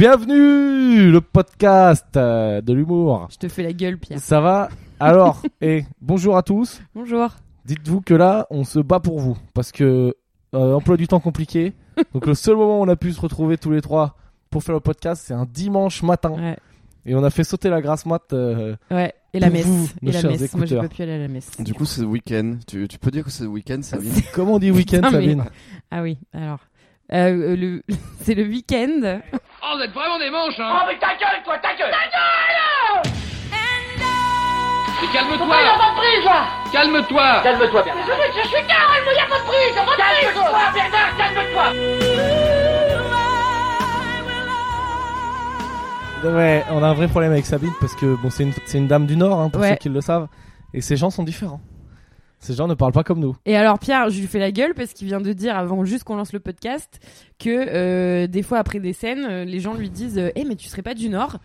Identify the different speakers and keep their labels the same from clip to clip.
Speaker 1: Bienvenue le podcast euh, de l'humour.
Speaker 2: Je te fais la gueule, Pierre.
Speaker 1: Ça va Alors, et bonjour à tous.
Speaker 2: Bonjour.
Speaker 1: Dites-vous que là, on se bat pour vous parce que euh, emploi du temps compliqué. Donc le seul moment où on a pu se retrouver tous les trois pour faire le podcast, c'est un dimanche matin
Speaker 2: Ouais.
Speaker 1: et on a fait sauter la grasse mat. euh,
Speaker 2: Ouais. Et la
Speaker 1: Pour
Speaker 2: messe.
Speaker 1: vous, nos
Speaker 2: et la
Speaker 1: chers
Speaker 2: messe. Moi, je
Speaker 1: écouteurs.
Speaker 2: peux plus aller à la messe.
Speaker 3: Du coup, c'est le week-end. Tu, tu peux dire que c'est le week-end, Sabine
Speaker 1: comment on dit week-end,
Speaker 2: Putain, mais-
Speaker 1: Sabine
Speaker 2: Ah oui, alors. Euh, euh, le... c'est le week-end.
Speaker 4: Oh, vous êtes vraiment des manches, hein
Speaker 5: Oh mais ta gueule toi, ta gueule Ta
Speaker 4: Mais
Speaker 5: gueule, y a
Speaker 4: calme-toi
Speaker 5: pas de prise là
Speaker 4: Calme-toi
Speaker 5: Calme-toi Bernard Je veux que je suis calme, il y a pas de prise, y a pas de prise Calme-toi Bernard, calme-toi
Speaker 1: Ouais, on a un vrai problème avec Sabine parce que bon, c'est une, c'est une dame du Nord, hein, pour
Speaker 2: Ouais.
Speaker 1: ceux qui le savent, et ces gens sont différents. Ces gens ne parlent pas comme nous.
Speaker 2: Et alors, Pierre, je lui fais la gueule parce qu'il vient de dire, avant juste qu'on lance le podcast, que euh, des fois, après des scènes, euh, les gens lui disent Eh, mais tu serais pas du Nord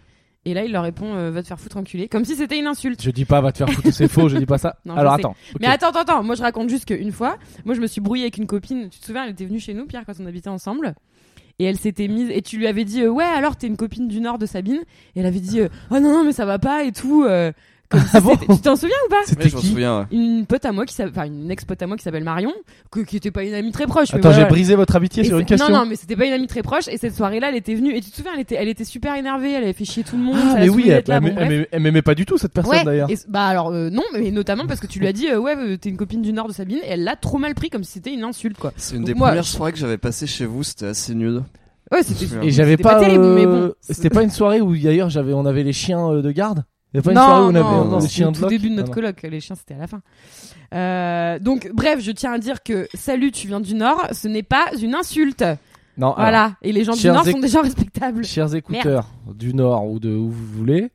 Speaker 2: Et là, il leur répond euh, Va te faire foutre enculé. Comme si c'était une insulte.
Speaker 1: Je dis pas va te faire foutre, c'est faux, je dis pas ça.
Speaker 2: Non, je
Speaker 1: Alors
Speaker 2: sais.
Speaker 1: attends. ok.
Speaker 2: Mais attends, attends, attends, moi je raconte juste qu'une fois, moi je me suis brouillée avec une copine, tu te souviens, elle était venue chez nous, Pierre, quand on habitait ensemble, et elle s'était mise, et tu lui avais dit, euh, ouais, alors t'es une copine du nord de Sabine, et elle avait dit, euh, oh non, non, mais ça va pas et tout. euh, comme si
Speaker 1: Ah bon
Speaker 2: c'était- tu t'en souviens ou pas
Speaker 1: C'était
Speaker 3: Mais je m'en
Speaker 1: qui
Speaker 3: souviens. ouais.
Speaker 2: Une pote à moi, qui s'appelle- enfin une ex-pote à moi qui s'appelle Marion, que- qui était pas une amie très proche. mais
Speaker 1: Attends, j'ai
Speaker 2: voilà.
Speaker 1: brisé votre amitié
Speaker 2: Et
Speaker 1: sur
Speaker 2: c'est-
Speaker 1: une question.
Speaker 2: Non, non, mais c'était pas une amie très proche. Et cette soirée-là, elle était venue. Et tu te souviens, elle était, elle était super énervée. Elle avait fait chier tout le monde.
Speaker 1: Ah,
Speaker 2: ça la
Speaker 1: mais oui,
Speaker 2: saoulait
Speaker 1: elle,
Speaker 2: d'être là,
Speaker 1: elle
Speaker 2: bon,
Speaker 1: m'aimait-
Speaker 2: bref.
Speaker 1: elle m'aimait- elle m'aimait pas du tout cette personne
Speaker 2: Ouais,
Speaker 1: d'ailleurs.
Speaker 2: et c- bah alors euh, non, mais notamment parce que tu lui as dit euh, ouais, euh, t'es une copine du Nord de Sabine, et elle l'a trop mal pris comme si c'était une insulte quoi.
Speaker 3: C'est une
Speaker 2: Donc
Speaker 3: des
Speaker 2: moi,
Speaker 3: premières
Speaker 2: je-
Speaker 3: soirées que j'avais passées chez vous, c'était assez nul.
Speaker 2: Ouais,
Speaker 3: Je me
Speaker 2: c'était.
Speaker 3: souviens.
Speaker 1: Et j'avais
Speaker 2: c'était
Speaker 1: pas.
Speaker 2: pas terrible, mais bon.
Speaker 1: euh, C'était pas une soirée où d'ailleurs j'avais, on avait les chiens euh, de garde. Il y a pas une soirée où
Speaker 2: Non,
Speaker 1: on avait
Speaker 2: non,
Speaker 1: euh,
Speaker 2: non,
Speaker 1: les
Speaker 2: c'était
Speaker 1: chiens
Speaker 2: au
Speaker 1: de
Speaker 2: tout
Speaker 1: loc
Speaker 2: début de
Speaker 1: Non,
Speaker 2: notre
Speaker 1: non.
Speaker 2: colloque, les chiens c'était à la fin. Euh, donc bref, je tiens à dire que salut, tu viens du Nord, ce n'est pas une insulte.
Speaker 1: Non, alors,
Speaker 2: Voilà, et les gens du
Speaker 1: Chers
Speaker 2: Nord
Speaker 1: éc-
Speaker 2: sont des gens respectables.
Speaker 1: chers écouteurs du Nord ou de où vous voulez,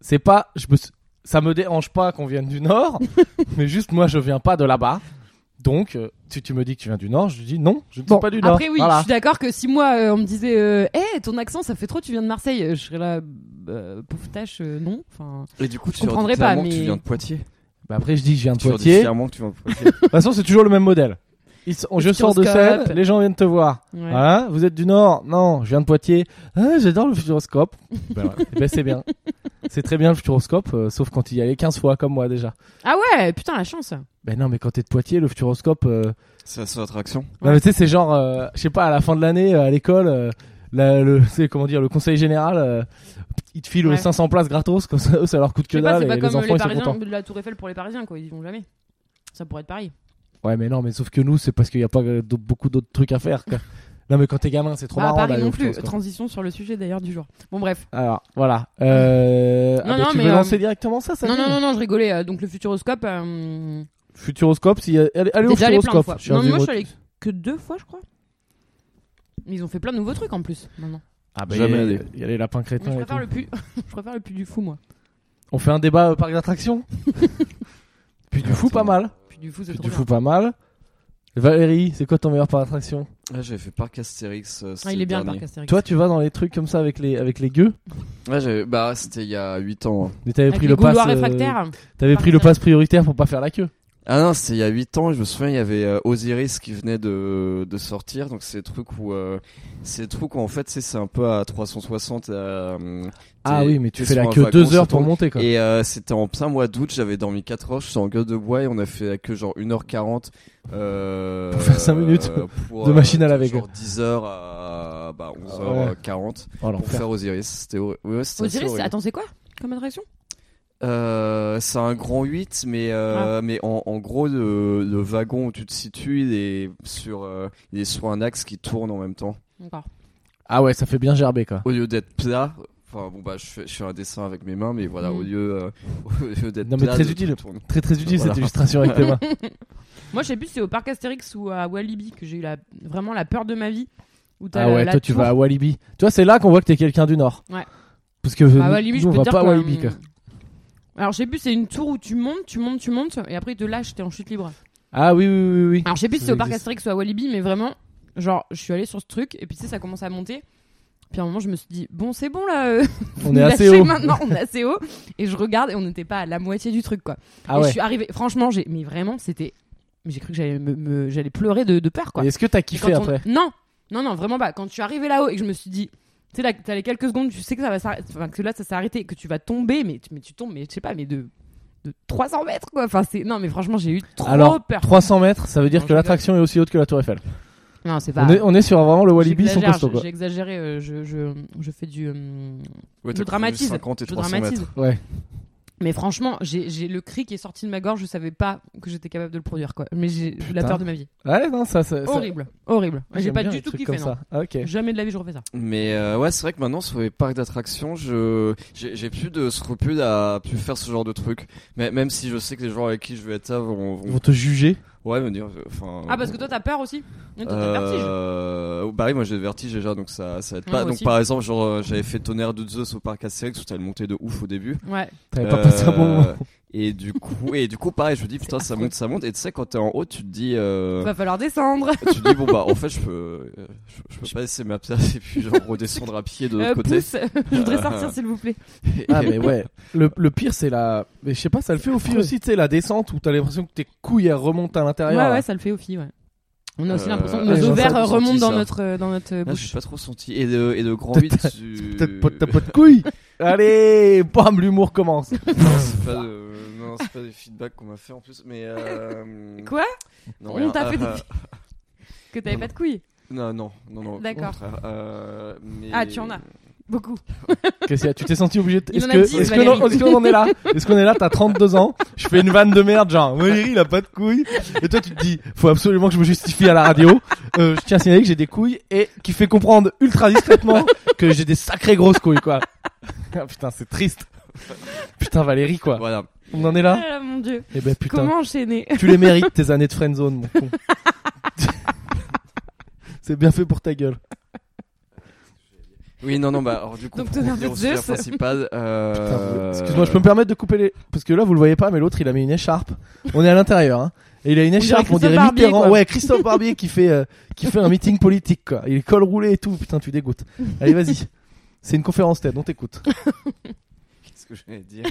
Speaker 1: c'est pas. Je me, s- ça me dérange pas qu'on vienne du Nord, mais juste moi je viens pas de là-bas. Donc, euh, si tu me dis que tu viens du Nord, je dis non, je ne suis pas du Nord.
Speaker 2: après oui,
Speaker 1: Voilà.
Speaker 2: je suis d'accord que si moi euh, on me disait euh, Eh, ton accent ça fait trop, tu viens de Marseille, euh, je serais là, euh, pauvre tâche, euh, non. Enfin,
Speaker 3: Et du coup, tu leur
Speaker 2: comprendrais
Speaker 3: dis
Speaker 2: pas,
Speaker 3: clairement que
Speaker 2: mais-
Speaker 3: tu viens de Poitiers.
Speaker 1: Bah après, je dis je viens de
Speaker 3: Tu leur dis
Speaker 1: Poitiers. De
Speaker 3: clairement que tu viens de Poitiers.
Speaker 1: toute façon, c'est toujours le même modèle. Ils sont- je sors de
Speaker 2: futuroscope.
Speaker 1: scène, les gens viennent te voir.
Speaker 2: ouais.
Speaker 1: Voilà, vous êtes du Nord Non, je viens de Poitiers. Ah, J'adore le futuroscope. ben, ouais. Eh ben, c'est bien. C'est très bien le futuroscope, euh, sauf quand il y allait 15 fois comme moi déjà.
Speaker 2: Ah ouais, putain la chance.
Speaker 1: Ben non, mais quand t'es de Poitiers, le futuroscope. euh,
Speaker 3: C'est la seule attraction.
Speaker 1: non, mais tu sais, c'est genre, euh, je sais pas, à la fin de l'année, euh, à l'école, euh, la- le, c'est comment dire, le conseil général, euh, il te file
Speaker 2: Ouais.
Speaker 1: 500 places gratos, comme ça, eux, ça leur coûte
Speaker 2: Je
Speaker 1: que
Speaker 2: sais pas,
Speaker 1: dalle
Speaker 2: c'est
Speaker 1: et
Speaker 2: pas
Speaker 1: les
Speaker 2: comme
Speaker 1: enfants
Speaker 2: les
Speaker 1: ils sont
Speaker 2: Parisiens
Speaker 1: contents.
Speaker 2: de la Tour Eiffel pour les Parisiens, quoi. Ils y vont jamais. Ça pourrait être pareil.
Speaker 1: Ouais, mais non, mais sauf que nous, c'est parce qu'il n'y a pas euh, d'au- beaucoup d'autres trucs à faire. quoi. non, mais quand t'es gamin, c'est trop
Speaker 2: Bah, à
Speaker 1: marrant.
Speaker 2: Paris
Speaker 1: d'aller au
Speaker 2: non plus.
Speaker 1: futuroscope.
Speaker 2: Transition sur le sujet d'ailleurs du jour. Bon, bref.
Speaker 1: Alors, voilà. Euh, ah,
Speaker 2: Non,
Speaker 1: bah,
Speaker 2: non,
Speaker 1: tu
Speaker 2: mais,
Speaker 1: veux
Speaker 2: euh,
Speaker 1: lancer directement ça, ça
Speaker 2: non,
Speaker 1: vient
Speaker 2: non, non, non, je rigolais. euh, Donc le futuroscope, euh,
Speaker 1: Futuroscope, si, allez, allez au
Speaker 2: Déjà allé plein de
Speaker 1: futuroscope.
Speaker 2: fois.
Speaker 1: un
Speaker 2: Non, mais moi, je suis
Speaker 1: zéro.
Speaker 2: allée que deux fois, je crois. Mais ils ont fait plein de nouveaux trucs en plus maintenant.
Speaker 1: Ah, bah,
Speaker 3: Jamais
Speaker 1: il y a-
Speaker 3: allé.
Speaker 1: Il y a les lapins
Speaker 2: Moi,
Speaker 1: crétins
Speaker 2: je
Speaker 1: et tout.
Speaker 2: préfère le plus. je préfère le plus du fou, moi.
Speaker 1: On fait un débat euh, parc d'attraction Puis
Speaker 3: Ah,
Speaker 1: du fou, pas mal.
Speaker 2: Plus du fou, c'est
Speaker 1: Puis
Speaker 2: trop
Speaker 1: du
Speaker 2: bien.
Speaker 1: fou, pas mal. Valérie, c'est quoi ton meilleur parc d'attraction
Speaker 3: Là, Ah, j'avais fait Parc Astérix. euh,
Speaker 2: Ah,
Speaker 3: c'était
Speaker 2: il
Speaker 3: le
Speaker 2: est bien le
Speaker 3: dernier.
Speaker 2: parc Astérix.
Speaker 1: Toi, tu vas dans les trucs comme ça avec les, avec les gueux
Speaker 3: Ouais, j'avais- Bah, c'était il y a 8 ans. hein.
Speaker 1: Mais t'avais
Speaker 2: Avec
Speaker 1: pris
Speaker 2: les
Speaker 1: le pass.
Speaker 2: gaulois
Speaker 1: euh,
Speaker 2: réfractaires.
Speaker 1: T'avais pris le
Speaker 2: Partir.
Speaker 1: pass prioritaire pour pas faire la queue.
Speaker 3: Ah non, c'était il y a 8 ans. Je me souviens, il y avait euh, Osiris qui venait de, de sortir. Donc, c'est des trucs où. euh, c'est des trucs où, en fait, tu sais, c'est un peu à 360. euh, t'es-
Speaker 1: Ah oui, mais tu
Speaker 3: t'es
Speaker 1: fais la
Speaker 3: sur un
Speaker 1: queue
Speaker 3: wagon,
Speaker 1: deux heures
Speaker 3: ça
Speaker 1: pour
Speaker 3: tourne.
Speaker 1: monter, quoi.
Speaker 3: Et euh, c'était en plein mois d'août, j'avais dormi 4 heures, je suis en gueule de bois et on a fait que genre 1h40 euh,
Speaker 1: Pour faire cinq minutes
Speaker 3: pour,
Speaker 1: de
Speaker 3: euh,
Speaker 1: machine à laver,
Speaker 3: Genre 10h à bah, 11h40
Speaker 1: Oh,
Speaker 3: pour
Speaker 1: l'enfer.
Speaker 3: faire Osiris. C'était horri- ouais, ouais, c'était assez
Speaker 2: Osiris,
Speaker 3: horrible.
Speaker 2: attends, c'est quoi comme attraction
Speaker 3: Euh, c'est un grand 8, mais,
Speaker 2: Ah.
Speaker 3: euh, mais en, en gros, le, le wagon où tu te situes, il est, sur, euh, il est sur un axe qui tourne en même temps.
Speaker 2: Encore.
Speaker 1: Ah ouais, ça fait bien gerber, quoi.
Speaker 3: Au lieu d'être plat. Enfin bon bah je fais, je fais un dessin avec mes mains mais voilà
Speaker 2: Mm.
Speaker 3: au lieu euh, au lieu d'être
Speaker 1: Non, mais
Speaker 3: plat,
Speaker 1: très
Speaker 3: le truc
Speaker 1: utile.
Speaker 3: tourne.
Speaker 1: Très très utile
Speaker 3: Voilà.
Speaker 1: cette illustration avec les mains.
Speaker 2: Moi, je sais plus, c'est au parc Astérix ou à Walibi que j'ai eu la, vraiment la peur de ma vie. Où t'as
Speaker 1: Ah
Speaker 2: la-
Speaker 1: ouais,
Speaker 2: la
Speaker 1: toi tu
Speaker 2: tour.
Speaker 1: vas à Walibi. Tu vois, c'est là qu'on voit que t'es quelqu'un du Nord.
Speaker 2: Ouais.
Speaker 1: Parce que
Speaker 2: À Walibi,
Speaker 1: Bah, nous,
Speaker 2: Bah, je
Speaker 1: on
Speaker 2: peux
Speaker 1: va
Speaker 2: te dire
Speaker 1: pas à
Speaker 2: que,
Speaker 1: Walibi, quoi.
Speaker 2: hum, Alors, je sais plus, c'est une tour où tu montes, tu montes, tu montes, et après ils te lâchent, t'es en chute libre.
Speaker 1: Ah oui, oui, oui, oui.
Speaker 2: Alors, je sais plus si
Speaker 1: Ça
Speaker 2: c'est au parc
Speaker 1: existe.
Speaker 2: Astérix ou à Walibi, mais vraiment, genre, je suis allée sur ce truc, et puis tu sais, ça commence à monter. Puis à un moment, je me suis dit, bon, c'est bon là, euh,
Speaker 1: On est assez
Speaker 2: lâchez
Speaker 1: haut.
Speaker 2: maintenant, on est assez haut. Et je regarde, et on n'était pas à la moitié du truc, quoi.
Speaker 1: Ah
Speaker 2: et
Speaker 1: ouais.
Speaker 2: je suis arrivée, franchement, j'ai, mais vraiment, c'était. mais J'ai cru que j'allais, me, me- j'allais pleurer de, de peur, quoi.
Speaker 1: Et Est-ce que t'as
Speaker 2: Et
Speaker 1: kiffé
Speaker 2: quand on-
Speaker 1: après
Speaker 2: Non, non, non, vraiment pas. Quand je suis arrivée là-haut et que je me suis dit, Tu sais, là, t'as les quelques secondes, tu sais que ça va s'arrêter, enfin, que là, ça s'est arrêté, que tu vas tomber, mais, tu- mais tu tombes, mais je sais pas, mais de, de 300 mètres, quoi. Enfin, c'est, non, mais franchement, j'ai eu trop
Speaker 1: Alors,
Speaker 2: peur.
Speaker 1: 300 mètres, ça veut dire
Speaker 2: Non,
Speaker 1: que
Speaker 2: je Bah,
Speaker 1: l'attraction est aussi haute que la Tour Eiffel.
Speaker 2: Non, c'est pas.
Speaker 1: On est, on est sur vraiment le Walibi sans
Speaker 2: J'exagère,
Speaker 1: costaud,
Speaker 2: je-
Speaker 1: quoi.
Speaker 2: J'ai exagéré, euh, je, je, je fais du. hum,
Speaker 3: Ouais,
Speaker 2: je
Speaker 3: t'as couru
Speaker 2: dramatise.
Speaker 3: 50 et
Speaker 2: je
Speaker 3: 300
Speaker 2: dramatise.
Speaker 3: mètres.
Speaker 1: Ouais.
Speaker 2: Mais franchement, j'ai j'ai le cri qui est sorti de ma gorge, je savais pas que j'étais capable de le produire, quoi. Mais j'ai eu la
Speaker 1: Putain.
Speaker 2: peur de ma vie.
Speaker 1: Ouais, non, ça, ça, ça-
Speaker 2: Horrible, horrible. J'ai
Speaker 1: j'aime
Speaker 2: pas
Speaker 1: bien
Speaker 2: du
Speaker 1: les
Speaker 2: tout
Speaker 1: trucs
Speaker 2: kiffé,
Speaker 1: comme
Speaker 2: non.
Speaker 1: ça. Ah, Ok.
Speaker 2: Jamais de la vie, je refais ça.
Speaker 3: Mais euh, ouais, c'est vrai que maintenant sur les parcs d'attractions, je j'ai j'ai plus de scrupules à plus faire ce genre de truc. Mais même si je sais que les gens avec qui je vais être ça vont,
Speaker 1: Ils
Speaker 3: vont-
Speaker 1: vont te juger.
Speaker 3: ouais me dire euh, enfin
Speaker 2: Ah, parce que toi, t'as peur aussi Mais toi, t'as vertige.
Speaker 3: euh, bah oui, moi j'ai le vertige déjà, donc ça, ça aide
Speaker 2: Ouais,
Speaker 3: pas.
Speaker 2: moi
Speaker 3: donc
Speaker 2: aussi.
Speaker 3: par exemple, genre euh, j'avais fait Tonnerre de Zeus au parc Astérix où t'as le monté de ouf au début.
Speaker 2: Ouais.
Speaker 1: T'avais pas passé un bon moment.
Speaker 3: Euh, Et du coup, et du coup, pareil, je me dis putain, ça monte, ça monte. Et tu sais, quand t'es en haut, tu te dis, euh,
Speaker 2: Va falloir descendre.
Speaker 3: tu te dis bon bah, en fait, je peux, euh, je, je peux pas laisser ma place et puis genre redescendre à pied de l'autre
Speaker 2: Euh,
Speaker 3: côté. Euh,
Speaker 2: pousse. je voudrais sortir, s'il vous plaît.
Speaker 1: Ah mais ouais, le, le pire c'est la, mais je sais pas, ça le fait
Speaker 2: Ah,
Speaker 1: au fil aussi, tu sais, la descente où t'as l'impression que tes couilles elles remontent à
Speaker 2: Ouais,
Speaker 1: l'intérieur.
Speaker 2: ouais,
Speaker 1: là.
Speaker 2: ça le fait aux filles, ouais. On a aussi
Speaker 3: Euh,
Speaker 2: l'impression que
Speaker 1: ouais,
Speaker 2: nos
Speaker 1: j'en
Speaker 2: ovaires
Speaker 3: ai
Speaker 2: euh,
Speaker 3: senti
Speaker 2: remontent dans
Speaker 3: ça.
Speaker 2: notre, euh, dans notre euh,
Speaker 3: Là, je
Speaker 2: bouche.
Speaker 3: suis pas trop senti. Et de, et de grand
Speaker 1: T'as-
Speaker 3: 8,
Speaker 1: t'as-
Speaker 3: tu.
Speaker 1: Peut-être pas- t'as pas de couilles. Allez, bam, l'humour commence.
Speaker 3: C'est pas de- Non, c'est pas des feedbacks qu'on m'a fait en plus, mais. euh,
Speaker 2: Quoi
Speaker 3: non,
Speaker 2: On
Speaker 3: rien.
Speaker 2: t'a fait des
Speaker 3: Euh,
Speaker 2: Que t'avais pas de couilles.
Speaker 3: Non, non, non, non. au
Speaker 2: D'accord.
Speaker 3: contraire. Euh, mais-
Speaker 2: Ah, tu en as. Beaucoup.
Speaker 1: Qu'est-ce qu'il y a Tu t'es senti obligé de...
Speaker 2: Il
Speaker 1: Est-ce
Speaker 2: en a
Speaker 1: que,
Speaker 2: dix,
Speaker 1: est-ce que
Speaker 2: Valérie.
Speaker 1: l'on- est-ce qu'on en est là Est-ce qu'on est là T'as 32 ans, je fais une vanne de merde, genre, Valérie, il a pas de couilles. Et toi, tu te dis, faut absolument que je me justifie à la radio. Euh, je tiens à signaler que j'ai des couilles et qui fait comprendre ultra discrètement que j'ai des sacrées grosses couilles, quoi. Ah, putain, c'est triste. Putain, Valérie, quoi.
Speaker 3: Voilà.
Speaker 1: On en est là
Speaker 2: Ah là, mon dieu.
Speaker 1: Eh ben, putain,
Speaker 2: Comment enchaîner
Speaker 1: tu les mérites, tes années de friendzone, mon con. c'est bien fait pour ta gueule.
Speaker 3: Oui, non, non, bah, alors du coup,
Speaker 2: Donc,
Speaker 3: pour
Speaker 2: Tonnerre
Speaker 3: revenir
Speaker 2: de
Speaker 3: au sujet
Speaker 2: Zeus.
Speaker 3: principal.
Speaker 1: Putain,
Speaker 3: euh,
Speaker 1: vous- Excuse-moi, je peux me permettre de couper les. Parce que là, vous le voyez pas, mais l'autre, il a mis une écharpe. On est à l'intérieur, hein. Et il a une écharpe, on
Speaker 2: Christophe
Speaker 1: dirait
Speaker 2: Barbier,
Speaker 1: Mitterrand.
Speaker 2: quoi.
Speaker 1: Ouais, Christophe Barbier qui fait, euh, qui fait un meeting politique, quoi. Il est col roulé et tout. Putain, tu dégoûtes. Allez, vas-y. C'est une conférence TED, on t'écoute.
Speaker 3: Qu'est-ce que j'allais dire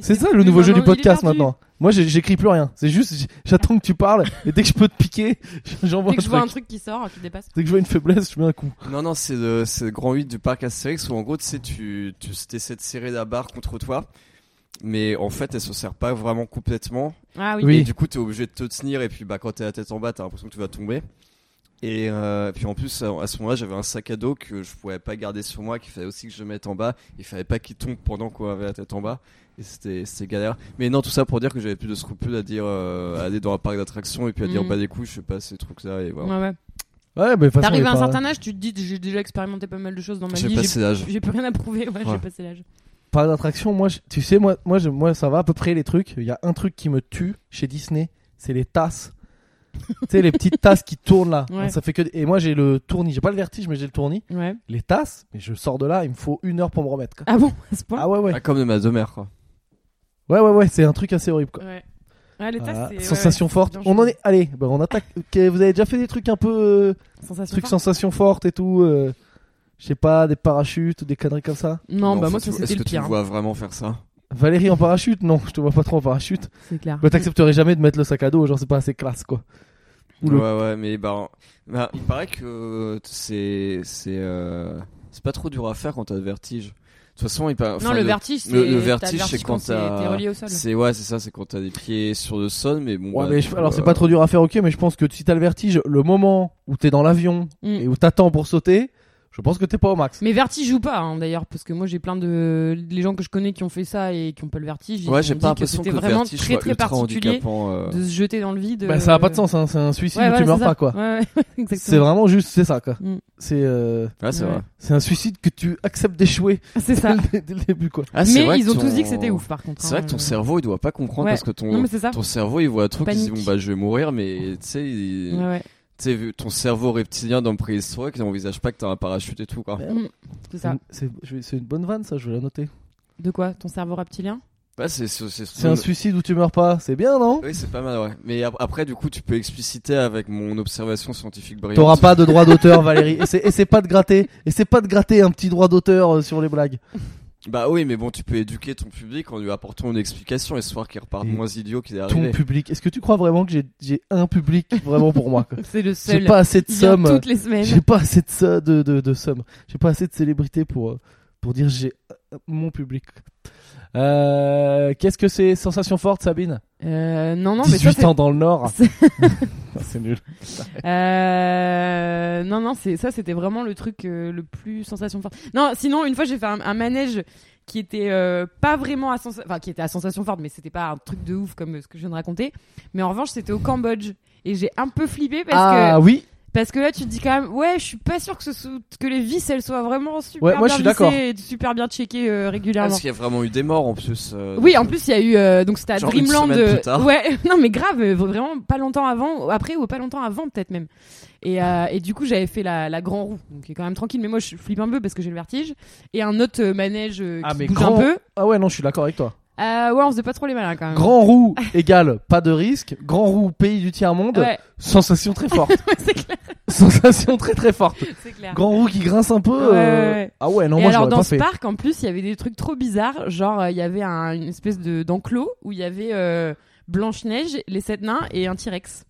Speaker 1: C'est ça
Speaker 2: Mais
Speaker 1: le nouveau jeu
Speaker 2: maintenant,
Speaker 1: du
Speaker 2: il est
Speaker 1: podcast
Speaker 2: perdu.
Speaker 1: maintenant. Moi, j'ai- j'écris plus rien. C'est juste, j- j'attends que tu parles et dès que je peux te piquer, j'envoie un
Speaker 2: Dès que je vois un
Speaker 1: truc.
Speaker 2: truc qui sort, qui dépasse.
Speaker 1: Dès que je vois une faiblesse, je mets un coup.
Speaker 3: Non, non, c'est le, c'est le grand 8 du parc Astérix où en gros, tu sais, tu, tu essaies de serrer la barre contre toi. Mais en fait, elle se serre pas vraiment complètement.
Speaker 2: Ah oui.
Speaker 1: Oui.
Speaker 3: Et du coup, t'es obligé de te tenir. Et puis, bah, quand t'es la tête en bas, t'as l'impression que tu vas tomber. Et euh, puis en plus, à à ce moment-là, j'avais un sac à dos que je pouvais pas garder sur moi, qu'il fallait aussi que je mette en bas. Il fallait pas qu'il tombe pendant qu'on avait la tête en bas. Et c'était c'était galère. Mais non, tout ça pour dire que j'avais plus de scrupules à dire, euh, à aller dans un parc d'attractions et puis à dire
Speaker 2: Mhm.
Speaker 3: bah des couilles, je sais pas ces trucs-là. Et voilà.
Speaker 2: Ouais, ouais.
Speaker 1: Ouais, mais de toute façon,
Speaker 2: T'arrives
Speaker 1: on est
Speaker 2: à un
Speaker 1: pas-
Speaker 2: certain âge, tu te dis j'ai déjà expérimenté pas mal de choses dans ma
Speaker 3: J'ai
Speaker 2: vie.
Speaker 3: passé l'âge.
Speaker 2: J'ai plus rien à prouver, ouais, j'ai
Speaker 3: Ouais.
Speaker 2: passé l'âge.
Speaker 1: Par d'attraction, moi, je- tu sais, moi, moi, je- moi, ça va à peu près les trucs. Il y a un truc qui me tue chez Disney, c'est les tasses. tu sais, les petites tasses qui tournent là.
Speaker 2: Ouais.
Speaker 1: Ça fait que. Et moi, j'ai le tournis. J'ai pas le vertige, mais j'ai le tournis.
Speaker 2: Ouais.
Speaker 1: Les tasses, mais je sors de là, il me faut une heure pour me remettre. quoi.
Speaker 2: Ah bon, à ce point
Speaker 1: Ah ouais, ouais.
Speaker 3: Ah, comme de ma demeure, quoi.
Speaker 1: Ouais, ouais, ouais, c'est un truc assez horrible. Quoi.
Speaker 2: Ouais. Ouais, les tasses,
Speaker 1: Voilà.
Speaker 2: c'est. ouais,
Speaker 1: Ah, sensation
Speaker 2: ouais,
Speaker 1: forte.
Speaker 2: c'est bien
Speaker 1: On en
Speaker 2: chaud.
Speaker 1: est. Allez, bah, on attaque. Ok, vous avez déjà fait des trucs un peu. euh,
Speaker 2: Sensation
Speaker 1: trucs
Speaker 2: forte.
Speaker 1: sensation forte et tout. euh, Je sais pas, des parachutes ou des conneries comme ça.
Speaker 2: Non,
Speaker 3: Mais en
Speaker 2: bah
Speaker 3: fait,
Speaker 2: moi,
Speaker 3: tu-
Speaker 2: ça, c'était
Speaker 3: Est-ce
Speaker 2: le
Speaker 3: que tu
Speaker 2: pire.
Speaker 3: me
Speaker 2: hein.
Speaker 3: vois vraiment faire ça
Speaker 1: Valérie en parachute Non, je te vois pas trop en parachute.
Speaker 2: C'est clair.
Speaker 1: Bah t'accepterais jamais de mettre le sac à dos, genre c'est pas assez classe quoi. Ou le-
Speaker 3: Ouais, ouais, mais bah, bah, il paraît que euh, c'est c'est euh, c'est pas trop dur à faire quand t'as le vertige. De toute façon, il paraît.
Speaker 2: Non,
Speaker 3: enfin,
Speaker 2: le vertige, c'est.
Speaker 3: le-
Speaker 2: t'as
Speaker 3: le vertige, c'est quand
Speaker 2: c'est-
Speaker 3: t'as-
Speaker 2: T'es relié au sol.
Speaker 3: C'est ouais, c'est ça, c'est quand t'as des pieds sur le sol, mais bon.
Speaker 1: Ouais,
Speaker 3: bah,
Speaker 1: mais
Speaker 3: du
Speaker 1: je-
Speaker 3: coup,
Speaker 1: alors c'est
Speaker 3: euh,
Speaker 1: pas trop dur à faire ok, mais je pense que si t'as le vertige, le moment où t'es dans l'avion
Speaker 2: Mm.
Speaker 1: et où t'attends pour sauter, je pense que t'es pas au max.
Speaker 2: Mais vertige ou pas, hein, d'ailleurs, parce que moi j'ai plein de les gens que je connais qui ont fait ça et qui ont pas le vertige. ils
Speaker 3: Ouais,
Speaker 2: m'ont
Speaker 3: j'ai
Speaker 2: dit
Speaker 3: pas l'impression que
Speaker 2: c'était
Speaker 3: le
Speaker 2: vraiment
Speaker 3: vertige
Speaker 2: très
Speaker 3: soit
Speaker 2: très
Speaker 3: ultra
Speaker 2: particulier
Speaker 3: handicapant. euh.
Speaker 2: de se jeter dans le vide.
Speaker 1: Bah ça a pas de
Speaker 2: euh,
Speaker 1: sens, hein, c'est un suicide
Speaker 2: Ouais,
Speaker 1: où
Speaker 2: voilà,
Speaker 1: tu meurs
Speaker 2: c'est ça.
Speaker 1: pas quoi.
Speaker 2: Ouais, ouais,
Speaker 1: C'est
Speaker 2: exactement.
Speaker 1: vraiment juste, c'est ça quoi.
Speaker 2: Mm.
Speaker 1: C'est euh,
Speaker 3: Ouais, Ah, c'est
Speaker 2: Ouais.
Speaker 3: vrai.
Speaker 1: c'est un suicide que tu acceptes d'échouer
Speaker 2: C'est
Speaker 1: dès, le-
Speaker 2: ça.
Speaker 1: dès le début quoi.
Speaker 3: Ah, c'est
Speaker 2: mais
Speaker 3: vrai
Speaker 2: ils
Speaker 3: que
Speaker 2: ont tous
Speaker 3: ton-
Speaker 2: dit que c'était ouf par contre.
Speaker 3: C'est vrai
Speaker 2: hein,
Speaker 3: que ton
Speaker 2: euh.
Speaker 3: cerveau il doit pas comprendre
Speaker 2: Ouais.
Speaker 3: parce que
Speaker 2: Non
Speaker 3: ton
Speaker 2: mais c'est ça.
Speaker 3: ton cerveau il voit un truc, il se dit
Speaker 2: Panique.
Speaker 3: bon bah je vais mourir, mais tu sais, il-
Speaker 2: Ouais, ouais.
Speaker 3: tu sais, vu ton cerveau reptilien dans préhistorique, il envisage pas que t'as un parachute et tout quoi.
Speaker 1: Ouais.
Speaker 2: C'est
Speaker 1: C'est
Speaker 2: ça.
Speaker 1: une- C'est je vais- c'est une bonne vanne ça, je vais la noter.
Speaker 2: De quoi Ton cerveau reptilien
Speaker 3: Ouais, Bah, c'est c'est c'est-
Speaker 1: C'est un suicide où tu meurs pas, c'est bien non
Speaker 3: Oui, c'est pas mal, ouais. Mais ap- après, du coup, tu peux expliciter avec mon observation scientifique brillante.
Speaker 1: T'auras pas de droit d'auteur Valérie, et c'est pas de gratter, et c'est pas de gratter un petit droit d'auteur euh, sur les blagues.
Speaker 3: Bah oui, mais bon, tu peux éduquer ton public en lui apportant une explication, histoire qu'il reparte
Speaker 1: Et
Speaker 3: moins idiot qu'il Ah, est
Speaker 1: Ton
Speaker 3: arrivé.
Speaker 1: public. Est-ce que tu crois vraiment que j'ai- j'ai un public vraiment pour moi quoi
Speaker 2: C'est le
Speaker 1: J'ai
Speaker 2: seul.
Speaker 1: pas assez de
Speaker 2: Il vient
Speaker 1: somme.
Speaker 2: toutes les semaines.
Speaker 1: J'ai pas assez de ça, de, de, de somme. J'ai pas assez de célébrité pour, euh, pour dire j'ai euh, mon public. Euh, Qu'est-ce que c'est Sensation forte, Sabine
Speaker 2: Euh, non, non, mais ça,
Speaker 1: 18
Speaker 2: c'est-
Speaker 1: ans dans le Nord.
Speaker 2: C'est-
Speaker 1: Ah, c'est nul.
Speaker 2: Euh, non, non, c'est ça, c'était vraiment le truc euh, le plus sensation forte. Non, sinon, une fois, j'ai fait un, un manège qui était euh, pas vraiment à sensation, enfin, qui était à sensation forte, mais c'était pas un truc de ouf comme euh, ce que je viens de raconter. Mais en revanche, c'était au Cambodge. Et j'ai un peu flippé parce
Speaker 1: ah
Speaker 2: que
Speaker 1: oui
Speaker 2: parce que là tu te dis quand même ouais je suis pas sûr que ce soit- que les vis elles soient vraiment super
Speaker 1: Ouais, moi, je
Speaker 2: bien
Speaker 1: suis d'accord.
Speaker 2: vissées et super bien checkées euh,
Speaker 3: Ah,
Speaker 2: régulièrement.
Speaker 3: parce qu'il y a vraiment eu des morts en plus. euh,
Speaker 2: Oui, en plus, il y a eu. euh, donc, c'était à
Speaker 3: Genre une
Speaker 2: Dreamland.
Speaker 3: semaine
Speaker 2: euh,
Speaker 3: plus tard.
Speaker 2: Ouais, non, mais grave, euh, vraiment pas longtemps avant, après ou pas longtemps avant, peut-être même. Et, euh, et du coup, j'avais fait la, la Grand Roue, donc qui est quand même tranquille, mais moi, je flippe un peu parce que j'ai le vertige. Et un autre euh, manège euh,
Speaker 1: Ah,
Speaker 2: qui
Speaker 1: mais
Speaker 2: bouge
Speaker 1: grand-
Speaker 2: un peu.
Speaker 1: Ah ouais, non, je suis d'accord avec toi.
Speaker 2: Euh, ouais, on faisait pas trop les malins quand même.
Speaker 1: Grand roux égale pas de risque. Grand roux pays du tiers-monde.
Speaker 2: Ouais,
Speaker 1: Sensation très forte.
Speaker 2: c'est clair,
Speaker 1: Sensation très très forte.
Speaker 2: c'est clair.
Speaker 1: Grand roux qui grince un peu.
Speaker 2: Ouais,
Speaker 1: euh,
Speaker 2: ouais, ouais.
Speaker 1: Ah ouais, non,
Speaker 2: et
Speaker 1: moi
Speaker 2: alors
Speaker 1: j'aurais
Speaker 2: dans
Speaker 1: pas
Speaker 2: ce
Speaker 1: fait.
Speaker 2: parc en plus il y avait des trucs trop bizarres genre euh, il y avait un- une espèce de d'enclos où il y avait euh, Blanche-Neige, les sept nains et un T-Rex.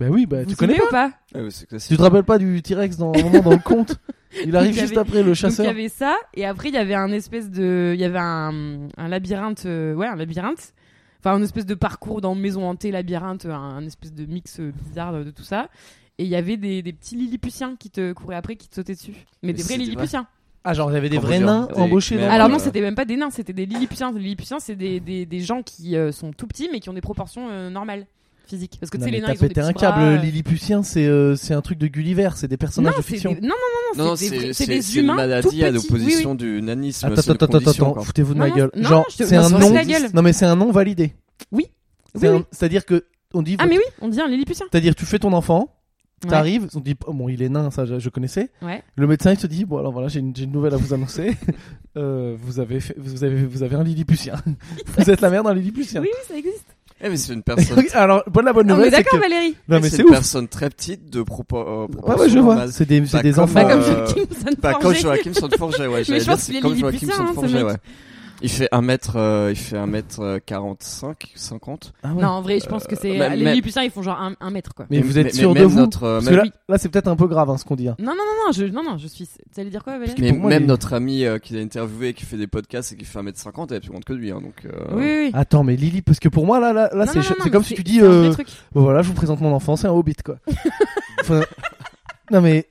Speaker 1: Bah oui, bah
Speaker 2: Vous
Speaker 1: tu
Speaker 2: vous
Speaker 1: connais
Speaker 2: souvenez
Speaker 1: pas.
Speaker 2: ou pas
Speaker 3: ah oui, c'est classique.
Speaker 1: Tu te rappelles pas du T-Rex dans, au moment dans le conte Il arrive
Speaker 2: Donc, il y
Speaker 1: juste
Speaker 2: avait-
Speaker 1: après le
Speaker 2: Donc il y
Speaker 1: chasseur.
Speaker 2: avait ça, et après il y avait un espèce de, il y avait un, un labyrinthe, euh, ouais, un labyrinthe. Enfin, un espèce de parcours dans maison hantée, labyrinthe, un, un espèce de mix euh, bizarre de, de tout ça. Et il y avait des, des petits lilliputiens qui te couraient après, qui te sautaient dessus. Mais,
Speaker 3: Mais
Speaker 2: des vrais
Speaker 3: c'était
Speaker 2: lilliputiens.
Speaker 1: Ah, genre, il y avait des
Speaker 3: Comment
Speaker 1: vrais
Speaker 3: dire
Speaker 1: nains
Speaker 3: Des
Speaker 1: embauchés dans
Speaker 3: merdes.
Speaker 2: Alors
Speaker 3: Ouais.
Speaker 2: non, c'était même pas des nains, c'était des lilliputiens. Les lilliputiens, c'est des, des, des gens qui euh, sont tout petits, mais qui ont des proportions euh, normales, physiques. Parce que tu
Speaker 1: Non,
Speaker 2: sais,
Speaker 1: mais
Speaker 2: les nains,
Speaker 1: t'as
Speaker 2: ils ont des
Speaker 1: pété un
Speaker 2: petits bras,
Speaker 1: câble,
Speaker 2: euh,
Speaker 1: Lilliputien, c'est euh, c'est un truc de Gulliver, c'est des
Speaker 2: Non,
Speaker 1: personnages de
Speaker 2: c'est des-
Speaker 1: fiction.
Speaker 2: non, non, non,
Speaker 3: Non, non,
Speaker 2: c'est des vrais-
Speaker 3: c'est
Speaker 2: c'est
Speaker 3: c'est-
Speaker 2: des
Speaker 3: c'est une
Speaker 2: humains tout
Speaker 3: maladie
Speaker 2: petits.
Speaker 3: à
Speaker 2: Oui,
Speaker 3: l'opposition
Speaker 2: oui.
Speaker 3: du nanisme.
Speaker 1: Attends,
Speaker 3: Ah, c'est une
Speaker 1: attends, attends,
Speaker 3: condition,
Speaker 1: attends,
Speaker 3: quoi.
Speaker 1: foutez-vous de
Speaker 2: Non,
Speaker 1: ma
Speaker 2: non,
Speaker 1: gueule.
Speaker 2: non,
Speaker 1: Genre,
Speaker 2: je te-
Speaker 1: c'est
Speaker 2: non,
Speaker 1: un
Speaker 2: ça
Speaker 1: nom.
Speaker 2: existe, la gueule.
Speaker 1: Non, mais c'est un nom validé.
Speaker 2: Oui.
Speaker 1: C'est
Speaker 2: Oui,
Speaker 1: un-
Speaker 2: oui.
Speaker 1: C'est-à-dire que on dit,
Speaker 2: Ah mais oui, on dit un lilliputien.
Speaker 1: c'est-à-dire tu fais ton enfant,
Speaker 2: Ouais.
Speaker 1: t'arrives, on dit oh, bon, il est nain, ça je, je connaissais.
Speaker 2: Ouais.
Speaker 1: Le médecin il te dit bon alors voilà j'ai une, j'ai une nouvelle à vous annoncer. Euh, vous avez fait- vous avez vous avez un Lilliputien. vous êtes la mère d'un Lilliputien.
Speaker 2: Oui, oui, ça existe.
Speaker 3: Eh, mais c'est une personne.
Speaker 1: Ok, alors bonne la bonne
Speaker 2: Non, mais
Speaker 1: nouvelle c'est
Speaker 2: d'accord,
Speaker 1: que
Speaker 2: Valérie.
Speaker 1: non mais
Speaker 3: c'est
Speaker 1: c'est
Speaker 3: une
Speaker 1: ouf.
Speaker 3: personne très petite de euh, propos.
Speaker 1: Ouais ouais je vois. C'est des c'est
Speaker 3: Bah,
Speaker 1: des
Speaker 3: comme,
Speaker 1: enfants.
Speaker 2: Pas comme
Speaker 3: Euh,
Speaker 2: Joachim Sandforger.
Speaker 3: Bah, comme Joachim Sandforger, ouais, j'allais
Speaker 2: je
Speaker 3: dire,
Speaker 2: pense qu'il
Speaker 3: c'est
Speaker 2: est
Speaker 3: comme Joachim
Speaker 2: lilliputien, hein, ce
Speaker 3: Sandforger,
Speaker 2: mec.
Speaker 3: ouais. Il fait 1 mètre, euh, il fait 1 mètre euh, 45, 50.
Speaker 1: Ah ouais.
Speaker 2: Non, en vrai, je pense que c'est.
Speaker 3: Euh, mais-
Speaker 2: les
Speaker 3: mais-
Speaker 2: Lilliputiens, ils font genre un, un mètre, quoi.
Speaker 1: Mais vous êtes
Speaker 3: mais
Speaker 1: sûr de
Speaker 3: même
Speaker 1: vous
Speaker 3: notre, euh,
Speaker 1: Parce que
Speaker 3: même,
Speaker 1: là, là, c'est peut-être un peu grave hein, ce qu'on dit. hein.
Speaker 2: Non, non, non, non, je, non, non, je suis. T'allais dire quoi, Valérie
Speaker 3: mais
Speaker 1: pour moi,
Speaker 3: même
Speaker 1: il-
Speaker 3: notre ami euh, qui l'a interviewé et qui fait des podcasts et qui fait 1 mètre 50, elle est plus grande que lui, hein, donc, euh,
Speaker 2: Oui, oui, oui.
Speaker 1: Attends, mais Lily, parce que pour moi, là, là, ah, là,
Speaker 2: Non,
Speaker 1: c'est
Speaker 2: non,
Speaker 1: cha-
Speaker 2: non,
Speaker 1: c'est
Speaker 2: mais
Speaker 1: comme si tu dis,
Speaker 2: c'est un vrai
Speaker 1: euh,
Speaker 2: truc.
Speaker 1: Bon, voilà, je vous présente mon enfant, c'est un hobbit, quoi. Enfin, non, mais.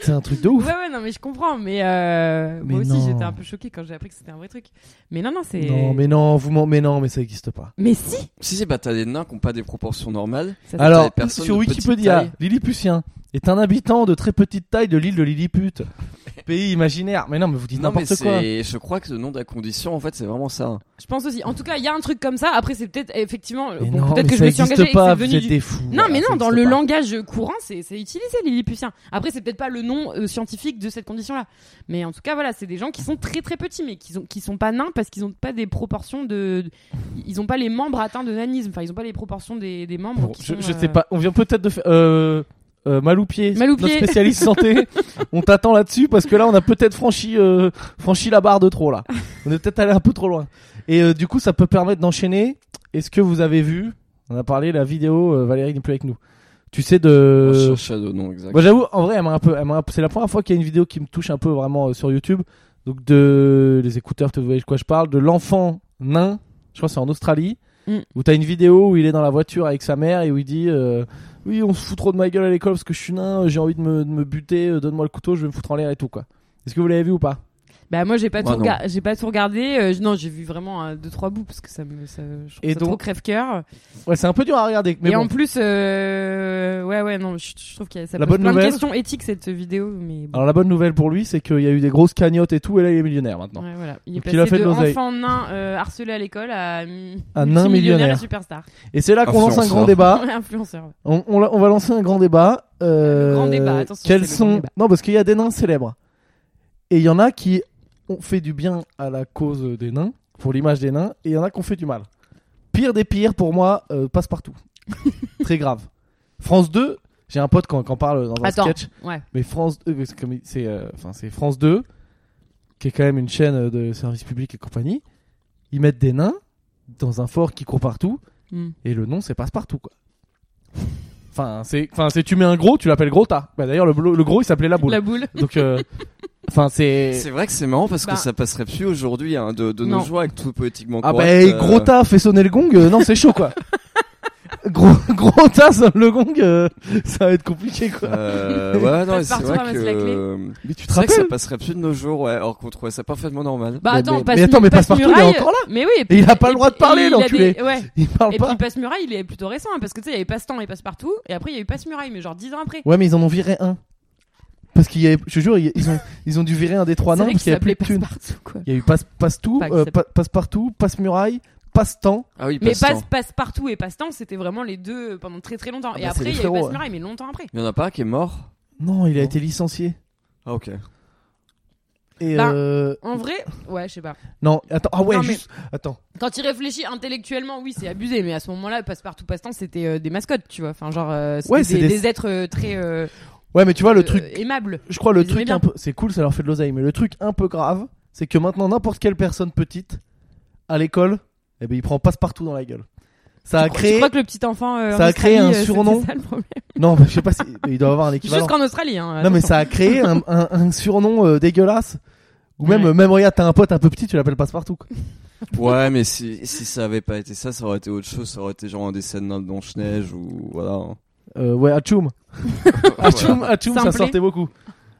Speaker 1: C'est un truc de
Speaker 2: Ouais,
Speaker 1: ouf.
Speaker 2: ouais, non, mais je comprends, mais, euh,
Speaker 1: Mais
Speaker 2: moi aussi,
Speaker 1: non.
Speaker 2: j'étais un peu choquée quand j'ai appris que c'était un vrai truc. Mais non, non, c'est.
Speaker 1: Non, mais non, vous m'en- mais non, mais ça existe pas.
Speaker 2: Mais si
Speaker 3: Si, si, bah, t'as des nains qui ont pas des proportions normales.
Speaker 2: Ça, c'est-
Speaker 1: Alors,
Speaker 3: personne
Speaker 1: sur
Speaker 3: de petite
Speaker 1: Wikipédia,
Speaker 3: taille.
Speaker 1: Lilliputien est un habitant de très petite taille de l'île de Lilliput. Pays imaginaire. Mais non, mais vous dites
Speaker 3: Non, mais
Speaker 1: n'importe quoi.
Speaker 3: c'est, je crois que le nom de la condition, en fait, c'est vraiment ça. hein.
Speaker 2: Je pense aussi. En tout cas, il y a un truc comme ça. Après, c'est peut-être. Effectivement.
Speaker 1: Mais
Speaker 2: bon,
Speaker 1: non,
Speaker 2: peut-être
Speaker 1: mais
Speaker 2: que je
Speaker 1: ça
Speaker 2: me suis engagée
Speaker 1: existe
Speaker 2: et que c'est
Speaker 1: pas, vous
Speaker 2: venu
Speaker 1: êtes
Speaker 2: du-
Speaker 1: des fous.
Speaker 2: Non,
Speaker 1: Voilà,
Speaker 2: mais
Speaker 1: ça
Speaker 2: non, dans
Speaker 1: existe
Speaker 2: le
Speaker 1: pas.
Speaker 2: langage courant, c'est c'est utilisé, les Lilliputiens. Après, c'est peut-être pas le nom euh, scientifique de cette condition-là. Mais en tout cas, voilà, c'est des gens qui sont très très petits, mais qui, ont, qui sont pas nains parce qu'ils ont pas des proportions de. Ils ont pas les membres atteints de nanisme. Enfin, ils ont pas les proportions des, des membres.
Speaker 1: Bon,
Speaker 2: qui
Speaker 1: je,
Speaker 2: sont,
Speaker 1: je
Speaker 2: euh,
Speaker 1: sais pas. On vient peut-être de faire. Euh, euh, Maloupier,
Speaker 2: Maloupier.
Speaker 1: notre spécialiste santé. on t'attend là-dessus parce que là, on a peut-être franchi euh, franchi la barre de trop là. On est peut-être allé un peu trop loin. Et euh, du coup, ça peut permettre d'enchaîner. Est-ce que vous avez vu On a parlé de la vidéo. euh, Valérie n'est plus avec nous. Tu sais de.
Speaker 3: Sur Shadow, non, exact.
Speaker 1: Euh, Moi, j'avoue, en vrai, elle m'a un peu. elle m'a un peu- C'est la première fois qu'il y a une vidéo qui me touche un peu vraiment euh, sur YouTube. Donc de les écouteurs, tu vois de quoi je parle. De l'enfant nain. Je crois que c'est en Australie.
Speaker 2: Mm.
Speaker 1: Où t'as une vidéo où il est dans la voiture avec sa mère et où il dit euh, oui on se fout trop de ma gueule à l'école parce que je suis nain, euh, j'ai envie de me, de me buter, euh, donne-moi le couteau, je vais me foutre en l'air et tout quoi. Est-ce que vous l'avez vu ou pas
Speaker 2: Bah, moi, j'ai pas,
Speaker 3: Moi,
Speaker 2: tout
Speaker 3: non.
Speaker 2: rega- j'ai pas tout regardé. euh, je- non, j'ai vu vraiment euh, deux, trois bouts parce que ça me. Ça, je trouve
Speaker 1: Et
Speaker 2: ça
Speaker 1: donc-
Speaker 2: trop crève-coeur.
Speaker 1: Ouais c'est un peu dur à regarder. Mais
Speaker 2: Et
Speaker 1: bon.
Speaker 2: en plus, euh, ouais, ouais, non, je, je trouve que ça
Speaker 1: La
Speaker 2: pose
Speaker 1: bonne
Speaker 2: plein
Speaker 1: nouvelle-
Speaker 2: de questions éthiques cette vidéo. Mais bon.
Speaker 1: Alors la bonne nouvelle pour lui c'est qu'il y a eu des grosses cagnottes et tout et là il est millionnaire maintenant.
Speaker 2: Ouais, voilà. Il est
Speaker 1: Donc,
Speaker 2: passé
Speaker 1: il a fait de
Speaker 2: de,
Speaker 1: l'oseille.
Speaker 2: enfant nain euh, harcelé à l'école à mm,
Speaker 1: Un nain
Speaker 2: multimillionnaire
Speaker 1: millionnaire. Ah.
Speaker 2: et superstar.
Speaker 1: Et c'est là qu'on lance un
Speaker 3: Influenceur.
Speaker 1: grand débat.
Speaker 2: Influenceur.
Speaker 1: On, on la- on va lancer un grand débat. Euh,
Speaker 2: Le grand débat, attention, c'est
Speaker 1: Quels
Speaker 2: le
Speaker 1: sont
Speaker 2: grand débat.
Speaker 1: Non, parce qu'il y a des nains célèbres. Et il y en a qui ont fait du bien à la cause des nains, pour l'image des nains, et il y en a qui ont fait du mal. Pire des pires, pour moi, euh, passe partout. Très grave. France 2, j'ai un pote quand, quand parle dans un
Speaker 2: Attends.
Speaker 1: sketch,
Speaker 2: Ouais.
Speaker 1: euh, mais France 2, c'est comme il- c'est, euh, enfin, c'est France 2. qui est quand même une chaîne de service public et compagnie, ils mettent des nains dans un fort qui court partout,
Speaker 2: Hmm.
Speaker 1: et le nom c'est passe-partout, quoi. Enfin, c'est, enfin, c'est tu mets un gros, tu l'appelles gros, t'as. Bah, d'ailleurs, le, blo- le gros il s'appelait la boule.
Speaker 2: La boule.
Speaker 1: Donc, euh, enfin, c'est.
Speaker 3: C'est vrai que c'est marrant parce
Speaker 2: Bah.
Speaker 3: que ça passerait plus aujourd'hui hein, de, de
Speaker 2: Non.
Speaker 3: nos jours avec tout poétiquement
Speaker 1: Ah bah,
Speaker 3: correct. euh,
Speaker 1: gros tas fait sonner le gong, euh, non, c'est chaud, quoi. gros, gros tas sonne le gong, euh, ça va être compliqué, quoi.
Speaker 3: euh, ouais, non, mais c'est
Speaker 2: Passe-partout,
Speaker 3: vrai
Speaker 2: ramasse
Speaker 3: que.
Speaker 2: la clé.
Speaker 3: euh,
Speaker 1: Mais tu te
Speaker 3: C'est vrai que ça
Speaker 1: rappelles
Speaker 3: passerait plus de nos jours, ouais, alors qu'on trouvait ça parfaitement normal.
Speaker 2: Bah
Speaker 1: Mais-
Speaker 2: attends,
Speaker 1: mais-
Speaker 2: passe
Speaker 1: mais attends, mais
Speaker 2: passe
Speaker 1: passe-partout, il est
Speaker 2: muraille.
Speaker 1: encore là.
Speaker 2: Mais oui. et
Speaker 1: Et
Speaker 2: puis-
Speaker 1: il a pas le droit de
Speaker 2: puis-
Speaker 1: parler,
Speaker 2: il a
Speaker 1: l'enculé.
Speaker 2: des- Ouais.
Speaker 1: Il parle
Speaker 2: Et
Speaker 1: pas.
Speaker 2: puis Passe Muraille, il est plutôt récent, hein, parce que tu sais, il y avait Passe Temps et Passe Partout, et après il y a eu Passe Muraille, mais genre 10 ans après.
Speaker 1: Ouais, mais ils en ont viré un. Parce qu'il y avait, je te jure, il y a- ils ont, ils ont dû virer un des trois
Speaker 2: C'est
Speaker 1: nains
Speaker 2: vrai
Speaker 1: parce qu'il y a plus
Speaker 2: s'appelait
Speaker 1: de thunes.
Speaker 2: Passe Partout, quoi.
Speaker 1: Il y a eu passe, passe tout,
Speaker 2: Pas que
Speaker 1: euh,
Speaker 2: ça-
Speaker 1: pa- passe partout, passe muraille, passe temps.
Speaker 3: Ah oui,
Speaker 2: Mais
Speaker 3: passe-temps.
Speaker 2: passe, passe Partout et Passe Temps, c'était vraiment les deux pendant très très longtemps.
Speaker 1: Ah
Speaker 2: et
Speaker 1: bah, c'est
Speaker 2: après,
Speaker 1: les
Speaker 2: il y a eu
Speaker 1: frérots,
Speaker 2: Passe
Speaker 1: ouais.
Speaker 2: Muraille, mais longtemps après.
Speaker 3: Il y en a pas un qui est mort
Speaker 1: Non, il a
Speaker 3: Non.
Speaker 1: été licencié.
Speaker 3: Ah, ok.
Speaker 1: Et
Speaker 2: Bah.
Speaker 1: euh,
Speaker 2: En vrai, ouais, je sais pas.
Speaker 1: non, attends, ah ouais,
Speaker 2: Non, mais-
Speaker 1: juste, attends.
Speaker 2: Quand il réfléchit intellectuellement, oui, c'est abusé, mais à ce moment-là, Passe Partout, Passe Temps, c'était euh, des mascottes, tu vois. Enfin, genre, euh, c'était
Speaker 1: Ouais, c'est
Speaker 2: des,
Speaker 1: des-
Speaker 2: des êtres euh, très. euh,
Speaker 1: Ouais, mais tu vois le
Speaker 2: euh,
Speaker 1: truc,
Speaker 2: aimables.
Speaker 1: je crois le
Speaker 2: ils aimaient
Speaker 1: truc
Speaker 2: bien.
Speaker 1: un peu, c'est cool, ça leur fait de l'oseille, mais le truc un peu grave, c'est que maintenant n'importe quelle personne petite à l'école, eh ben il prend passe partout dans la gueule. Ça a
Speaker 2: Tu
Speaker 1: créé,
Speaker 2: crois que le petit enfant. euh,
Speaker 1: ça
Speaker 2: en
Speaker 1: a créé
Speaker 2: Australie,
Speaker 1: un
Speaker 2: euh,
Speaker 1: surnom
Speaker 2: c'était ça, le problème
Speaker 1: non, bah, je sais pas, si... mais il doit avoir un équivalent.
Speaker 2: Jusqu'en Australie, hein.
Speaker 1: Non mais
Speaker 2: attention.
Speaker 1: ça a créé un, un- un surnom euh, dégueulasse. Ou même,
Speaker 2: Ouais.
Speaker 1: euh, même regarde, t'as un pote un peu petit, tu l'appelles passe-partout. quoi.
Speaker 3: Ouais, mais si, si ça avait pas été ça, ça aurait été autre chose, ça aurait été genre un dessin de Blanche-Neige ou voilà. hein.
Speaker 1: Euh, ouais, Atchoum.
Speaker 2: Ah,
Speaker 1: Atchoum, Atchoum, ça
Speaker 2: Simplé.
Speaker 1: sortait beaucoup.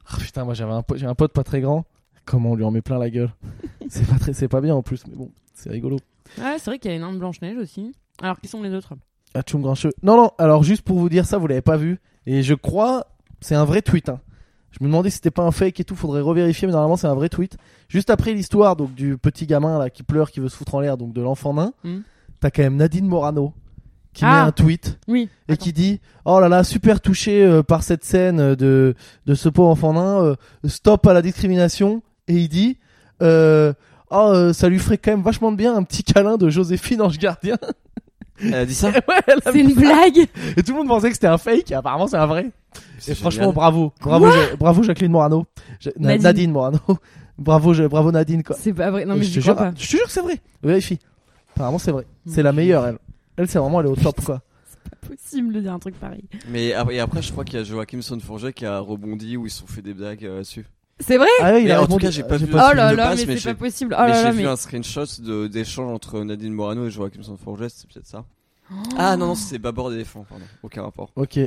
Speaker 1: Ah, putain, moi j'avais un pote, j'ai un pote pas très grand. Comment on lui en met plein la gueule C'est pas très, c'est pas bien en plus, mais bon, c'est rigolo.
Speaker 2: Ouais, c'est vrai qu'il y a les nains de Blanche-Neige aussi. Alors, qui sont les autres
Speaker 1: Atchoum grincheux. Non, non. Alors juste pour vous dire ça, vous l'avez pas vu. Et je crois, c'est un vrai tweet. hein. Je me demandais si c'était pas un fake et tout, faudrait revérifier, mais normalement c'est un vrai tweet. Juste après l'histoire donc du petit gamin là qui pleure, qui veut se foutre en l'air, donc de l'enfant nain.
Speaker 2: Hmm.
Speaker 1: T'as quand même Nadine Morano qui
Speaker 2: Ah.
Speaker 1: met un tweet.
Speaker 2: Oui.
Speaker 1: et qui dit oh là là super touché euh, par cette scène euh, de de ce pauvre enfant nain euh, stop à la discrimination et il dit euh, oh euh, ça lui ferait quand même vachement de bien un petit câlin de Joséphine Ange Gardien
Speaker 3: Elle a dit ça
Speaker 1: Ouais, elle a
Speaker 2: C'est
Speaker 1: mis
Speaker 2: une
Speaker 1: ça.
Speaker 2: blague
Speaker 1: et tout le monde pensait que c'était un fake et apparemment c'est un vrai et
Speaker 3: C'est
Speaker 1: franchement
Speaker 3: génial.
Speaker 1: bravo bravo Ja- bravo Jacqueline Morano Ja- Na-
Speaker 2: Nadine.
Speaker 1: Nadine. Morano bravo Ja- bravo Nadine quoi
Speaker 2: C'est pas vrai. Non, mais
Speaker 1: Bah, je,
Speaker 2: je
Speaker 1: te
Speaker 2: crois
Speaker 1: jure,
Speaker 2: pas.
Speaker 1: je te jure que c'est vrai vérifie apparemment c'est vrai c'est
Speaker 2: Mon
Speaker 1: la
Speaker 2: Dieu.
Speaker 1: meilleure elle elle c'est vraiment elle est au top quoi
Speaker 2: Possible de dire un truc pareil.
Speaker 3: Mais ap- et après, je crois qu'il y a Joachim Sonforget qui a rebondi où ils se sont fait des blagues euh, là-dessus.
Speaker 2: C'est vrai
Speaker 1: ah oui
Speaker 3: Mais en tout
Speaker 1: répondu-
Speaker 3: cas, j'ai pas
Speaker 1: j'ai
Speaker 3: vu-
Speaker 2: Oh
Speaker 3: film
Speaker 2: là
Speaker 3: de
Speaker 2: là,
Speaker 3: passe,
Speaker 2: mais
Speaker 3: mais
Speaker 2: c'est
Speaker 3: j'ai-
Speaker 2: pas possible. Oh
Speaker 3: mais
Speaker 2: là là,
Speaker 3: j'ai
Speaker 2: mais.
Speaker 3: vu un screenshot de- d'échange entre Nadine Morano et Joachim Sonforget, c'est peut-être ça. Ah non, non, c'est Babord éléphant, pardon. Aucun rapport.
Speaker 1: ok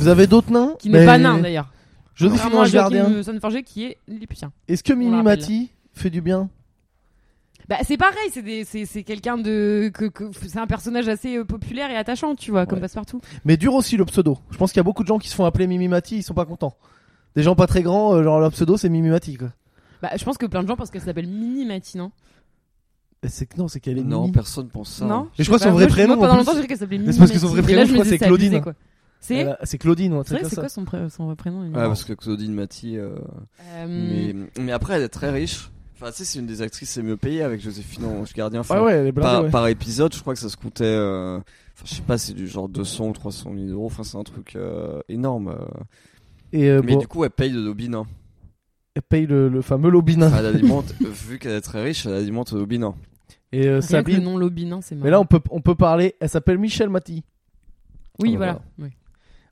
Speaker 1: vous avez d'autres nains
Speaker 2: Qui n'est
Speaker 1: Mais-
Speaker 2: pas nain d'ailleurs.
Speaker 1: Joséphine
Speaker 2: Contrairement à
Speaker 1: Ange
Speaker 2: Joachim
Speaker 1: Gardien
Speaker 2: Sonneforget qui est liputien.
Speaker 1: Est-ce que
Speaker 2: le
Speaker 1: Mimi
Speaker 2: rappelle.
Speaker 1: Mati fait du bien
Speaker 2: Bah, c'est pareil, c'est des- c'est c'est quelqu'un de. que- que- C'est un personnage assez euh, populaire et attachant, tu vois, comme
Speaker 1: Ouais.
Speaker 2: passe-partout.
Speaker 1: Mais dur aussi le pseudo. Je pense qu'il y a beaucoup de gens qui se font appeler Mimi Mati, ils sont pas contents. Des gens pas très grands, euh, genre leur pseudo c'est Mimi Mati quoi.
Speaker 2: Bah, je pense que plein de gens, parce qu'elle s'appelle Mini Mati, non
Speaker 1: Et C'est que non, c'est qu'elle est
Speaker 3: Non,
Speaker 1: Mimi.
Speaker 3: personne pense ça. hein.
Speaker 2: Non
Speaker 1: je crois
Speaker 2: sais
Speaker 1: que son vrai
Speaker 2: pas. Moi, je-
Speaker 1: prénom,
Speaker 2: Moi, pendant
Speaker 1: en plus-
Speaker 2: longtemps, j'ai cru qu'elle s'appelait
Speaker 1: Mais
Speaker 2: Mimi.
Speaker 1: c'est parce que son vrai
Speaker 2: Mati. Et là,
Speaker 1: prénom,
Speaker 2: je
Speaker 1: je crois,
Speaker 2: me dis,
Speaker 1: c'est
Speaker 2: abusé,
Speaker 1: Claudine.
Speaker 2: quoi. C'est.
Speaker 1: Elle a- C'est Claudine ou un
Speaker 2: C'est
Speaker 1: truc
Speaker 2: vrai,
Speaker 1: comme
Speaker 2: c'est
Speaker 1: ça. Ah,
Speaker 2: quoi son, pré- son vrai prénom il me
Speaker 3: Ouais,
Speaker 2: semble.
Speaker 3: parce que Claudine Mathy. euh,
Speaker 2: Euh,
Speaker 1: Mm.
Speaker 3: Mais, mais après, elle est très riche. Enfin, tu sais, c'est une des actrices les mieux payées avec Joséphine Ange Gardien. Enfin,
Speaker 1: Ah Ouais, ouais, elle est blindée.
Speaker 3: par,
Speaker 1: ouais.
Speaker 3: par épisode, je crois que ça se coûtait. euh, Enfin, je sais pas, c'est du genre 200 ou 300 000 euros. Enfin, c'est un truc euh, énorme. euh.
Speaker 1: Et euh,
Speaker 3: Mais
Speaker 1: bon,
Speaker 3: du coup, elle paye de Daubin. hein.
Speaker 1: elle paye le, le fameux Lobin.
Speaker 3: Enfin, elle alimente, vu qu'elle est très riche, elle alimente Daubin.
Speaker 1: Et euh,
Speaker 2: Rien que le
Speaker 1: Sabine.
Speaker 2: nom Lobin, c'est marrant.
Speaker 1: Mais là, on peut, on peut parler. Elle s'appelle Michel Mati.
Speaker 2: Oui,
Speaker 1: Ah,
Speaker 2: voilà. Ouais.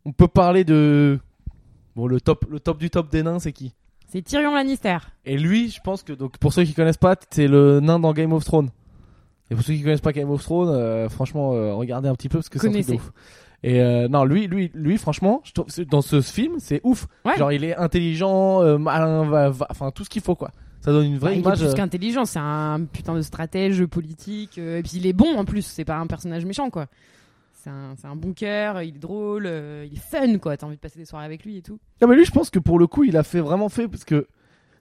Speaker 1: On peut parler de. Bon, le top, le top du top des nains, c'est qui
Speaker 2: C'est Tyrion Lannister.
Speaker 1: Et lui, je pense que donc pour ceux qui connaissent pas, c'est le nain dans Game of Thrones. Et pour ceux qui connaissent pas Game of Thrones, euh, franchement, euh, regardez un petit peu parce que c'est un truc de
Speaker 2: Connaissez.
Speaker 1: ouf. Et euh, non, lui, lui, lui, franchement, je trouve, c'est- dans ce film, c'est ouf.
Speaker 2: Ouais.
Speaker 1: Genre, il est intelligent, euh, malin, va- va- enfin tout ce qu'il faut quoi. Ça donne une vraie
Speaker 2: Bah, il est
Speaker 1: image.
Speaker 2: plus
Speaker 1: euh,
Speaker 2: qu'intelligent, c'est un putain de stratège politique. euh, et puis il est bon en plus, c'est pas un personnage méchant quoi. C'est un, c'est un bon cœur, il est drôle, euh, il est fun quoi. T'as envie de passer des soirées avec lui et tout.
Speaker 1: Non, mais lui, je pense que pour le coup, il a fait vraiment fait parce que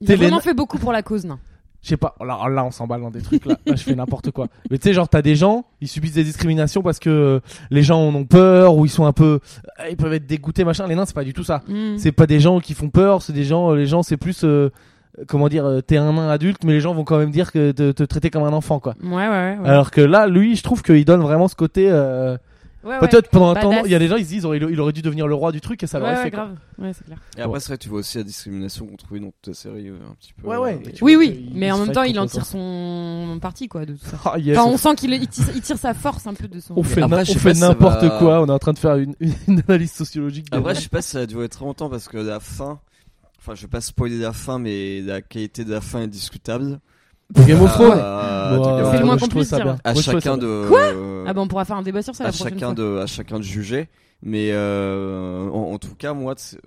Speaker 2: Il
Speaker 1: T'es
Speaker 2: a vraiment
Speaker 1: les-
Speaker 2: fait beaucoup pour la cause, non
Speaker 1: je sais pas. oh Là, là, on s'emballe dans des trucs là. Là, je fais n'importe quoi. Mais tu sais, genre, t'as des gens, ils subissent des discriminations parce que euh, les gens en ont peur ou ils sont un peu, euh, ils peuvent être dégoûtés machin. Les nains, c'est pas du tout ça.
Speaker 3: Hmm.
Speaker 2: Mm.
Speaker 1: c'est pas des gens qui font peur, c'est des gens, les gens, c'est plus, euh, comment dire, euh, t'es un nain adulte, mais les gens vont quand même dire que te, te traiter comme un enfant, quoi.
Speaker 2: Ouais, ouais, ouais. ouais.
Speaker 1: Alors que là, lui, je trouve qu'il donne vraiment ce côté, euh,
Speaker 2: Ah Ouais, ouais.
Speaker 1: Peut-être pendant un temps,
Speaker 2: Badass.
Speaker 1: il y a des gens, ils se disent, oh, il aurait- il aurait dû devenir le roi du truc et ça
Speaker 2: Ouais,
Speaker 1: l'aurait
Speaker 2: ouais,
Speaker 1: fait. quoi.
Speaker 2: grave. Ouais, c'est clair.
Speaker 3: Et après, c'est vrai, tu vois aussi la discrimination qu'on trouvait dans toute la série, euh, un petit peu.
Speaker 1: Ouais,
Speaker 3: euh,
Speaker 1: ouais.
Speaker 3: et-
Speaker 1: Tu
Speaker 2: Oui,
Speaker 1: vois
Speaker 2: oui,
Speaker 1: qu'il-
Speaker 2: mais
Speaker 1: il
Speaker 2: en
Speaker 1: se
Speaker 2: même
Speaker 1: fait
Speaker 2: temps, il en
Speaker 1: contre
Speaker 2: tire
Speaker 1: ça.
Speaker 2: son parti, quoi, de tout ça.
Speaker 1: Ah, yes.
Speaker 2: Enfin, on sent qu'il il tire, il tire sa force un peu de son.
Speaker 1: on fait,
Speaker 3: Après,
Speaker 1: na-
Speaker 3: je
Speaker 1: on
Speaker 3: sais
Speaker 1: fait
Speaker 3: pas si ça
Speaker 1: n'importe
Speaker 3: va-
Speaker 1: quoi, on est en train de faire une, une analyse sociologique. des-
Speaker 3: Après, je sais pas si ça a duré très longtemps parce que la fin. Enfin, je vais pas spoiler la fin, mais la qualité de la fin est discutable.
Speaker 1: Game of Thrones.
Speaker 3: Euh, de
Speaker 1: Moi,
Speaker 3: Game of
Speaker 2: C'est le
Speaker 1: moi,
Speaker 2: moins
Speaker 1: je
Speaker 2: qu'on
Speaker 1: trouve
Speaker 2: puisse
Speaker 1: ça
Speaker 2: dire.
Speaker 1: bien.
Speaker 3: à
Speaker 1: Moi, je trouve ça
Speaker 3: chacun
Speaker 1: bien.
Speaker 3: de
Speaker 2: Ah bah on pourra faire un débat sur ça la
Speaker 3: à
Speaker 2: prochaine
Speaker 3: chacun
Speaker 2: fois.
Speaker 3: de à chacun de juger mais euh, en, en tout cas moi c'est-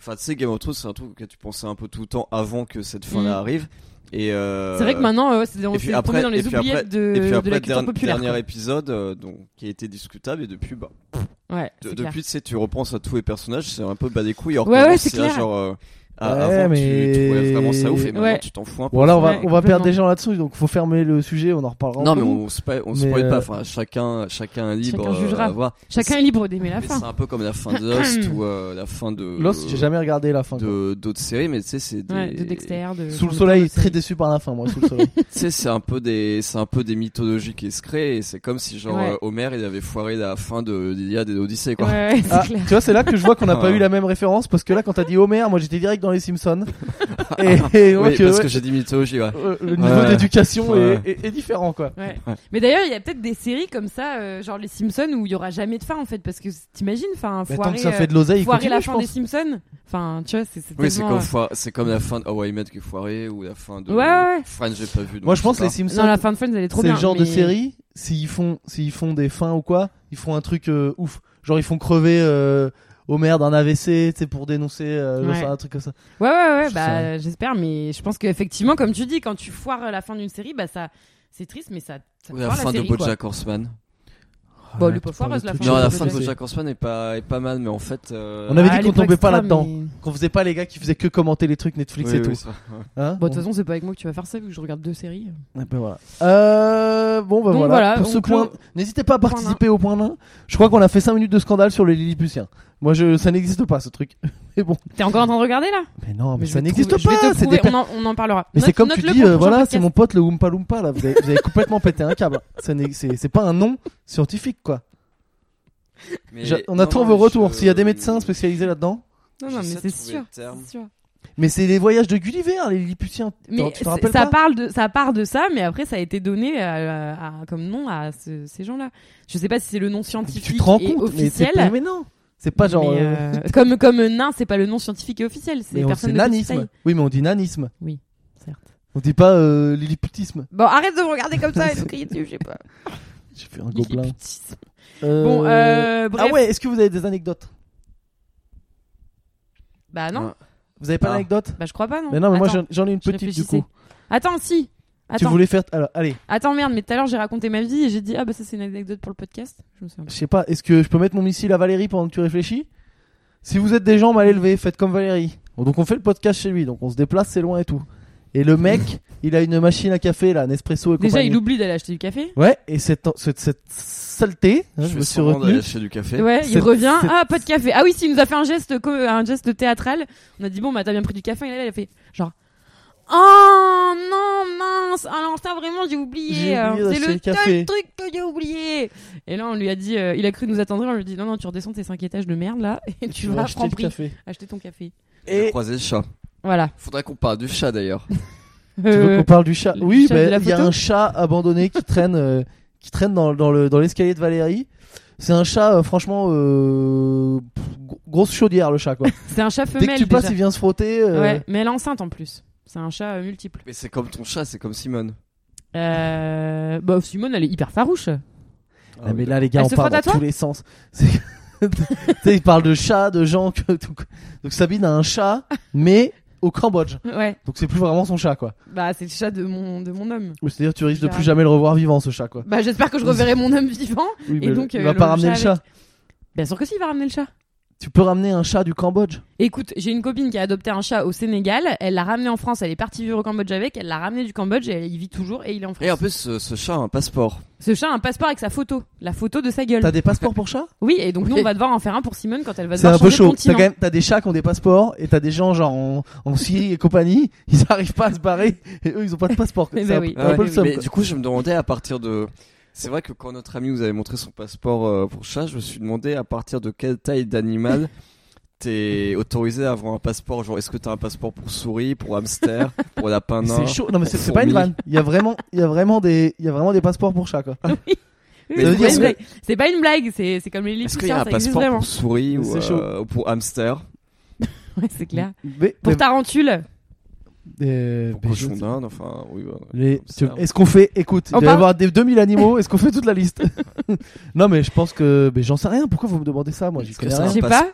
Speaker 3: enfin tu sais Game of Thrones c'est un truc que tu pensais un peu tout le temps avant que cette fin là
Speaker 2: Mm.
Speaker 3: arrive et euh,
Speaker 2: C'est vrai que maintenant, euh, c'est
Speaker 3: et
Speaker 2: on
Speaker 3: puis
Speaker 2: s'est
Speaker 3: après-
Speaker 2: tombé dans
Speaker 3: et
Speaker 2: les
Speaker 3: puis
Speaker 2: oubliettes
Speaker 3: après-
Speaker 2: de,
Speaker 3: et puis
Speaker 2: de
Speaker 3: après
Speaker 2: la
Speaker 3: le
Speaker 2: culture
Speaker 3: dernier,
Speaker 2: populaire.
Speaker 3: dernier épisode euh, donc qui a été discutable et depuis bah
Speaker 2: quoi. Ouais,
Speaker 3: de-
Speaker 2: c'est clair.
Speaker 3: depuis tu sais tu repenses à tous les personnages c'est un peu bas des couilles alors
Speaker 2: Ouais,
Speaker 3: qu'avant,
Speaker 2: ouais, c'est
Speaker 3: c'est là,
Speaker 2: clair.
Speaker 3: genre euh, à-
Speaker 1: Ouais,
Speaker 3: avant
Speaker 1: mais-
Speaker 3: tu trouvais vraiment ça ouf et maintenant
Speaker 2: Ouais.
Speaker 3: tu t'en fous un peu
Speaker 1: Bon, là, on va,
Speaker 2: Ouais,
Speaker 1: on va perdre
Speaker 2: complètement.
Speaker 1: des gens là-dessus, donc faut fermer le sujet, on en reparlera.
Speaker 3: non
Speaker 1: un peu.
Speaker 3: mais on spoil, on
Speaker 1: Mais,
Speaker 3: spoil
Speaker 1: euh,
Speaker 3: pas enfin chacun chacun est libre
Speaker 2: Chacun
Speaker 3: euh,
Speaker 2: jugera.
Speaker 3: à voir
Speaker 2: Chacun est libre d'aimer la
Speaker 3: mais c'est
Speaker 2: fin.
Speaker 3: un peu comme la fin de Lost ou euh, la fin de
Speaker 1: Lost, j'ai jamais regardé la fin. quoi.
Speaker 3: de d'autres séries mais tu sais c'est des-
Speaker 2: Ouais, de Dexter, de.
Speaker 1: Sous le
Speaker 2: de
Speaker 1: soleil,
Speaker 2: plein de
Speaker 1: très
Speaker 2: séries.
Speaker 1: déçu par la fin, moi, sous le soleil.
Speaker 3: tu sais c'est un peu des c'est un peu des mythologies qui se créent et c'est comme si genre
Speaker 2: Ouais.
Speaker 3: euh, Homer il avait foiré la fin de d'Iliade et d'Odyssée quoi
Speaker 2: Ouais, ouais, c'est
Speaker 1: Ah,
Speaker 2: clair.
Speaker 1: tu vois, c'est là que je vois qu'on n'a pas
Speaker 3: Ah.
Speaker 1: eu la même référence parce que là, quand t'as dit Homer, moi j'étais direct dans les Simpsons. Et, et
Speaker 3: oui
Speaker 1: ouais, que,
Speaker 3: parce
Speaker 1: ouais,
Speaker 3: que j'ai dit mythologie ouais
Speaker 1: euh, le niveau
Speaker 3: Ouais.
Speaker 1: d'éducation
Speaker 3: Ouais.
Speaker 1: est, est- est différent, quoi.
Speaker 2: Ouais.
Speaker 3: Ouais.
Speaker 2: Mais d'ailleurs, il y a peut-être des séries comme ça, euh, genre les Simpsons, où il y aura jamais de fin en fait, parce que t'imagines, enfin,
Speaker 1: Mais
Speaker 2: foirer,
Speaker 1: tant que ça
Speaker 2: euh,
Speaker 1: fait de l'oseille, il
Speaker 2: foirer
Speaker 1: continue,
Speaker 2: la
Speaker 1: je
Speaker 2: fin
Speaker 1: pense.
Speaker 2: des Simpsons. Enfin, tu vois, c'est c'est
Speaker 3: oui c'est
Speaker 2: tellement,
Speaker 3: comme
Speaker 2: euh,
Speaker 3: foi- c'est comme la fin de How I Met qui est foirée ou la fin de
Speaker 2: Ouais, ouais.
Speaker 3: Friends j'ai pas vu donc
Speaker 1: Moi, je pense
Speaker 3: sais
Speaker 1: les
Speaker 3: pas.
Speaker 1: Simpsons,
Speaker 2: Non, la fin de Friends, elle est trop
Speaker 1: c'est
Speaker 2: bien.
Speaker 1: le genre de
Speaker 2: mais-
Speaker 1: série, s'ils font, s'ils font des fins ou quoi, ils font un truc euh, ouf. Genre, ils font crever euh, Homer d'un AVC, tu sais, pour dénoncer, euh, genre,
Speaker 2: Ouais.
Speaker 1: un truc comme ça.
Speaker 3: Oh,
Speaker 2: Ouais, ouais, ouais,
Speaker 1: Je
Speaker 2: bah,
Speaker 1: sais.
Speaker 2: euh, j'espère, mais je pense qu'effectivement, comme tu dis, quand tu foires la fin d'une série, bah, ça, c'est triste, mais ça, ça
Speaker 3: Ou
Speaker 2: foire
Speaker 3: la fin
Speaker 2: série,
Speaker 3: de
Speaker 2: quoi.
Speaker 3: BoJack Horseman
Speaker 2: Bon,
Speaker 1: Ouais,
Speaker 2: lui, pas
Speaker 1: tu
Speaker 2: fort,
Speaker 1: parles de
Speaker 2: la
Speaker 1: trucs
Speaker 2: fin
Speaker 3: non
Speaker 2: de
Speaker 1: genre
Speaker 3: la
Speaker 1: de
Speaker 3: fin de
Speaker 1: série.
Speaker 3: BoJack Horseman est pas est pas mal mais en fait euh,
Speaker 1: On avait
Speaker 2: Ah,
Speaker 1: dit
Speaker 2: les
Speaker 1: qu'on tombait pas
Speaker 2: Blackstra,
Speaker 1: là-dedans.
Speaker 2: mais-
Speaker 1: Qu'on faisait pas les gars qui faisaient que commenter les trucs Netflix
Speaker 3: oui,
Speaker 1: et
Speaker 3: oui,
Speaker 1: tout.
Speaker 3: ça, ouais.
Speaker 1: Hein
Speaker 2: Bon, de toute façon, c'est pas avec moi que tu vas faire ça, vu que je regarde deux séries.
Speaker 1: Eh ben voilà. Euh, bon, ben
Speaker 2: Donc
Speaker 1: voilà.
Speaker 2: voilà,
Speaker 1: Pour
Speaker 2: on
Speaker 1: ce
Speaker 2: clôt-
Speaker 1: point, n'hésitez pas à
Speaker 2: point
Speaker 1: participer au point 1. Je crois qu'on a fait 5 minutes de scandale sur les Lilliputiens. Moi, je, ça n'existe pas ce truc. Mais bon.
Speaker 2: T'es encore en train de regarder, là?
Speaker 1: Mais non, mais,
Speaker 2: Mais je
Speaker 1: ça
Speaker 2: vais te
Speaker 1: n'existe
Speaker 2: trouver- je vais
Speaker 1: pas.
Speaker 2: te
Speaker 1: C'est
Speaker 2: trouver,
Speaker 1: des per-
Speaker 2: on, en- on en parlera.
Speaker 1: Mais c'est
Speaker 2: Note-
Speaker 1: comme tu
Speaker 2: note-le
Speaker 1: dis,
Speaker 2: pour
Speaker 1: euh,
Speaker 2: le prochain
Speaker 1: voilà,
Speaker 2: podcast.
Speaker 1: c'est mon pote le Oompa Loompa là. Vous avez, vous avez complètement pété un câble. Ça n'est- C'est c'est pas un nom scientifique quoi.
Speaker 3: Mais-
Speaker 1: J'a- On
Speaker 3: non,
Speaker 1: attend
Speaker 3: non,
Speaker 1: vos
Speaker 3: mais
Speaker 1: retours.
Speaker 3: je- euh,
Speaker 1: S'il y a des médecins spécialisés là-dedans.
Speaker 2: Non, non, mais
Speaker 3: J'essaie de
Speaker 2: c'est
Speaker 3: trouver
Speaker 2: sûr.
Speaker 3: le terme.
Speaker 2: c'est sûr.
Speaker 1: Mais c'est les voyages de Gulliver, les Lilliputiens.
Speaker 2: Mais
Speaker 1: tu te
Speaker 2: c'est-
Speaker 1: rappelles
Speaker 2: ça
Speaker 1: pas
Speaker 2: parle de ça part de ça, mais après ça a été donné euh, à- comme nom à ce- ces gens-là. Je sais pas si c'est le nom scientifique
Speaker 1: Tu te rends
Speaker 2: et
Speaker 1: compte mais, c'est
Speaker 2: officiel.
Speaker 1: pas- mais non. C'est pas genre.
Speaker 2: mais,
Speaker 1: euh,
Speaker 2: euh, comme comme nain, c'est pas le nom scientifique et officiel. C'est
Speaker 1: mais on-
Speaker 2: personne
Speaker 1: C'est
Speaker 2: de petite
Speaker 1: nanisme.
Speaker 2: taille,
Speaker 1: Oui, mais on dit nanisme.
Speaker 2: certes.
Speaker 1: On dit pas euh, lilliputisme.
Speaker 2: Bon, arrête de me regarder comme ça et de crier dessus, je sais pas.
Speaker 1: J'ai fait un gobelin.
Speaker 2: Lilliputiens.
Speaker 1: Euh,
Speaker 2: Bon, euh, bref.
Speaker 1: Ah ouais, est-ce que vous avez des anecdotes
Speaker 2: Bah non,
Speaker 1: Vous avez pas
Speaker 3: Ah.
Speaker 1: d'anecdotes
Speaker 2: bah je crois pas non.
Speaker 1: Mais non, mais moi
Speaker 2: Attends,
Speaker 1: j'en- j'en ai une
Speaker 2: je
Speaker 1: petite du
Speaker 2: réfléchissais.
Speaker 1: coup.
Speaker 2: Attends si.
Speaker 1: Tu
Speaker 2: Attends.
Speaker 1: voulais faire. Alors, allez,
Speaker 2: Attends merde, mais tout à l'heure j'ai raconté ma vie et j'ai dit ah bah ça c'est une anecdote pour le podcast. Je me souviens.
Speaker 1: je sais pas, est-ce que je peux mettre mon missile à Valérie pendant que tu réfléchis Si vous êtes des gens mal élevés, faites comme Valérie. Bon, donc on fait le podcast chez lui, donc on se déplace, c'est loin et tout. Et le mec, il a une machine à café là, Nespresso et
Speaker 2: Déjà
Speaker 1: compagnie.
Speaker 2: il oublie d'aller acheter du café.
Speaker 1: Ouais, et cette, cette, cette saleté, hein, je,
Speaker 3: fais
Speaker 1: me suis
Speaker 3: semblant
Speaker 1: retenu.
Speaker 3: d'aller acheter du café
Speaker 2: Ouais, il
Speaker 1: C'est-
Speaker 2: revient.
Speaker 1: c'est-
Speaker 2: Ah, pas de café. Ah oui, s'il nous a fait un geste, co- un geste théâtral. On a dit bon, bah t'as bien pris du café. Et là, il a fait genre. Oh non mince alors ça vraiment j'ai oublié
Speaker 1: J'ai
Speaker 2: euh,
Speaker 1: oublié
Speaker 2: c'est
Speaker 1: d'acheter
Speaker 2: le
Speaker 1: le café.
Speaker 2: seul truc que j'ai oublié et là on lui a dit euh, il a cru nous attendre on lui a dit non non tu redescends tes 5 étages de merde là et tu
Speaker 1: Je vais
Speaker 2: vas à
Speaker 1: acheter le
Speaker 2: Franprix
Speaker 1: café.
Speaker 2: acheter ton café
Speaker 3: J'ai
Speaker 1: Et
Speaker 3: croisé le chat
Speaker 2: voilà
Speaker 3: faudrait qu'on parle du chat d'ailleurs
Speaker 1: Tu veux
Speaker 2: Euh,
Speaker 1: qu'on parle du chat
Speaker 2: le
Speaker 1: Oui,
Speaker 2: chat
Speaker 1: bah,
Speaker 2: de la
Speaker 1: il y a
Speaker 2: photo
Speaker 1: un chat abandonné qui traîne, euh, qui traîne dans, dans le dans l'escalier de Valérie. C'est un chat, euh, franchement, euh, pff, gro- grosse chaudière le chat quoi.
Speaker 2: c'est un chat
Speaker 1: Dès
Speaker 2: femelle
Speaker 1: que tu passes,
Speaker 2: déjà.
Speaker 1: il vient se frotter. euh,
Speaker 2: ouais mais elle est enceinte en plus c'est un chat euh, multiple
Speaker 3: mais c'est comme ton chat c'est comme Simone
Speaker 2: euh... bah Simone elle est hyper farouche
Speaker 1: ah, mais là, les gars,
Speaker 2: Elle
Speaker 1: on
Speaker 2: se
Speaker 1: parle
Speaker 2: frotte à
Speaker 1: dans
Speaker 2: toi
Speaker 1: tous les sens. C'est- tu sais, ils parlent de chat, de gens. Que... Donc donc Sabine a un chat, mais au Cambodge.
Speaker 2: ouais
Speaker 1: Donc c'est plus vraiment son chat quoi.
Speaker 2: bah c'est le chat de mon de mon homme
Speaker 1: Ou C'est-à-dire, tu risques de plus
Speaker 2: Grave.
Speaker 1: jamais le revoir vivant ce chat quoi.
Speaker 2: Bah j'espère que je reverrai mon homme vivant.
Speaker 1: Oui,
Speaker 2: Et
Speaker 1: mais
Speaker 2: donc,
Speaker 1: il
Speaker 2: euh,
Speaker 1: va
Speaker 2: le
Speaker 1: pas ramener le
Speaker 2: chat
Speaker 1: chat.
Speaker 2: avec. Bien sûr que si, il va ramener le chat.
Speaker 1: Tu peux ramener un chat du Cambodge
Speaker 2: Écoute, j'ai une copine qui a adopté un chat au Sénégal. Elle l'a ramené en France. Elle est partie vivre au Cambodge avec. Elle l'a ramené du Cambodge et elle- il vit toujours et il est en France.
Speaker 3: et en plus ce, ce chat a un passeport
Speaker 2: Ce chat a un passeport avec sa photo, la photo de sa gueule.
Speaker 1: T'as des passeports pour chat
Speaker 2: Oui, et donc nous
Speaker 1: Ok.
Speaker 2: on va devoir en faire un pour Simone quand elle va
Speaker 1: C'est
Speaker 2: devoir
Speaker 1: un peu
Speaker 2: changer de
Speaker 1: chaud. T'as
Speaker 2: bah, continent.
Speaker 1: quand même t'as des chats qui ont des passeports et t'as des gens genre en, en Syrie et compagnie, ils arrivent pas à se barrer et eux ils ont pas de passeport.
Speaker 2: Eh
Speaker 1: C'est
Speaker 2: ben
Speaker 1: un,
Speaker 2: oui.
Speaker 1: c'est un
Speaker 2: Ouais,
Speaker 1: peu
Speaker 2: oui,
Speaker 1: le seum.
Speaker 3: mais
Speaker 1: quoi.
Speaker 3: du coup je me demandais à partir de C'est vrai que quand notre ami nous avait montré son passeport euh, pour chat, je me suis demandé à partir de quelle taille d'animal t'es autorisé à avoir un passeport. Genre, est-ce que t'as un passeport pour souris, pour hamster, pour lapin nain
Speaker 1: C'est chaud. Non, mais c'est
Speaker 3: on
Speaker 1: c'est pas une
Speaker 3: fourmille.
Speaker 1: vanne. Il y a vraiment, il y a vraiment des, il y a vraiment des passeports pour chat, quoi.
Speaker 2: Oui,
Speaker 3: Mais
Speaker 2: c'est
Speaker 1: veut
Speaker 2: pas
Speaker 1: dire
Speaker 2: une
Speaker 1: que-
Speaker 2: blague. C'est pas une blague, c'est c'est comme les
Speaker 3: Est-ce qu'il y a
Speaker 2: lépiciens,
Speaker 3: un
Speaker 2: ça existe
Speaker 3: passeport
Speaker 2: vraiment.
Speaker 3: pour souris ou
Speaker 1: C'est chaud.
Speaker 3: euh, ou pour hamster
Speaker 2: Ouais, c'est clair.
Speaker 1: Mais-
Speaker 2: Pour
Speaker 1: mais-
Speaker 2: Tarentule,
Speaker 1: euh,
Speaker 3: Pour
Speaker 1: mais je-
Speaker 3: cochon d'Inde, enfin, oui. bah, voilà.
Speaker 1: les-
Speaker 3: Comme
Speaker 1: tu-
Speaker 3: ça.
Speaker 1: Est-ce qu'on fait, écoute, il
Speaker 2: On
Speaker 1: doit y
Speaker 2: parle-
Speaker 1: avoir des 2000 animaux, est-ce qu'on fait toute la liste Non, mais je pense que, mais j'en sais rien, pourquoi vous me demandez ça Moi, j'y
Speaker 3: Est-ce que
Speaker 1: connais
Speaker 3: ça
Speaker 1: rien.
Speaker 2: je sais
Speaker 3: passe-
Speaker 2: pas.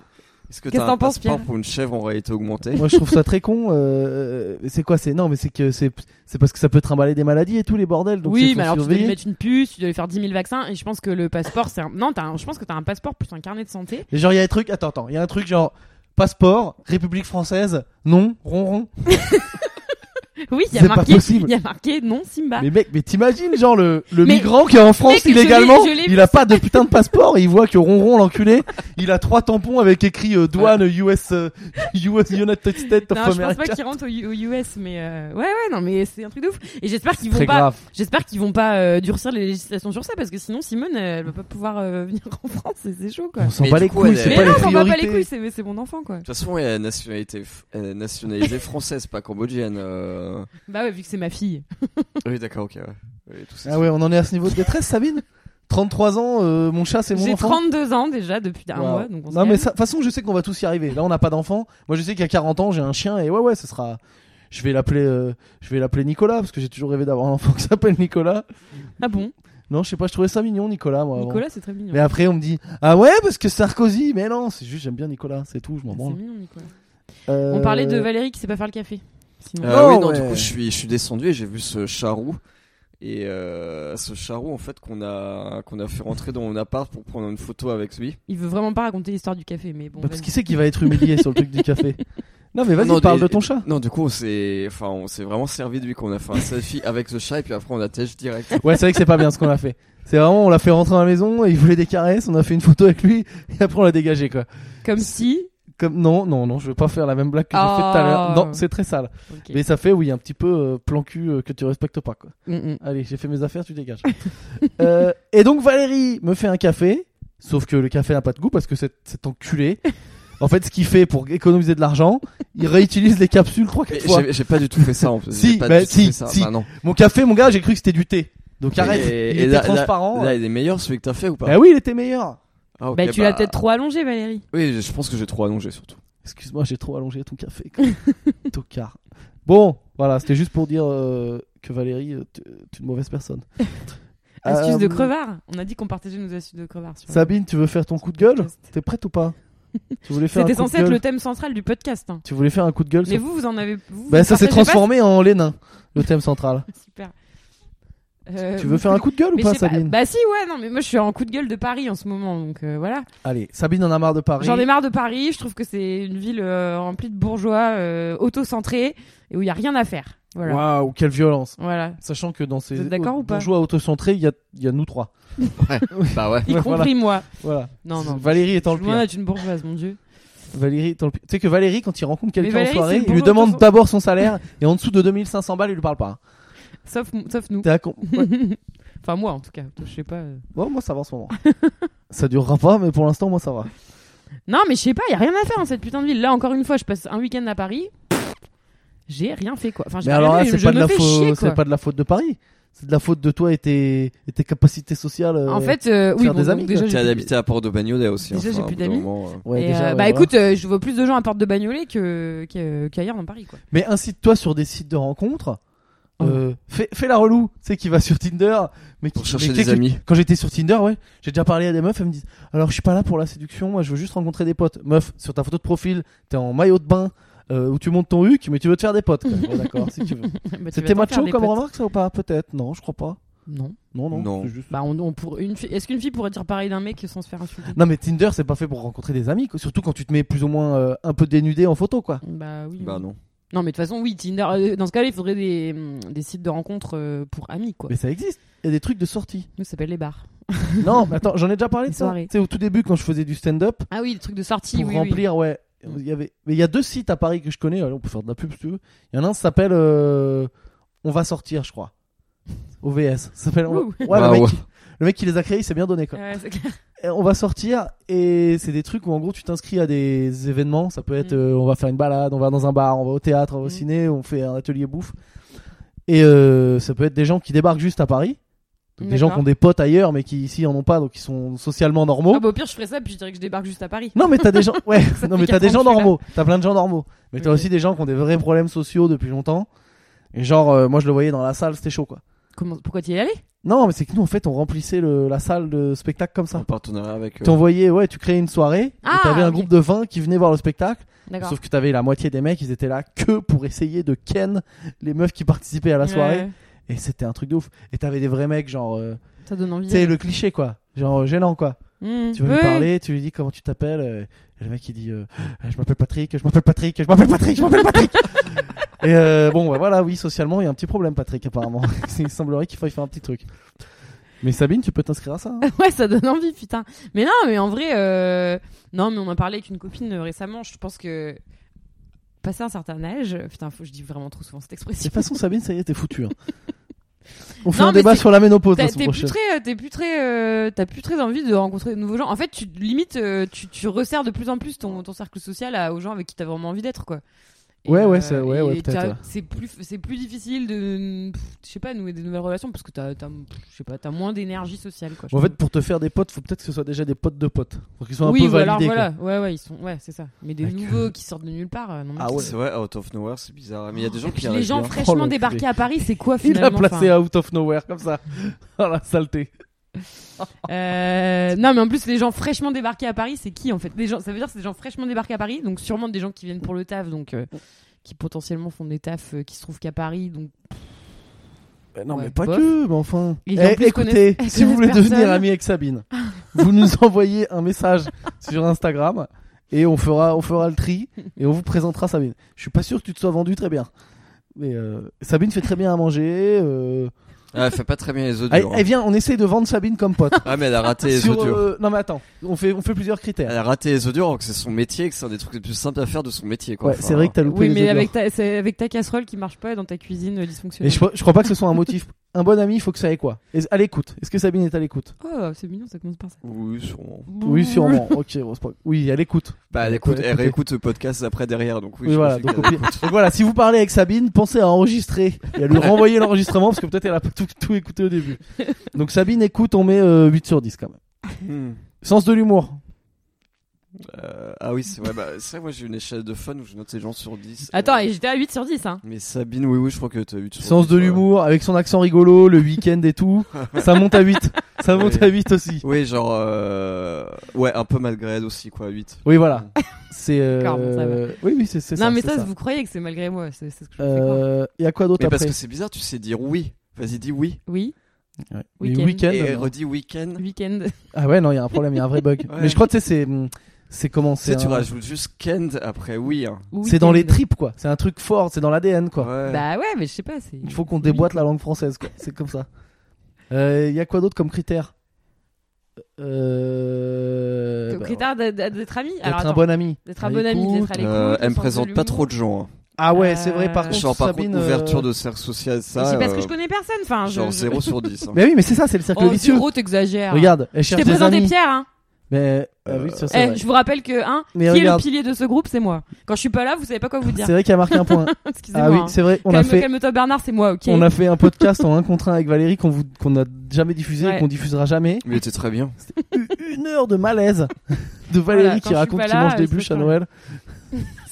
Speaker 3: Est-ce que
Speaker 2: Qu'est-ce
Speaker 3: t'as
Speaker 2: t'en
Speaker 3: un
Speaker 2: penses,
Speaker 3: passeport
Speaker 2: Pierre
Speaker 3: pour une chèvre en réalité augmentée
Speaker 1: Moi, je trouve ça très con. euh, c'est quoi C'est non, mais c'est que c'est c'est parce que ça peut trimballer des maladies et tous les bordels. Donc c'est-
Speaker 2: oui,
Speaker 1: faut
Speaker 2: mais alors tu dois lui
Speaker 1: surveiller.
Speaker 2: mettre une puce, tu dois lui faire 10 000 vaccins, et je pense que le passeport, c'est un. Non, t'as un- je pense que t'as un passeport plus un carnet de santé.
Speaker 1: Et genre, il y a un truc. Attends, attends. Il y a un truc genre passeport, République française, non, ronron.
Speaker 2: Oui, il y
Speaker 1: C'est
Speaker 2: a
Speaker 1: pas
Speaker 2: marqué.
Speaker 1: possible.
Speaker 2: Il y a marqué non Simba.
Speaker 1: Mais mec, mais t'imagines genre le, le
Speaker 2: Mais-
Speaker 1: migrant qui est en France
Speaker 2: je l'ai-
Speaker 1: illégalement,
Speaker 2: je l'ai
Speaker 1: il a pas de putain de passeport, et il voit que ronron l'enculé, il a trois tampons avec écrit euh, douane US euh, US United States of
Speaker 2: Non, je pense
Speaker 1: America.
Speaker 2: pas qu'ils rentrent aux U- aux US, mais euh, ouais, ouais, non, mais c'est un truc de ouf. Et j'espère qu'ils vont
Speaker 1: Très
Speaker 2: pas,
Speaker 1: grave.
Speaker 2: j'espère qu'ils vont pas euh, durcir les législations sur ça, parce que sinon Simone, euh, elle va pas pouvoir euh, venir en France, et c'est chaud quoi.
Speaker 1: On s'en
Speaker 3: Mais
Speaker 1: bat
Speaker 3: du
Speaker 1: les
Speaker 3: coup,
Speaker 1: couilles,
Speaker 3: elle
Speaker 1: c'est
Speaker 3: est-
Speaker 2: Mais
Speaker 1: pas
Speaker 2: non,
Speaker 1: les
Speaker 2: on va pas les
Speaker 1: priorités.
Speaker 2: couilles, c'est c'est mon enfant quoi.
Speaker 3: De toute façon, elle est nationalité f- elle est nationalisée française, pas cambodgienne. euh.
Speaker 2: Bah ouais, vu que c'est ma fille.
Speaker 3: Oui, d'accord, ok. Ouais. Oui, tout ça,
Speaker 1: Ah ouais, on en est à ce niveau de détresse, Sabine. 33 ans, euh, mon chat, c'est mon
Speaker 2: J'ai
Speaker 1: enfant.
Speaker 2: 32 ans déjà depuis un
Speaker 1: Wow.
Speaker 2: mois, donc on se
Speaker 1: non mais
Speaker 2: calme.
Speaker 1: ça- de toute façon je sais qu'on va tous y arriver. Là on n'a pas d'enfant. Moi je sais qu'à 40 ans j'ai un chien et ouais ouais ce sera. Je vais l'appeler euh, je vais l'appeler Nicolas parce que j'ai toujours rêvé d'avoir un enfant qui s'appelle Nicolas.
Speaker 2: Ah bon,
Speaker 1: Non je sais pas je trouvais ça mignon Nicolas moi. avant.
Speaker 2: Nicolas, c'est très mignon.
Speaker 1: Mais après on me dit ah ouais parce que Sarkozy mais non c'est juste j'aime bien Nicolas c'est tout je m'en
Speaker 2: C'est
Speaker 1: branle.
Speaker 2: mignon, Nicolas.
Speaker 1: Euh,
Speaker 2: On parlait de Valérie qui sait pas faire le café. Sinon.
Speaker 3: Euh, oui,
Speaker 1: Oh,
Speaker 3: non,
Speaker 1: ouais.
Speaker 3: du coup, je suis, je suis descendu et j'ai vu ce charou. Et euh, ce charou, en fait, qu'on a, qu'on a fait rentrer dans mon appart pour prendre une photo avec lui.
Speaker 2: Il veut vraiment pas raconter l'histoire du café, mais bon.
Speaker 1: bah, parce
Speaker 2: vas-y.
Speaker 1: qu'il sait qu'il va être humilié sur le truc du café. Non mais vas-y
Speaker 3: Non,
Speaker 1: parle
Speaker 3: et-
Speaker 1: de ton chat.
Speaker 3: Non, du coup, on s'est, enfin, on s'est vraiment servi de lui qu'on a fait un selfie avec ce chat et puis après on a têche direct.
Speaker 1: Ouais c'est vrai que c'est pas bien ce qu'on a fait. C'est vraiment on l'a fait rentrer à la maison et il voulait des caresses on a fait une photo avec lui et après on l'a dégagé quoi.
Speaker 2: Comme si.
Speaker 1: Comme non non non je veux pas faire la même blague que j'ai
Speaker 2: Oh.
Speaker 1: fait tout à l'heure. Non c'est très sale.
Speaker 2: Ok.
Speaker 1: Mais ça fait oui un petit peu euh, plan cul euh, que tu respectes pas quoi.
Speaker 2: Mm, mm.
Speaker 1: Allez j'ai fait mes affaires tu dégages. Euh, et donc Valérie me fait un café, sauf que le café n'a pas de goût parce que c'est cet enculé. En fait ce qu'il fait pour économiser de l'argent, il réutilise les capsules trois
Speaker 3: Mais
Speaker 1: quatre fois.
Speaker 3: J'ai j'ai pas du tout fait ça en plus.
Speaker 1: Si,
Speaker 3: J'ai pas
Speaker 1: bah,
Speaker 3: du tout
Speaker 1: si,
Speaker 3: fait ça.
Speaker 1: si.
Speaker 3: Bah, non.
Speaker 1: Mon café mon gars j'ai cru que c'était du thé. Donc
Speaker 3: Et-
Speaker 1: arrête. il
Speaker 3: et
Speaker 1: était
Speaker 3: là- là-
Speaker 1: transparent.
Speaker 3: Là, il est meilleur celui que t'as fait ou pas
Speaker 1: Bah oui il était meilleur.
Speaker 3: Ah, ok,
Speaker 2: Bah, tu l'as peut-être trop allongé, Valérie.
Speaker 3: Oui, je pense que j'ai trop allongé surtout.
Speaker 1: Excuse-moi, j'ai trop allongé ton café. quoi. Tocard. Bon, voilà, c'était juste pour dire euh, que Valérie, euh, tu- tu es une mauvaise personne.
Speaker 2: Astuce de
Speaker 1: Euh,
Speaker 2: crevard. On a dit qu'on partageait nos astuces de crevard. sur-
Speaker 1: Sabine, tu veux faire ton coup de gueule T'es prête ou pas Tu voulais faire un
Speaker 2: C'était
Speaker 1: coup de
Speaker 2: censé être
Speaker 1: gueule
Speaker 2: le thème central du podcast. hein.
Speaker 1: Tu voulais faire un coup de gueule
Speaker 2: Mais
Speaker 1: sur-
Speaker 2: vous, vous en avez. vous,
Speaker 1: Bah
Speaker 2: vous
Speaker 1: ça s'est
Speaker 2: partagez pas
Speaker 1: transformé en les nains, le thème central.
Speaker 2: ce- Super. Euh,
Speaker 1: tu veux faire un coup de gueule ou
Speaker 2: mais
Speaker 1: pas,
Speaker 2: je sais pas.
Speaker 1: Sabine
Speaker 2: Bah si, ouais, non, mais moi je suis en coup de gueule de Paris en ce moment, donc euh, voilà.
Speaker 1: Allez, Sabine en a marre de Paris.
Speaker 2: J'en ai marre de Paris. Je trouve que c'est une ville euh, remplie de bourgeois, euh, auto-centrés, et où il y a rien à faire. Voilà.
Speaker 1: Waouh, quelle violence.
Speaker 2: Voilà.
Speaker 1: Sachant que dans ces
Speaker 2: Vous êtes d'accord ou pas
Speaker 1: bourgeois autocentrés, il y a, il y a nous trois.
Speaker 3: Bah ouais.
Speaker 2: Y
Speaker 1: Ouais,
Speaker 2: compris moi.
Speaker 1: Voilà.
Speaker 2: Non, non.
Speaker 1: Valérie étant
Speaker 2: Je
Speaker 1: le
Speaker 2: suis
Speaker 1: pire.
Speaker 2: loin d'être une bourgeoise, mon dieu.
Speaker 1: Valérie étant le pire. Tu sais que Valérie, quand il rencontre quelqu'un en
Speaker 2: Valérie, c'est
Speaker 1: soirée,
Speaker 2: le
Speaker 1: il lui
Speaker 2: bourgeois
Speaker 1: demande
Speaker 2: de-
Speaker 1: d'abord son salaire et en dessous de 2500 balles, il lui parle pas.
Speaker 2: Sauf, sauf nous.
Speaker 1: T'es à con- Ouais.
Speaker 2: Enfin, moi en tout cas. Je sais pas. euh.
Speaker 1: Bon, moi ça va en ce moment. ça durera pas, mais pour l'instant, moi ça va.
Speaker 2: Non, mais je sais pas, y a rien à faire dans cette putain de ville. Là, encore une fois, je passe un week-end à Paris. J'ai rien fait quoi. Enfin, j'ai
Speaker 1: Mais
Speaker 2: rien
Speaker 1: alors là,
Speaker 2: fait,
Speaker 1: c'est
Speaker 2: je
Speaker 1: pas, de
Speaker 2: me
Speaker 1: la
Speaker 2: fais
Speaker 1: faute-
Speaker 2: chier, quoi.
Speaker 1: c'est pas de la faute de Paris. C'est de la faute de toi et tes, et tes capacités sociales. euh,
Speaker 2: En fait, euh, oui,
Speaker 1: faire
Speaker 2: bon,
Speaker 1: des
Speaker 2: donc
Speaker 1: amis,
Speaker 2: déjà,
Speaker 1: quoi.
Speaker 3: Tu as
Speaker 2: j'ai-
Speaker 3: habité à Port-de-Bagnolet aussi.
Speaker 2: Déjà,
Speaker 3: enfin,
Speaker 2: j'ai
Speaker 3: au
Speaker 2: plus
Speaker 3: bout d'un
Speaker 2: d'amis.
Speaker 3: moment, euh.
Speaker 1: ouais,
Speaker 2: et,
Speaker 1: déjà,
Speaker 2: euh,
Speaker 1: ouais,
Speaker 2: bah
Speaker 1: voilà.
Speaker 2: écoute, euh, je vois plus de gens à Porte de Bagnolet que que- qu'ailleurs dans Paris quoi.
Speaker 1: Mais incite-toi sur des sites de rencontres.
Speaker 2: Oh.
Speaker 1: Euh, fais, fais la relou, tu sais, qui va sur Tinder. Mais qui,
Speaker 3: Pour
Speaker 1: mais
Speaker 3: chercher
Speaker 1: tu sais
Speaker 3: des
Speaker 1: que-
Speaker 3: amis.
Speaker 1: Quand j'étais sur Tinder, ouais, j'ai déjà parlé à des meufs, elles me disent Alors je suis pas là pour la séduction, moi je veux juste rencontrer des potes. Meuf, sur ta photo de profil, t'es en maillot de bain, euh, où tu montes ton huc, mais tu veux te faire des potes. quoi. Ouais, D'accord, si tu veux.
Speaker 2: Bah, tu
Speaker 1: C'était
Speaker 2: vas t'en faire
Speaker 1: macho
Speaker 2: des
Speaker 1: comme
Speaker 2: potes.
Speaker 1: remarque ça ou pas Peut-être, non, je crois pas.
Speaker 2: Non.
Speaker 1: Non, non.
Speaker 3: Non.
Speaker 1: c'est juste-
Speaker 2: Bah on, on pour une fille- est-ce qu'une fille pourrait dire pareil d'un mec sans se faire insulter
Speaker 1: Non, mais Tinder, c'est pas fait pour rencontrer des amis, quoi. surtout quand tu te mets plus ou moins euh, un peu dénudé en photo, quoi.
Speaker 2: Bah oui.
Speaker 3: Bah non.
Speaker 2: Non, mais de toute façon, oui, Tinder. euh, dans ce cas-là, il faudrait des, hum, des sites de rencontres euh, pour amis, quoi.
Speaker 1: Mais ça existe. Il y a des trucs de sortie.
Speaker 2: Nous, ça s'appelle les bars.
Speaker 1: non, mais attends, j'en ai déjà parlé de
Speaker 2: Des
Speaker 1: ça.
Speaker 2: soirées.
Speaker 1: Tu sais, au tout début, quand je faisais du stand-up,
Speaker 2: Ah oui, des trucs de sortie,
Speaker 1: pour
Speaker 2: oui, oui.
Speaker 1: remplir, ouais.
Speaker 2: Mm.
Speaker 1: Il y avait, mais il y a deux sites à Paris que je connais. Allez, on peut faire de la pub si tu veux. Il y en a un, ça s'appelle euh, On va sortir, je crois. OVS. Ça s'appelle. On va-
Speaker 2: Ouh.
Speaker 1: Ouais, le,
Speaker 3: Waouh.
Speaker 1: mec, Le mec qui les a créés, il s'est bien donné quoi.
Speaker 2: Ouais, c'est clair.
Speaker 1: Et on va sortir et c'est des trucs où en gros tu t'inscris à des événements. Ça peut être
Speaker 2: Mm.
Speaker 1: euh, on va faire une balade, on va dans un bar, on va au théâtre, on va au
Speaker 2: Mm.
Speaker 1: ciné, on fait un atelier bouffe. Et euh, ça peut être des gens qui débarquent juste à Paris. Donc des gens qui
Speaker 2: D'accord.
Speaker 1: ont des potes ailleurs mais qui ici en ont pas donc ils sont socialement normaux.
Speaker 2: Ah bah, au pire, je ferais ça, puis je dirais que je débarque juste à Paris.
Speaker 1: Non mais t'as des gens, ouais, non mais t'as des
Speaker 2: fait quatre
Speaker 1: gens
Speaker 2: ans que je suis là.
Speaker 1: normaux, t'as plein de gens normaux, mais t'as
Speaker 2: Ok.
Speaker 1: aussi des gens qui ont des vrais problèmes sociaux depuis longtemps. Et genre, euh, moi je le voyais dans la salle, c'était chaud quoi.
Speaker 2: Comment... Pourquoi t'y es allé
Speaker 1: Non, mais c'est que nous en fait on remplissait le- la salle de spectacle comme ça.
Speaker 3: En partenariat avec. euh,
Speaker 1: T'envoyais, ouais, tu créais une soirée,
Speaker 2: Ah,
Speaker 1: et t'avais un
Speaker 2: ok.
Speaker 1: groupe de 20 qui venaient voir le spectacle,
Speaker 2: D'accord.
Speaker 1: sauf que t'avais la moitié des mecs, ils étaient là que pour essayer de ken les meufs qui participaient à la soirée,
Speaker 2: Ouais,
Speaker 1: et c'était un truc de ouf. Et t'avais des vrais mecs genre, euh,
Speaker 2: ça donne envie.
Speaker 1: tu sais le cliché quoi, genre euh, gênant quoi.
Speaker 2: Mmh.
Speaker 1: Tu veux lui
Speaker 2: Ouais.
Speaker 1: parler, tu lui dis comment tu t'appelles. euh, et le mec il dit euh, Je m'appelle Patrick, je m'appelle Patrick, je m'appelle Patrick, je m'appelle Patrick. et euh, bon, bah, voilà, oui, socialement, il y a un petit problème, Patrick, apparemment. il semblerait qu'il faille faire un petit truc. Mais Sabine, tu peux t'inscrire à ça. hein.
Speaker 2: Ouais, ça donne envie, putain. Mais non, mais en vrai, euh, non, mais on en parlait avec une copine euh, récemment. Je pense que passer un certain âge, putain, faut, je dis vraiment trop souvent cette
Speaker 1: De
Speaker 2: expression.
Speaker 1: toute façon, Sabine, ça y est, t'es foutu. hein. On fait
Speaker 2: Non,
Speaker 1: un
Speaker 2: mais
Speaker 1: débat
Speaker 2: c'est-
Speaker 1: sur la ménopause la
Speaker 2: T'as-
Speaker 1: semaine
Speaker 2: T'es plus
Speaker 1: prochaine.
Speaker 2: très, euh, t'es plus très, euh, t'as plus très envie de rencontrer de nouveaux gens. En fait, tu limite, euh, tu, tu resserres de plus en plus ton, ton cercle social à- aux gens avec qui t'as vraiment envie d'être, quoi. euh,
Speaker 1: Ouais, ouais, c'est- ouais, ouais,
Speaker 2: et
Speaker 1: peut-être,
Speaker 2: t'as-
Speaker 1: ouais.
Speaker 2: C'est plus, c'est plus difficile de, pff, je sais pas, nouer des nouvelles relations parce que t'as, t'as- je sais pas, t'as moins d'énergie sociale, quoi. je
Speaker 1: Bon, en fait,
Speaker 2: trouve.
Speaker 1: pour te faire des potes, faut peut-être que ce soit déjà des potes de potes. Pour qu'ils soient
Speaker 2: oui,
Speaker 1: un peu
Speaker 2: ou
Speaker 1: validés.
Speaker 2: alors
Speaker 1: quoi.
Speaker 2: voilà, ouais, ouais, ils sont, ouais, c'est ça. Mais des
Speaker 1: Avec,
Speaker 2: nouveaux qui sortent de nulle part. euh, non, mais
Speaker 1: Ah
Speaker 2: qui-
Speaker 1: ouais.
Speaker 3: C'est vrai, out of nowhere, c'est bizarre. Mais il y a des gens
Speaker 2: Et puis
Speaker 3: qui
Speaker 2: les
Speaker 3: arrivent
Speaker 2: gens
Speaker 3: bien.
Speaker 1: Oh,
Speaker 2: fraîchement
Speaker 1: l'enculé.
Speaker 2: débarqués à Paris, c'est quoi
Speaker 1: Il
Speaker 2: finalement
Speaker 1: a placé
Speaker 2: enfin,
Speaker 1: out of nowhere comme ça. Oh la saleté.
Speaker 2: euh, Non, mais en plus, les gens fraîchement débarqués à Paris, c'est qui en fait des gens, Ça veut dire que c'est des gens fraîchement débarqués à Paris, donc sûrement des gens qui viennent pour le taf, donc euh, qui potentiellement font des tafs euh, qui se trouvent qu'à Paris. Donc
Speaker 1: Ben non,
Speaker 2: Ouais,
Speaker 1: mais pas
Speaker 2: bof.
Speaker 1: que, mais enfin.
Speaker 2: Et en
Speaker 1: Eh,
Speaker 2: plus,
Speaker 1: écoutez,
Speaker 2: connaissent-
Speaker 1: si vous voulez
Speaker 2: connaissent
Speaker 1: devenir
Speaker 2: personne.
Speaker 1: ami avec Sabine, vous nous envoyez un message sur Instagram et on fera, on fera le tri et on vous présentera Sabine. Je suis pas sûr que tu te sois vendu très bien. Mais euh, Sabine fait très bien à manger. euh,
Speaker 3: Ah, elle fait pas très bien les œufs
Speaker 1: Allez,
Speaker 3: durs.
Speaker 1: eh, viens, on essaye de vendre Sabine comme pote.
Speaker 3: Ah, mais elle a raté les œufs
Speaker 1: Sur,
Speaker 3: durs.
Speaker 1: euh, Non mais attends, on fait, on fait plusieurs
Speaker 3: Elle
Speaker 1: critères.
Speaker 3: a raté les œufs durs alors que c'est son métier, que c'est un des trucs les plus simples à faire de son métier. Quoi.
Speaker 1: Ouais,
Speaker 3: Enfin,
Speaker 1: c'est vrai que t'as loupé
Speaker 2: oui,
Speaker 1: les
Speaker 2: mais
Speaker 1: odeurs.
Speaker 2: avec ta, c'est avec ta casserole qui marche pas dans ta cuisine euh,
Speaker 1: Et
Speaker 2: dysfonctionnelle.
Speaker 1: je, je crois pas que ce soit un motif. Un bon ami, il faut que ça ait quoi Est- À l'écoute. Est-ce que Sabine est à l'écoute
Speaker 2: Oh, c'est mignon, ça commence par ça.
Speaker 3: Oui, sûrement.
Speaker 1: Oui, sûrement. Ok, bon, c'est pas- oui, à l'écoute.
Speaker 3: Bah, elle écoute, elle réécoute ce podcast après derrière, donc oui,
Speaker 1: Oui,
Speaker 3: je
Speaker 1: voilà.
Speaker 3: pense
Speaker 1: Donc,
Speaker 3: qu'elle
Speaker 1: au pire- donc voilà, si vous parlez avec Sabine, pensez à enregistrer et à lui renvoyer l'enregistrement parce que peut-être elle a pas tout, tout écouté au début. Donc Sabine, écoute, on met euh, 8 sur 10 quand même.
Speaker 3: écoute. Hmm.
Speaker 1: Sens de l'humour.
Speaker 3: Euh, ah oui, c'est vrai, bah, c'est vrai, moi j'ai une échelle de fun où je note les gens sur 10.
Speaker 2: Attends,
Speaker 3: Euh,
Speaker 2: et j'étais à 8 sur 10, hein.
Speaker 3: Mais Sabine, oui, oui, je crois que t'as eu sur
Speaker 1: Sens
Speaker 3: 10,
Speaker 1: de
Speaker 3: ouais.
Speaker 1: l'humour avec son accent rigolo, le week-end et tout. Ça monte à 8. Ça monte
Speaker 3: Oui.
Speaker 1: à 8 aussi.
Speaker 3: Oui, genre, euh... ouais, un peu malgré elle aussi, quoi, 8.
Speaker 1: Oui, voilà. C'est. euh,
Speaker 2: D'accord, bon, ça va.
Speaker 1: Oui, oui, c'est c'est ça.
Speaker 2: Non, mais
Speaker 1: c'est
Speaker 2: ça, vous croyez que c'est malgré moi, c'est c'est ce que je fais quoi.
Speaker 1: Euh, Il y a quoi d'autre
Speaker 3: Mais parce
Speaker 1: après
Speaker 3: que c'est bizarre, tu sais dire oui. Vas-y, dis oui.
Speaker 2: Oui,
Speaker 1: Ouais. Mais
Speaker 2: Week-end.
Speaker 1: week-end,
Speaker 3: Et
Speaker 1: non.
Speaker 3: redis week-end.
Speaker 2: week-end.
Speaker 1: Ah ouais, non, il y a un problème, il y a un vrai bug.
Speaker 3: Ouais.
Speaker 1: Mais je crois que tu sais, c'est. hum, C'est comment
Speaker 3: Tu sais,
Speaker 1: C'est
Speaker 3: tu
Speaker 1: un-
Speaker 3: rajoutes juste Kend après oui. Hein.
Speaker 1: c'est dans les
Speaker 2: Week-end.
Speaker 1: tripes, quoi. C'est un truc fort, c'est dans l'ADN, quoi.
Speaker 3: Ouais.
Speaker 2: Bah ouais, mais je sais pas, c'est.
Speaker 1: Il faut qu'on déboîte la langue française, quoi. C'est comme ça. Il y a quoi d'autre comme critère euh...
Speaker 2: Comme
Speaker 1: bah,
Speaker 2: critère d'a- d'a- d'être ami
Speaker 1: D'être
Speaker 2: Alors,
Speaker 1: un
Speaker 2: attends,
Speaker 1: bon ami.
Speaker 2: d'être un bon ami,
Speaker 1: Écoute,
Speaker 2: d'être à l'écoute.
Speaker 3: Euh, elle me
Speaker 2: sens
Speaker 3: présente pas
Speaker 2: l'humour.
Speaker 3: trop de gens. hein.
Speaker 1: Ah ouais, c'est vrai, par
Speaker 2: Euh,
Speaker 1: contre,
Speaker 3: Genre, par
Speaker 1: Sabine,
Speaker 3: contre, ouverture
Speaker 1: euh,
Speaker 3: de cercle social,
Speaker 2: Mais
Speaker 3: ça.
Speaker 2: C'est parce
Speaker 3: euh,
Speaker 2: que je connais personne, enfin. je-
Speaker 3: Genre
Speaker 2: je-
Speaker 3: 0 sur 10. hein.
Speaker 1: Mais oui, mais c'est ça, c'est le cercle
Speaker 2: Oh,
Speaker 1: vicieux.
Speaker 2: Zéro, t'exagères.
Speaker 1: Regarde, elle
Speaker 2: Je
Speaker 1: cherche
Speaker 2: t'ai
Speaker 1: des
Speaker 2: présenté
Speaker 1: amis.
Speaker 2: Pierre, hein.
Speaker 1: Mais ah
Speaker 3: Euh,
Speaker 1: oui, ça, c'est
Speaker 2: Eh,
Speaker 1: vrai.
Speaker 2: je vous rappelle que, hein,
Speaker 1: Mais
Speaker 2: qui
Speaker 1: regarde.
Speaker 2: est le pilier de ce groupe, c'est moi. Quand je suis pas là, vous savez pas quoi vous dire.
Speaker 1: C'est vrai qu'il y a marqué un point.
Speaker 2: Excusez-moi.
Speaker 1: ah oui,
Speaker 2: hein.
Speaker 1: c'est vrai. On a
Speaker 2: Calme-
Speaker 1: fait,
Speaker 2: Calme-toi, Bernard, c'est moi, ok.
Speaker 1: on a fait un podcast en un contre un avec Valérie qu'on vous, qu'on n'a jamais diffusé et
Speaker 2: Ouais.
Speaker 1: qu'on diffusera jamais.
Speaker 3: Mais t'es très bien.
Speaker 1: une heure de malaise de Valérie
Speaker 2: Voilà, quand
Speaker 1: qui
Speaker 2: je
Speaker 1: raconte
Speaker 2: suis
Speaker 1: qu'il
Speaker 2: pas là,
Speaker 1: mange des
Speaker 2: euh, c'est
Speaker 1: bûches à
Speaker 2: pas
Speaker 1: Noël.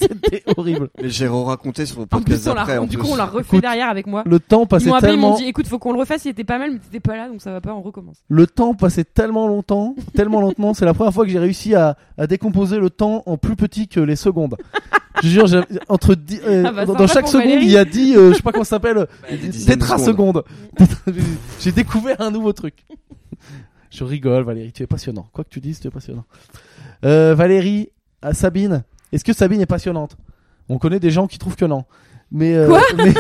Speaker 1: C'était horrible.
Speaker 3: Mais j'ai raconté sur le
Speaker 2: En
Speaker 3: podcast
Speaker 2: plus, on l'a-
Speaker 3: après. en
Speaker 2: du
Speaker 3: plus.
Speaker 2: coup, on l'a refait
Speaker 1: Écoute,
Speaker 2: derrière avec moi.
Speaker 1: Le temps
Speaker 2: Ils
Speaker 1: passait
Speaker 2: m'ont appelé, ils m'ont
Speaker 1: tellement,
Speaker 2: dit, écoute, faut qu'on le refasse, il était pas mal, mais t'étais pas là, donc ça va pas, on recommence.
Speaker 1: le temps passait tellement longtemps, tellement lentement. C'est la première fois que j'ai réussi à, à décomposer le temps en plus petit que les secondes. Je jure, j'ai- entre dix- euh,
Speaker 2: Ah bah,
Speaker 1: dans,
Speaker 2: sympa
Speaker 1: dans chaque
Speaker 2: pour
Speaker 1: seconde,
Speaker 2: Valérie.
Speaker 1: il y a dit, euh, je sais pas comment ça s'appelle,
Speaker 3: des dizaines de
Speaker 1: tétrasecondes. j'ai découvert un nouveau truc. Je rigole, Valérie, tu es passionnant. Quoi que tu dises, tu es passionnant. Euh, Valérie, à Sabine, est-ce que Sabine est passionnante On connaît des gens qui trouvent que non. Mais, euh,
Speaker 2: Quoi
Speaker 1: mais-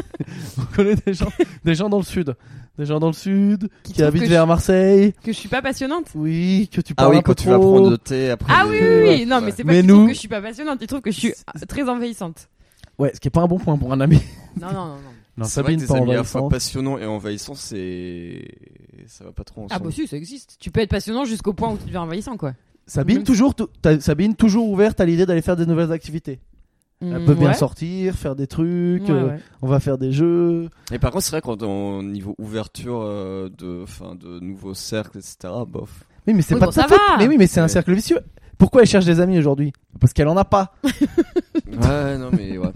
Speaker 1: on connaît des gens, des gens dans le sud, des gens dans le sud qui,
Speaker 2: trouvent
Speaker 1: habitent
Speaker 2: que
Speaker 1: vers Marseille.
Speaker 2: Que je suis pas passionnante.
Speaker 1: Oui, que tu
Speaker 3: Ah
Speaker 1: parles
Speaker 3: oui,
Speaker 1: un peu
Speaker 3: quand tu vas
Speaker 1: trop.
Speaker 3: prendre le thé après.
Speaker 2: Ah oui,
Speaker 3: les-
Speaker 2: oui,
Speaker 3: Ouais.
Speaker 2: oui, non, mais c'est pas
Speaker 1: euh, Mais
Speaker 2: qu'ils
Speaker 1: nous-
Speaker 2: trouvent que je suis pas passionnante, ils trouvent que je suis euh, très envahissante.
Speaker 1: Ouais, ce qui est pas un bon point pour un ami.
Speaker 2: Non, non, non, non.
Speaker 1: Non,
Speaker 3: C'est vrai
Speaker 1: Sabine,
Speaker 3: que des
Speaker 1: pas
Speaker 3: amis à la
Speaker 1: envahissante.
Speaker 3: fois passionnants et envahissants, c'est c'est- ça va pas trop
Speaker 2: Ah
Speaker 3: ensemble.
Speaker 2: bah si, ça existe. Tu peux être passionnant jusqu'au point où tu deviens envahissant, quoi.
Speaker 1: Sabine,
Speaker 2: Même-
Speaker 1: toujours, tou- t'as- Sabine, toujours ouverte à l'idée d'aller faire des nouvelles activités. Elle
Speaker 2: Mm,
Speaker 1: peut bien
Speaker 2: ouais.
Speaker 1: sortir, faire des trucs,
Speaker 2: Ouais,
Speaker 1: euh,
Speaker 2: ouais.
Speaker 1: on va faire des jeux.
Speaker 3: Et par contre, c'est vrai qu'en en niveau ouverture euh, de, fin, de nouveaux cercles, etc., bof.
Speaker 1: Oui, mais c'est
Speaker 2: Oui,
Speaker 1: pas
Speaker 2: bon,
Speaker 1: de sa
Speaker 2: ça
Speaker 1: faute.
Speaker 2: va.
Speaker 1: Mais oui, mais c'est un
Speaker 3: Ouais.
Speaker 1: cercle vicieux. Pourquoi elle cherche des amis aujourd'hui Parce qu'elle en a pas.
Speaker 3: Ouais, non, mais ouais.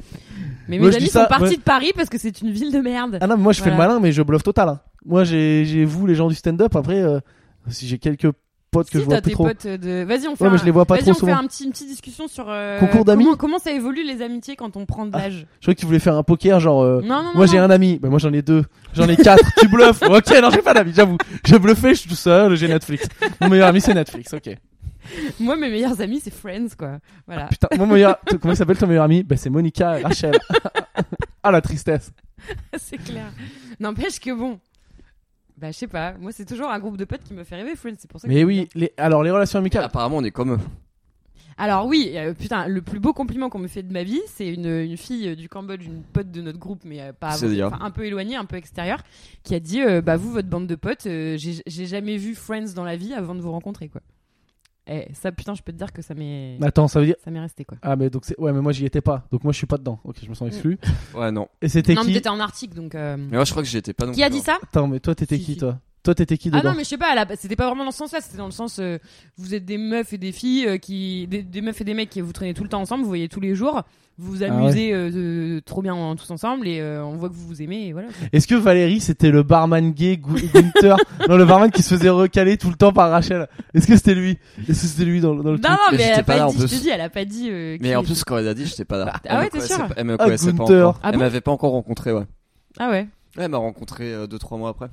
Speaker 2: Mais
Speaker 1: Moi,
Speaker 2: mes
Speaker 1: je
Speaker 2: amis
Speaker 1: dis
Speaker 2: sont
Speaker 1: ça,
Speaker 2: partis
Speaker 1: ouais.
Speaker 2: de Paris parce que c'est une ville de merde.
Speaker 1: Ah non, mais moi je fais le
Speaker 2: Voilà.
Speaker 1: malin, mais je bluffe total. hein. Moi j'ai j'ai vous les gens du stand-up. Après, euh, si j'ai quelques potes que
Speaker 2: si
Speaker 1: je vois
Speaker 2: t'as
Speaker 1: plus
Speaker 2: tes
Speaker 1: trop.
Speaker 2: potes de, vas-y on fait.
Speaker 1: Ouais, mais
Speaker 2: un-
Speaker 1: je les vois pas
Speaker 2: vas-y,
Speaker 1: trop
Speaker 2: on
Speaker 1: souvent.
Speaker 2: fait un petit, une petite discussion sur euh,
Speaker 1: Concours d'amis
Speaker 2: comment, comment ça évolue les amitiés quand on prend de
Speaker 1: Ah.
Speaker 2: l'âge.
Speaker 1: Je crois que tu voulais faire un poker genre. euh,
Speaker 2: Non non non.
Speaker 1: moi j'ai
Speaker 2: non.
Speaker 1: un ami, bah moi j'en ai deux, j'en ai quatre. tu bluffes. Ok, non j'ai pas d'amis, j'avoue. Je bluffais, je suis tout seul, j'ai Netflix. Mon meilleur ami c'est Netflix. Ok.
Speaker 2: Moi mes meilleurs amis c'est Friends quoi. Voilà.
Speaker 1: Putain, mon meilleur. t- Comment il s'appelle ton meilleur ami Bah c'est Monica et Rachel. ah la tristesse. Ah,
Speaker 2: c'est clair. N'empêche que bon. Bah je sais pas. Moi c'est toujours un groupe de potes qui me fait rêver Friends. C'est pour ça. que
Speaker 1: Mais
Speaker 2: j'aime
Speaker 1: oui, les... alors les relations
Speaker 2: Ah,
Speaker 1: amicales.
Speaker 3: Apparemment, on est comme eux.
Speaker 2: Alors oui, euh, putain, le plus beau compliment qu'on me fait de ma vie, c'est une, une fille euh, du Cambodge, une pote de notre groupe, mais euh, pas
Speaker 3: C'est-à-dire
Speaker 2: enfin, un peu éloignée, un peu extérieure, qui a dit euh, bah vous votre bande de potes, euh, j'ai j'ai jamais vu Friends dans la vie avant de vous rencontrer quoi. Eh, ça putain, je peux te dire que ça m'est
Speaker 1: Attends, ça veut dire.
Speaker 2: ça m'est resté quoi.
Speaker 1: Ah mais donc c'est ouais mais moi j'y étais pas donc moi je suis pas dedans ok je me sens exclu
Speaker 3: Ouais, non.
Speaker 1: et c'était
Speaker 2: Mm. Non, mais
Speaker 1: qui
Speaker 2: t'étais en Arctique donc. euh,
Speaker 3: Mais moi, je crois que j'étais pas non
Speaker 2: Qui a
Speaker 3: plus,
Speaker 2: dit
Speaker 3: hein.
Speaker 2: ça
Speaker 1: attends mais toi t'étais
Speaker 2: Si,
Speaker 1: qui
Speaker 2: si.
Speaker 1: toi toi t'étais qui
Speaker 2: Ah
Speaker 1: dedans
Speaker 2: non, mais je sais pas, à la- c'était pas vraiment dans ce sens-là, c'était dans le sens euh, vous êtes des meufs et des filles euh, qui des, des meufs et des mecs qui vous traînez tout le temps ensemble, vous voyez tous les jours, vous vous
Speaker 1: Ah
Speaker 2: amusez euh, euh, trop bien en- tous ensemble et euh, on voit que vous vous aimez et voilà.
Speaker 1: Est-ce que Valérie c'était le barman gay Gu- Gunther Non, le barman qui se faisait recaler tout le temps par Rachel. Est-ce que c'était lui Est-ce que c'était lui dans, le- dans le
Speaker 2: Non, non,
Speaker 1: truc
Speaker 2: mais
Speaker 3: mais
Speaker 2: elle
Speaker 3: j'étais
Speaker 2: a
Speaker 3: pas
Speaker 2: pas,
Speaker 3: là, en
Speaker 2: dit, je te
Speaker 3: plus.
Speaker 2: dis, elle a pas dit. euh, qui
Speaker 3: Mais en
Speaker 2: était-
Speaker 3: plus, quand elle a dit, j'étais pas là.
Speaker 2: Ah
Speaker 3: Elle me
Speaker 2: ouais, t'es
Speaker 3: connaissait
Speaker 2: sûr
Speaker 3: pas- Elle me
Speaker 1: Ah,
Speaker 3: connaissait pas
Speaker 1: Gunther.
Speaker 3: encore.
Speaker 2: Ah
Speaker 3: Elle
Speaker 2: bon
Speaker 3: m'avait pas encore rencontré, ouais.
Speaker 2: Ah ouais.
Speaker 3: Ouais, Elle m'a rencontré 2-3 mois après.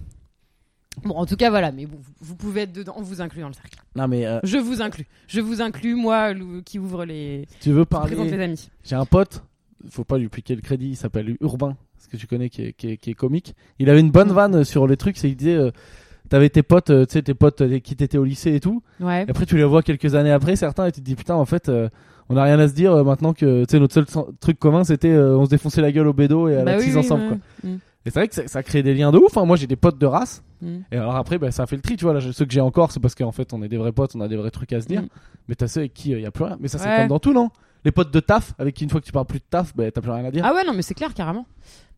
Speaker 2: Bon, en tout cas, voilà, mais bon, vous, vous pouvez être dedans, on vous inclut dans le cercle.
Speaker 1: Non, mais euh,
Speaker 2: Je vous inclus. Je vous inclus, moi, Lou, qui ouvre les.
Speaker 1: tu veux
Speaker 2: qui présente les
Speaker 1: parler
Speaker 2: amis.
Speaker 1: J'ai un pote, faut pas lui piquer le crédit, il s'appelle Urbain, ce que tu connais qui est, qui est- qui est comique. Il avait une
Speaker 2: Mm.
Speaker 1: bonne vanne sur les trucs, c'est il disait euh, t'avais tes potes, euh, tu sais tes potes euh, qui t'étaient au lycée et tout.
Speaker 2: Ouais.
Speaker 1: Et après tu les vois quelques années après certains et tu te dis putain en fait euh, on a rien à se dire euh, maintenant que tu sais notre seul sen- truc commun c'était euh, on se défonçait la gueule au bédo et à euh, la
Speaker 2: Bah oui,
Speaker 1: tise
Speaker 2: oui,
Speaker 1: ensemble
Speaker 2: ouais.
Speaker 1: quoi.
Speaker 2: Mm,
Speaker 1: Et c'est vrai que ça, ça crée des liens de ouf. hein. Moi, j'ai des potes de race.
Speaker 2: mm.
Speaker 1: Et alors après, bah, ça a fait le tri, tu vois. Là, je- ceux que j'ai encore, c'est parce qu'en fait, on est des vrais potes, on a des vrais trucs à se dire.
Speaker 2: Mm.
Speaker 1: Mais t'as ceux avec qui il y a plus rien. Mais ça, c'est
Speaker 2: Ouais.
Speaker 1: comme dans tout, non Les potes de taf, avec qui une fois que tu parles plus de taf, bah, t'as plus rien à dire.
Speaker 2: Ah ouais, non, mais c'est clair, carrément.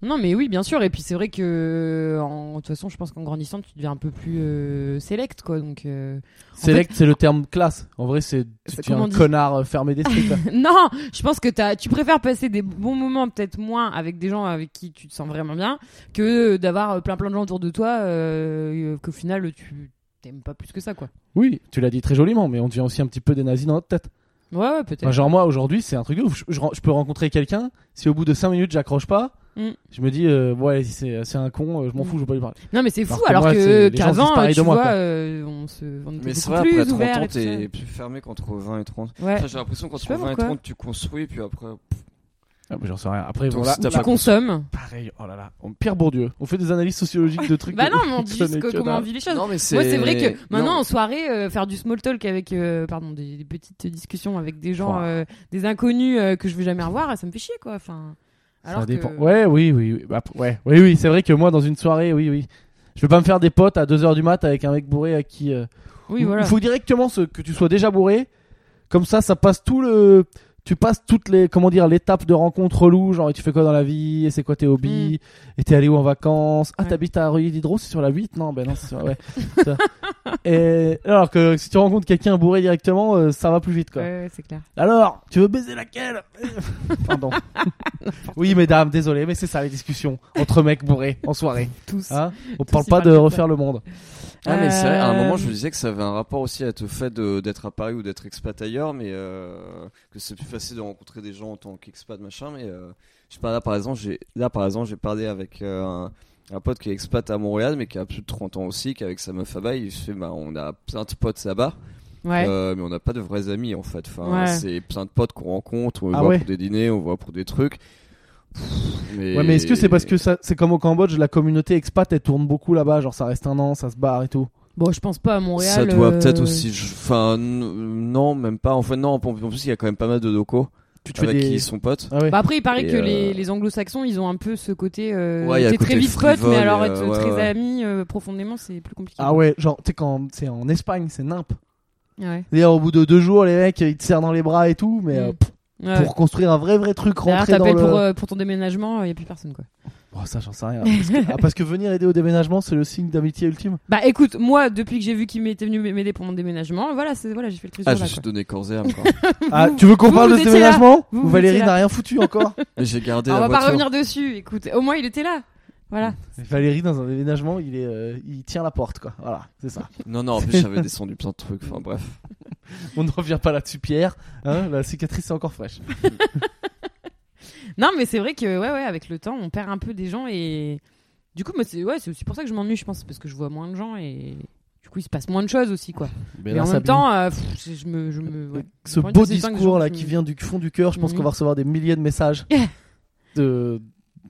Speaker 2: Non, mais oui, bien sûr. Et puis c'est vrai que, euh, en- de toute façon, je pense qu'en grandissant, tu deviens un peu plus euh, select, quoi. Donc, euh,
Speaker 1: Select, c'est le terme classe. En vrai, c'est tu
Speaker 2: C'est
Speaker 1: tu es
Speaker 2: comment
Speaker 1: un
Speaker 2: on dit
Speaker 1: connard euh, fermé d'esprit. quoi.
Speaker 2: non, je pense que t'as- tu préfères passer des bons moments, peut-être moins, avec des gens avec qui tu te sens vraiment bien, que euh, d'avoir euh, plein plein de gens autour de toi euh, euh, qu'au final tu t'aimes pas plus que ça, quoi.
Speaker 1: oui, tu l'as dit très joliment, mais on devient aussi un petit peu des nazis dans notre tête.
Speaker 2: Ouais, ouais, peut-être.
Speaker 1: Enfin, genre moi, aujourd'hui, c'est un truc de ouf. Je, je ren- je peux rencontrer quelqu'un. Si au bout de 5 minutes, j'accroche pas,
Speaker 2: Mm.
Speaker 1: je me dis, euh, ouais, c'est c'est un con, euh, je m'en fous, je veux pas lui parler.
Speaker 2: non, mais c'est fou,
Speaker 1: alors que
Speaker 2: alors
Speaker 1: moi,
Speaker 2: que
Speaker 1: c'est- les gens se disent
Speaker 2: qu'avant,
Speaker 1: pareil
Speaker 2: euh,
Speaker 1: de
Speaker 2: tu
Speaker 1: moi,
Speaker 2: vois,
Speaker 1: quoi.
Speaker 2: euh, on se, on était
Speaker 3: Mais c'est
Speaker 2: beaucoup
Speaker 3: vrai, après
Speaker 2: plus
Speaker 3: 30
Speaker 2: ouvert.
Speaker 3: ans,
Speaker 2: et tout
Speaker 3: t'es plus fermé qu'entre 20 et 30.
Speaker 2: ça. Ouais.
Speaker 3: Enfin, j'ai l'impression
Speaker 2: Je sais
Speaker 3: qu'entre
Speaker 2: pas
Speaker 3: 20 et
Speaker 2: pourquoi.
Speaker 3: 30, tu construis, puis après.
Speaker 1: Ah, mais J'en sais rien. Après,
Speaker 3: Donc,
Speaker 1: voilà.
Speaker 3: si t'as
Speaker 2: Tu
Speaker 3: pas-
Speaker 2: consommes.
Speaker 1: Pareil, oh là là. on- Pierre Bourdieu. On fait des analyses sociologiques de trucs.
Speaker 2: Bah
Speaker 1: de-
Speaker 2: non, mais on
Speaker 1: qui
Speaker 2: dit
Speaker 1: connaît
Speaker 2: juste que-
Speaker 1: que
Speaker 2: comment on
Speaker 1: dalle.
Speaker 2: vit les choses.
Speaker 3: Non, mais c'est.
Speaker 2: Moi, c'est vrai que maintenant
Speaker 3: Non.
Speaker 2: en soirée, euh, faire du small talk avec, euh, pardon, des, des petites discussions avec des gens,
Speaker 1: Ouah.
Speaker 2: euh, des inconnus euh, que je vais jamais revoir, ça me fait chier quoi. Enfin, alors
Speaker 1: Ça
Speaker 2: que-
Speaker 1: dépend. Ouais, oui, oui, oui. Bah, ouais, oui, oui. C'est vrai que moi, dans une soirée, oui, oui. Je vais pas me faire des potes à 2h du mat avec un mec bourré à qui. euh,
Speaker 2: oui,
Speaker 1: il-
Speaker 2: voilà.
Speaker 1: Il faut directement ce- que tu sois déjà bourré. Comme ça, ça passe tout le. Tu passes toutes les. Comment dire L'étape de rencontre relou. Genre, et tu fais quoi dans la vie Et c'est quoi tes hobbies Et t'es allé où en vacances Ah,
Speaker 2: Mm. Ouais.
Speaker 1: t'habites à Rue d'Hydro C'est sur la 8 Non, ben non, c'est sur. Ouais. Ça. et alors que si tu rencontres quelqu'un bourré directement, euh, ça va plus vite, quoi.
Speaker 2: Ouais, ouais, c'est clair.
Speaker 1: Alors, tu veux baiser laquelle Pardon. oui, mesdames, désolé, mais c'est ça les discussions entre mecs bourrés en soirée.
Speaker 2: Tous.
Speaker 1: Hein On
Speaker 2: Tous
Speaker 1: parle
Speaker 2: y
Speaker 1: pas de
Speaker 2: partent,
Speaker 1: refaire le monde.
Speaker 3: Ah, mais c'est vrai, à un
Speaker 2: Euh,
Speaker 3: moment, je me disais que ça avait un rapport aussi à te fait de- d'être à Paris ou d'être expat ailleurs, mais euh, que c'est plus facile de rencontrer des gens en tant qu'expat, machin. Mais euh, je sais pas, là par exemple, j'ai là par exemple, j'ai parlé avec euh, un, un pote qui est expat à Montréal, mais qui a plus de 30 ans aussi, qui est avec sa meuf là-bas, il se fait, bah, on a plein de potes là-bas,
Speaker 2: Ouais.
Speaker 3: euh, mais on n'a pas de vrais amis en fait. Enfin,
Speaker 2: Ouais.
Speaker 3: c'est plein de potes qu'on rencontre, on les
Speaker 1: Ah
Speaker 3: voit
Speaker 1: ouais.
Speaker 3: pour des dîners, on voit pour des trucs. Pff,
Speaker 1: Ouais, mais est-ce que c'est parce que ça, c'est comme au Cambodge, la communauté expat elle tourne beaucoup là-bas, genre ça reste un an, ça se barre et tout.
Speaker 2: Bon, je pense pas à Montréal.
Speaker 3: Ça doit
Speaker 2: euh,
Speaker 3: peut-être aussi. je- Enfin, n- non, même pas. Enfin, non, en plus, il y a quand même pas mal de locaux.
Speaker 1: tu te fais
Speaker 3: avec
Speaker 1: des.
Speaker 3: qui son pote.
Speaker 1: Ah ouais.
Speaker 2: Bah après, il paraît
Speaker 3: Et,
Speaker 2: que
Speaker 3: euh,
Speaker 2: les, les anglo-saxons, ils ont un peu ce côté. Euh,
Speaker 3: Ouais, il y a
Speaker 2: t'es
Speaker 3: le côté
Speaker 2: très vite
Speaker 3: frivole,
Speaker 2: pote, mais alors
Speaker 3: euh,
Speaker 2: être
Speaker 3: ouais,
Speaker 2: très
Speaker 3: ouais.
Speaker 2: ami euh, profondément, c'est plus compliqué.
Speaker 1: Ah ouais, genre, tu sais, quand c'est en Espagne, c'est nimp.
Speaker 2: Ouais.
Speaker 1: D'ailleurs, au bout de deux jours, les mecs, ils te serrent dans les bras et tout, mais
Speaker 2: Mm.
Speaker 1: euh,
Speaker 2: Ouais.
Speaker 1: pour construire un vrai, vrai truc,
Speaker 2: D'ailleurs,
Speaker 1: rentrer dans
Speaker 2: t'appelles
Speaker 1: le.
Speaker 2: pour, euh, pour ton déménagement, il y a plus personne quoi.
Speaker 1: Oh, ça, j'en sais rien. Parce que, ah, parce que venir aider au déménagement, c'est le signe d'amitié ultime.
Speaker 2: Bah écoute, moi, depuis que j'ai vu qu'il m'était venu m'aider pour mon déménagement, voilà, c'est voilà, j'ai fait le truc.
Speaker 3: Ah,
Speaker 2: sur
Speaker 3: je
Speaker 2: là,
Speaker 3: me suis
Speaker 2: quoi.
Speaker 3: donné corps et âme, quoi.
Speaker 1: Ah,
Speaker 2: Vous-
Speaker 1: tu veux qu'on
Speaker 2: vous,
Speaker 1: parle
Speaker 2: vous
Speaker 1: de ce
Speaker 2: étiez
Speaker 1: déménagement
Speaker 2: Vous,
Speaker 1: Ou
Speaker 2: vous
Speaker 1: Valérie
Speaker 2: étiez
Speaker 1: n'a rien foutu encore
Speaker 3: Mais J'ai gardé
Speaker 2: Ah, on
Speaker 3: la
Speaker 2: va pas
Speaker 3: voiture.
Speaker 2: revenir dessus. Écoute, au moins il était là.
Speaker 1: Mm.
Speaker 2: Voilà.
Speaker 1: Valérie, dans un déménagement, il, est, euh, il tient la porte, quoi. Voilà, c'est ça.
Speaker 3: Non, non, en plus j'avais descendu plein de trucs. Enfin bref.
Speaker 1: On ne revient pas là-dessus, Pierre. Hein, la cicatrice est encore fraîche.
Speaker 2: Non, mais c'est vrai que ouais, ouais, avec le temps, on perd un peu des gens et du coup, moi, c'est ouais, c'est aussi pour ça que je m'ennuie, je pense, parce que je vois moins de gens et du coup, il se passe moins de choses aussi, quoi. Mais,
Speaker 1: là,
Speaker 2: en même
Speaker 1: Sabine,
Speaker 2: temps, euh, pff, je, je me, je me, ouais.
Speaker 1: ce
Speaker 2: Point de
Speaker 1: beau
Speaker 2: vue, c'est tant que
Speaker 1: discours
Speaker 2: je-
Speaker 1: là
Speaker 2: je-
Speaker 1: qui vient du fond du cœur, je pense
Speaker 2: Mhm.
Speaker 1: qu'on va recevoir des milliers de messages de,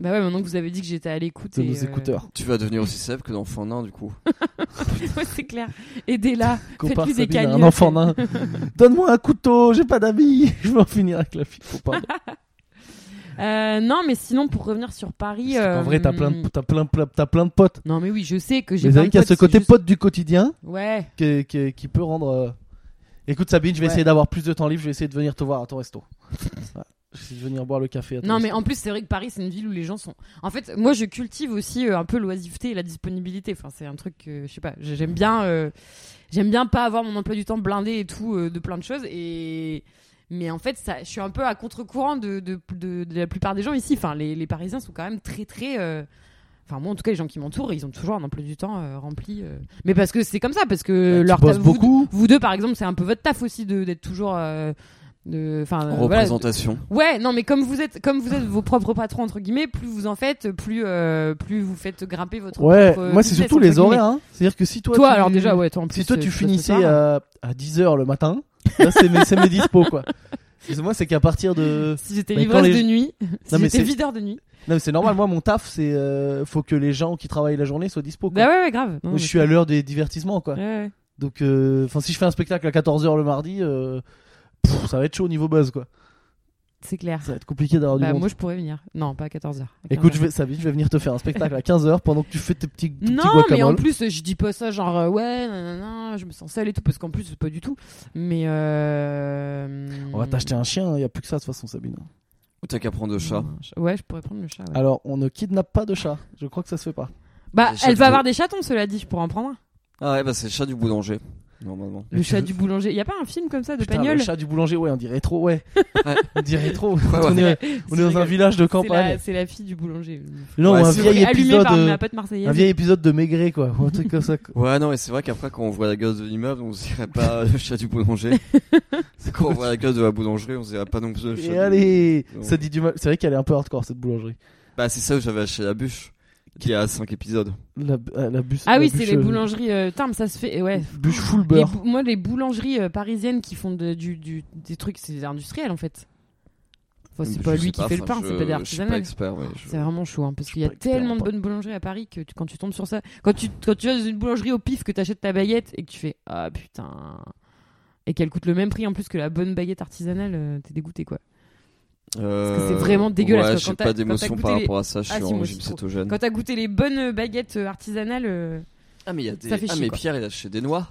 Speaker 2: Bah ouais, maintenant que vous avez dit que j'étais à l'écoute,
Speaker 1: de
Speaker 2: et,
Speaker 1: nos
Speaker 2: euh,
Speaker 1: écouteurs.
Speaker 3: Tu vas devenir aussi célèbre que dans Fan 1 du coup.
Speaker 2: ouais, c'est clair. Aidez-la.
Speaker 1: Compare
Speaker 2: Faites-lui des
Speaker 1: Sabine à un
Speaker 2: canuts.
Speaker 1: enfant nain. Donne-moi un couteau, j'ai pas d'amis. Je vais en finir avec la fille. Faut pas.
Speaker 2: Ah, Euh, non, mais sinon, pour revenir sur Paris, euh,
Speaker 1: En vrai, t'as plein, de- t'as plein, plein, t'as plein de potes.
Speaker 2: Non, mais oui, je sais que j'ai.
Speaker 1: Mais c'est
Speaker 2: plein
Speaker 1: vrai
Speaker 2: de
Speaker 1: qu'il y a
Speaker 2: potes,
Speaker 1: ce
Speaker 2: c'est
Speaker 1: côté
Speaker 2: juste-
Speaker 1: pote du quotidien
Speaker 2: Ouais.
Speaker 1: qui, est- qui est- qui peut rendre. euh, Écoute Sabine, je vais
Speaker 2: Ouais.
Speaker 1: essayer d'avoir plus de temps libre. Je vais essayer de venir te voir à ton resto. Voilà. Je vais essayer de venir boire le café. À ton
Speaker 2: Non, mais
Speaker 1: resto.
Speaker 2: en plus, c'est vrai que Paris, c'est une ville où les gens sont. En fait, moi, je cultive aussi euh, un peu l'oisiveté et la disponibilité. Enfin, c'est un truc que, je sais pas, j'ai- j'aime bien. euh, J'aime bien pas avoir mon emploi du temps blindé et tout euh, de plein de choses. Et. Mais en fait, ça, je suis un peu à contre-courant de, de, de- de la plupart des gens ici. Enfin, les, les Parisiens sont quand même très, très. euh, Enfin, moi, en tout cas, les gens qui m'entourent, ils ont toujours un emploi du temps euh, rempli. euh. Mais parce que c'est comme ça, parce que
Speaker 1: Bah, tu
Speaker 2: leur
Speaker 1: bosses
Speaker 2: taf- vous-
Speaker 1: beaucoup.
Speaker 2: Vous deux, par exemple, c'est un peu votre taf aussi de- d'être toujours. euh, de, enfin, euh, voilà, de-
Speaker 3: Représentation.
Speaker 2: Ouais, non, mais comme vous êtes, comme vous êtes vos propres patrons entre guillemets, plus vous en faites, plus, euh, plus vous faites grimper votre.
Speaker 1: Ouais,
Speaker 2: propre
Speaker 1: moi c'est
Speaker 2: business,
Speaker 1: surtout
Speaker 2: entre
Speaker 1: les
Speaker 2: guillemets.
Speaker 1: horaires. hein. C'est-à-dire que si toi,
Speaker 2: Toi,
Speaker 1: tu-
Speaker 2: alors déjà, ouais, toi en plus.
Speaker 1: si toi
Speaker 2: euh,
Speaker 1: tu
Speaker 2: bosses le
Speaker 1: finissais
Speaker 2: soir,
Speaker 1: à, à 10h le matin, là c'est mes, c'est mes dispo quoi. Excuse-moi, c'est qu'à partir de.
Speaker 2: Si j'étais
Speaker 1: Mais quand
Speaker 2: livreuse
Speaker 1: les-
Speaker 2: de nuit, si
Speaker 1: mais
Speaker 2: j'étais
Speaker 1: c'est-
Speaker 2: videur de nuit.
Speaker 1: Non mais c'est normal, moi mon taf c'est. euh, faut que les gens qui travaillent la journée soient dispo quoi.
Speaker 2: Bah ouais, ouais, grave. Non,
Speaker 1: Moi,
Speaker 2: mais
Speaker 1: je suis à l'heure des divertissements quoi.
Speaker 2: ouais, ouais.
Speaker 1: Donc, euh, enfin si je fais un spectacle à 14h le mardi, euh, pff, ça va être chaud au niveau buzz quoi.
Speaker 2: C'est clair.
Speaker 1: Ça va être compliqué d'avoir
Speaker 2: Bah,
Speaker 1: du monde.
Speaker 2: moi, je pourrais venir. Non, pas à 14h.
Speaker 1: Écoute, je vais, Sabine, je vais venir te faire un spectacle à 15h pendant que tu fais tes petits, tes petits
Speaker 2: Non,
Speaker 1: guacamoles.
Speaker 2: mais en plus, euh, je dis pas ça genre euh, ouais, nanana, je me sens seule et tout, parce qu'en plus, pas du tout. Mais. Euh...
Speaker 1: On va t'acheter un chien, hein. il n'y a plus que ça de toute façon, Sabine.
Speaker 3: Ou t'as qu'à prendre le chat.
Speaker 2: Ouais, je pourrais prendre le chat. ouais.
Speaker 1: Alors, on ne kidnappe pas de chat. Je crois que ça se fait pas.
Speaker 2: bah,
Speaker 3: Des chats
Speaker 2: elle
Speaker 3: de
Speaker 2: va
Speaker 3: bois.
Speaker 2: avoir des chatons, cela dit, je pourrais en prendre un.
Speaker 3: Ah ouais, bah c'est le chat du boulanger. Normalement.
Speaker 2: Le chat du boulanger. Il y a pas un film comme ça de
Speaker 1: Putain,
Speaker 2: Pagnol
Speaker 1: Le chat du boulanger, ouais, on dirait trop, ouais.
Speaker 3: Ouais.
Speaker 1: On dirait trop.
Speaker 3: ouais.
Speaker 1: on est, on est dans un village de
Speaker 2: C'est la,
Speaker 1: campagne.
Speaker 2: c'est la fille du boulanger.
Speaker 1: Non,
Speaker 3: Ouais,
Speaker 1: un
Speaker 3: c'est
Speaker 1: vieil
Speaker 2: Allumée
Speaker 1: épisode,
Speaker 2: par
Speaker 1: euh,
Speaker 2: ma pote marseillaise.
Speaker 1: un vieil épisode de Maigret, quoi. ou Un truc comme ça. quoi.
Speaker 3: Ouais, non, et c'est vrai qu'après, quand on voit la gueule de l'immeuble, on se dirait pas le chat du boulanger. quand on voit la gueule de la boulangerie, on se dirait pas non plus le chat.
Speaker 1: Et
Speaker 3: du-
Speaker 1: allez,
Speaker 3: Non.
Speaker 1: ça dit du mal. C'est vrai qu'elle est un peu hardcore cette boulangerie.
Speaker 3: Bah, c'est ça où j'avais acheté la bûche, qui a 5 épisodes.
Speaker 1: La, euh, la bus-
Speaker 2: Ah
Speaker 1: la
Speaker 2: oui, c'est
Speaker 1: bûche,
Speaker 2: les
Speaker 1: euh,
Speaker 2: boulangeries. euh, Putain, mais ça se fait. Ouais.
Speaker 1: Bûche full
Speaker 2: Les
Speaker 1: beurre.
Speaker 2: bou- moi, les boulangeries euh, parisiennes qui font de- du, du- des trucs, c'est industriel en fait. Enfin, c'est
Speaker 3: Je
Speaker 2: pas
Speaker 3: sais
Speaker 2: lui qui fait le
Speaker 3: enfin,
Speaker 2: pain,
Speaker 3: je-
Speaker 2: c'est pas des
Speaker 3: Je suis pas
Speaker 2: artisanales.
Speaker 3: expert, ouais. je-
Speaker 2: C'est vraiment chaud, hein, parce
Speaker 1: suis
Speaker 2: qu'il y a
Speaker 1: pas expert
Speaker 2: tellement
Speaker 1: en
Speaker 2: de
Speaker 1: pain.
Speaker 2: bonnes boulangeries à Paris que tu- quand tu tombes sur ça, quand tu, quand tu vas dans une boulangerie au pif, que t'achètes ta baguette et que tu fais Ah putain, et qu'elle coûte le même prix en plus que la bonne baguette artisanale, euh, t'es dégoûté quoi. que c'est
Speaker 3: Euh,
Speaker 2: vraiment dégueulasse,
Speaker 3: Ouais,
Speaker 2: quoi.
Speaker 3: j'ai
Speaker 2: Quand t'as-
Speaker 3: pas
Speaker 2: quand t'as
Speaker 3: d'émotion
Speaker 2: goûté
Speaker 3: par
Speaker 2: les-
Speaker 3: rapport à ça, je
Speaker 2: Ah,
Speaker 3: suis
Speaker 2: si,
Speaker 3: en
Speaker 2: moi, je
Speaker 3: gym
Speaker 2: trouve.
Speaker 3: cétogène.
Speaker 2: Quand t'as goûté les bonnes baguettes euh, artisanales. euh,
Speaker 3: Ah, mais il y a
Speaker 2: Ça
Speaker 3: des.
Speaker 2: fait
Speaker 3: ah,
Speaker 2: chier,
Speaker 3: mais
Speaker 2: quoi.
Speaker 3: Pierre, il a acheté des noix.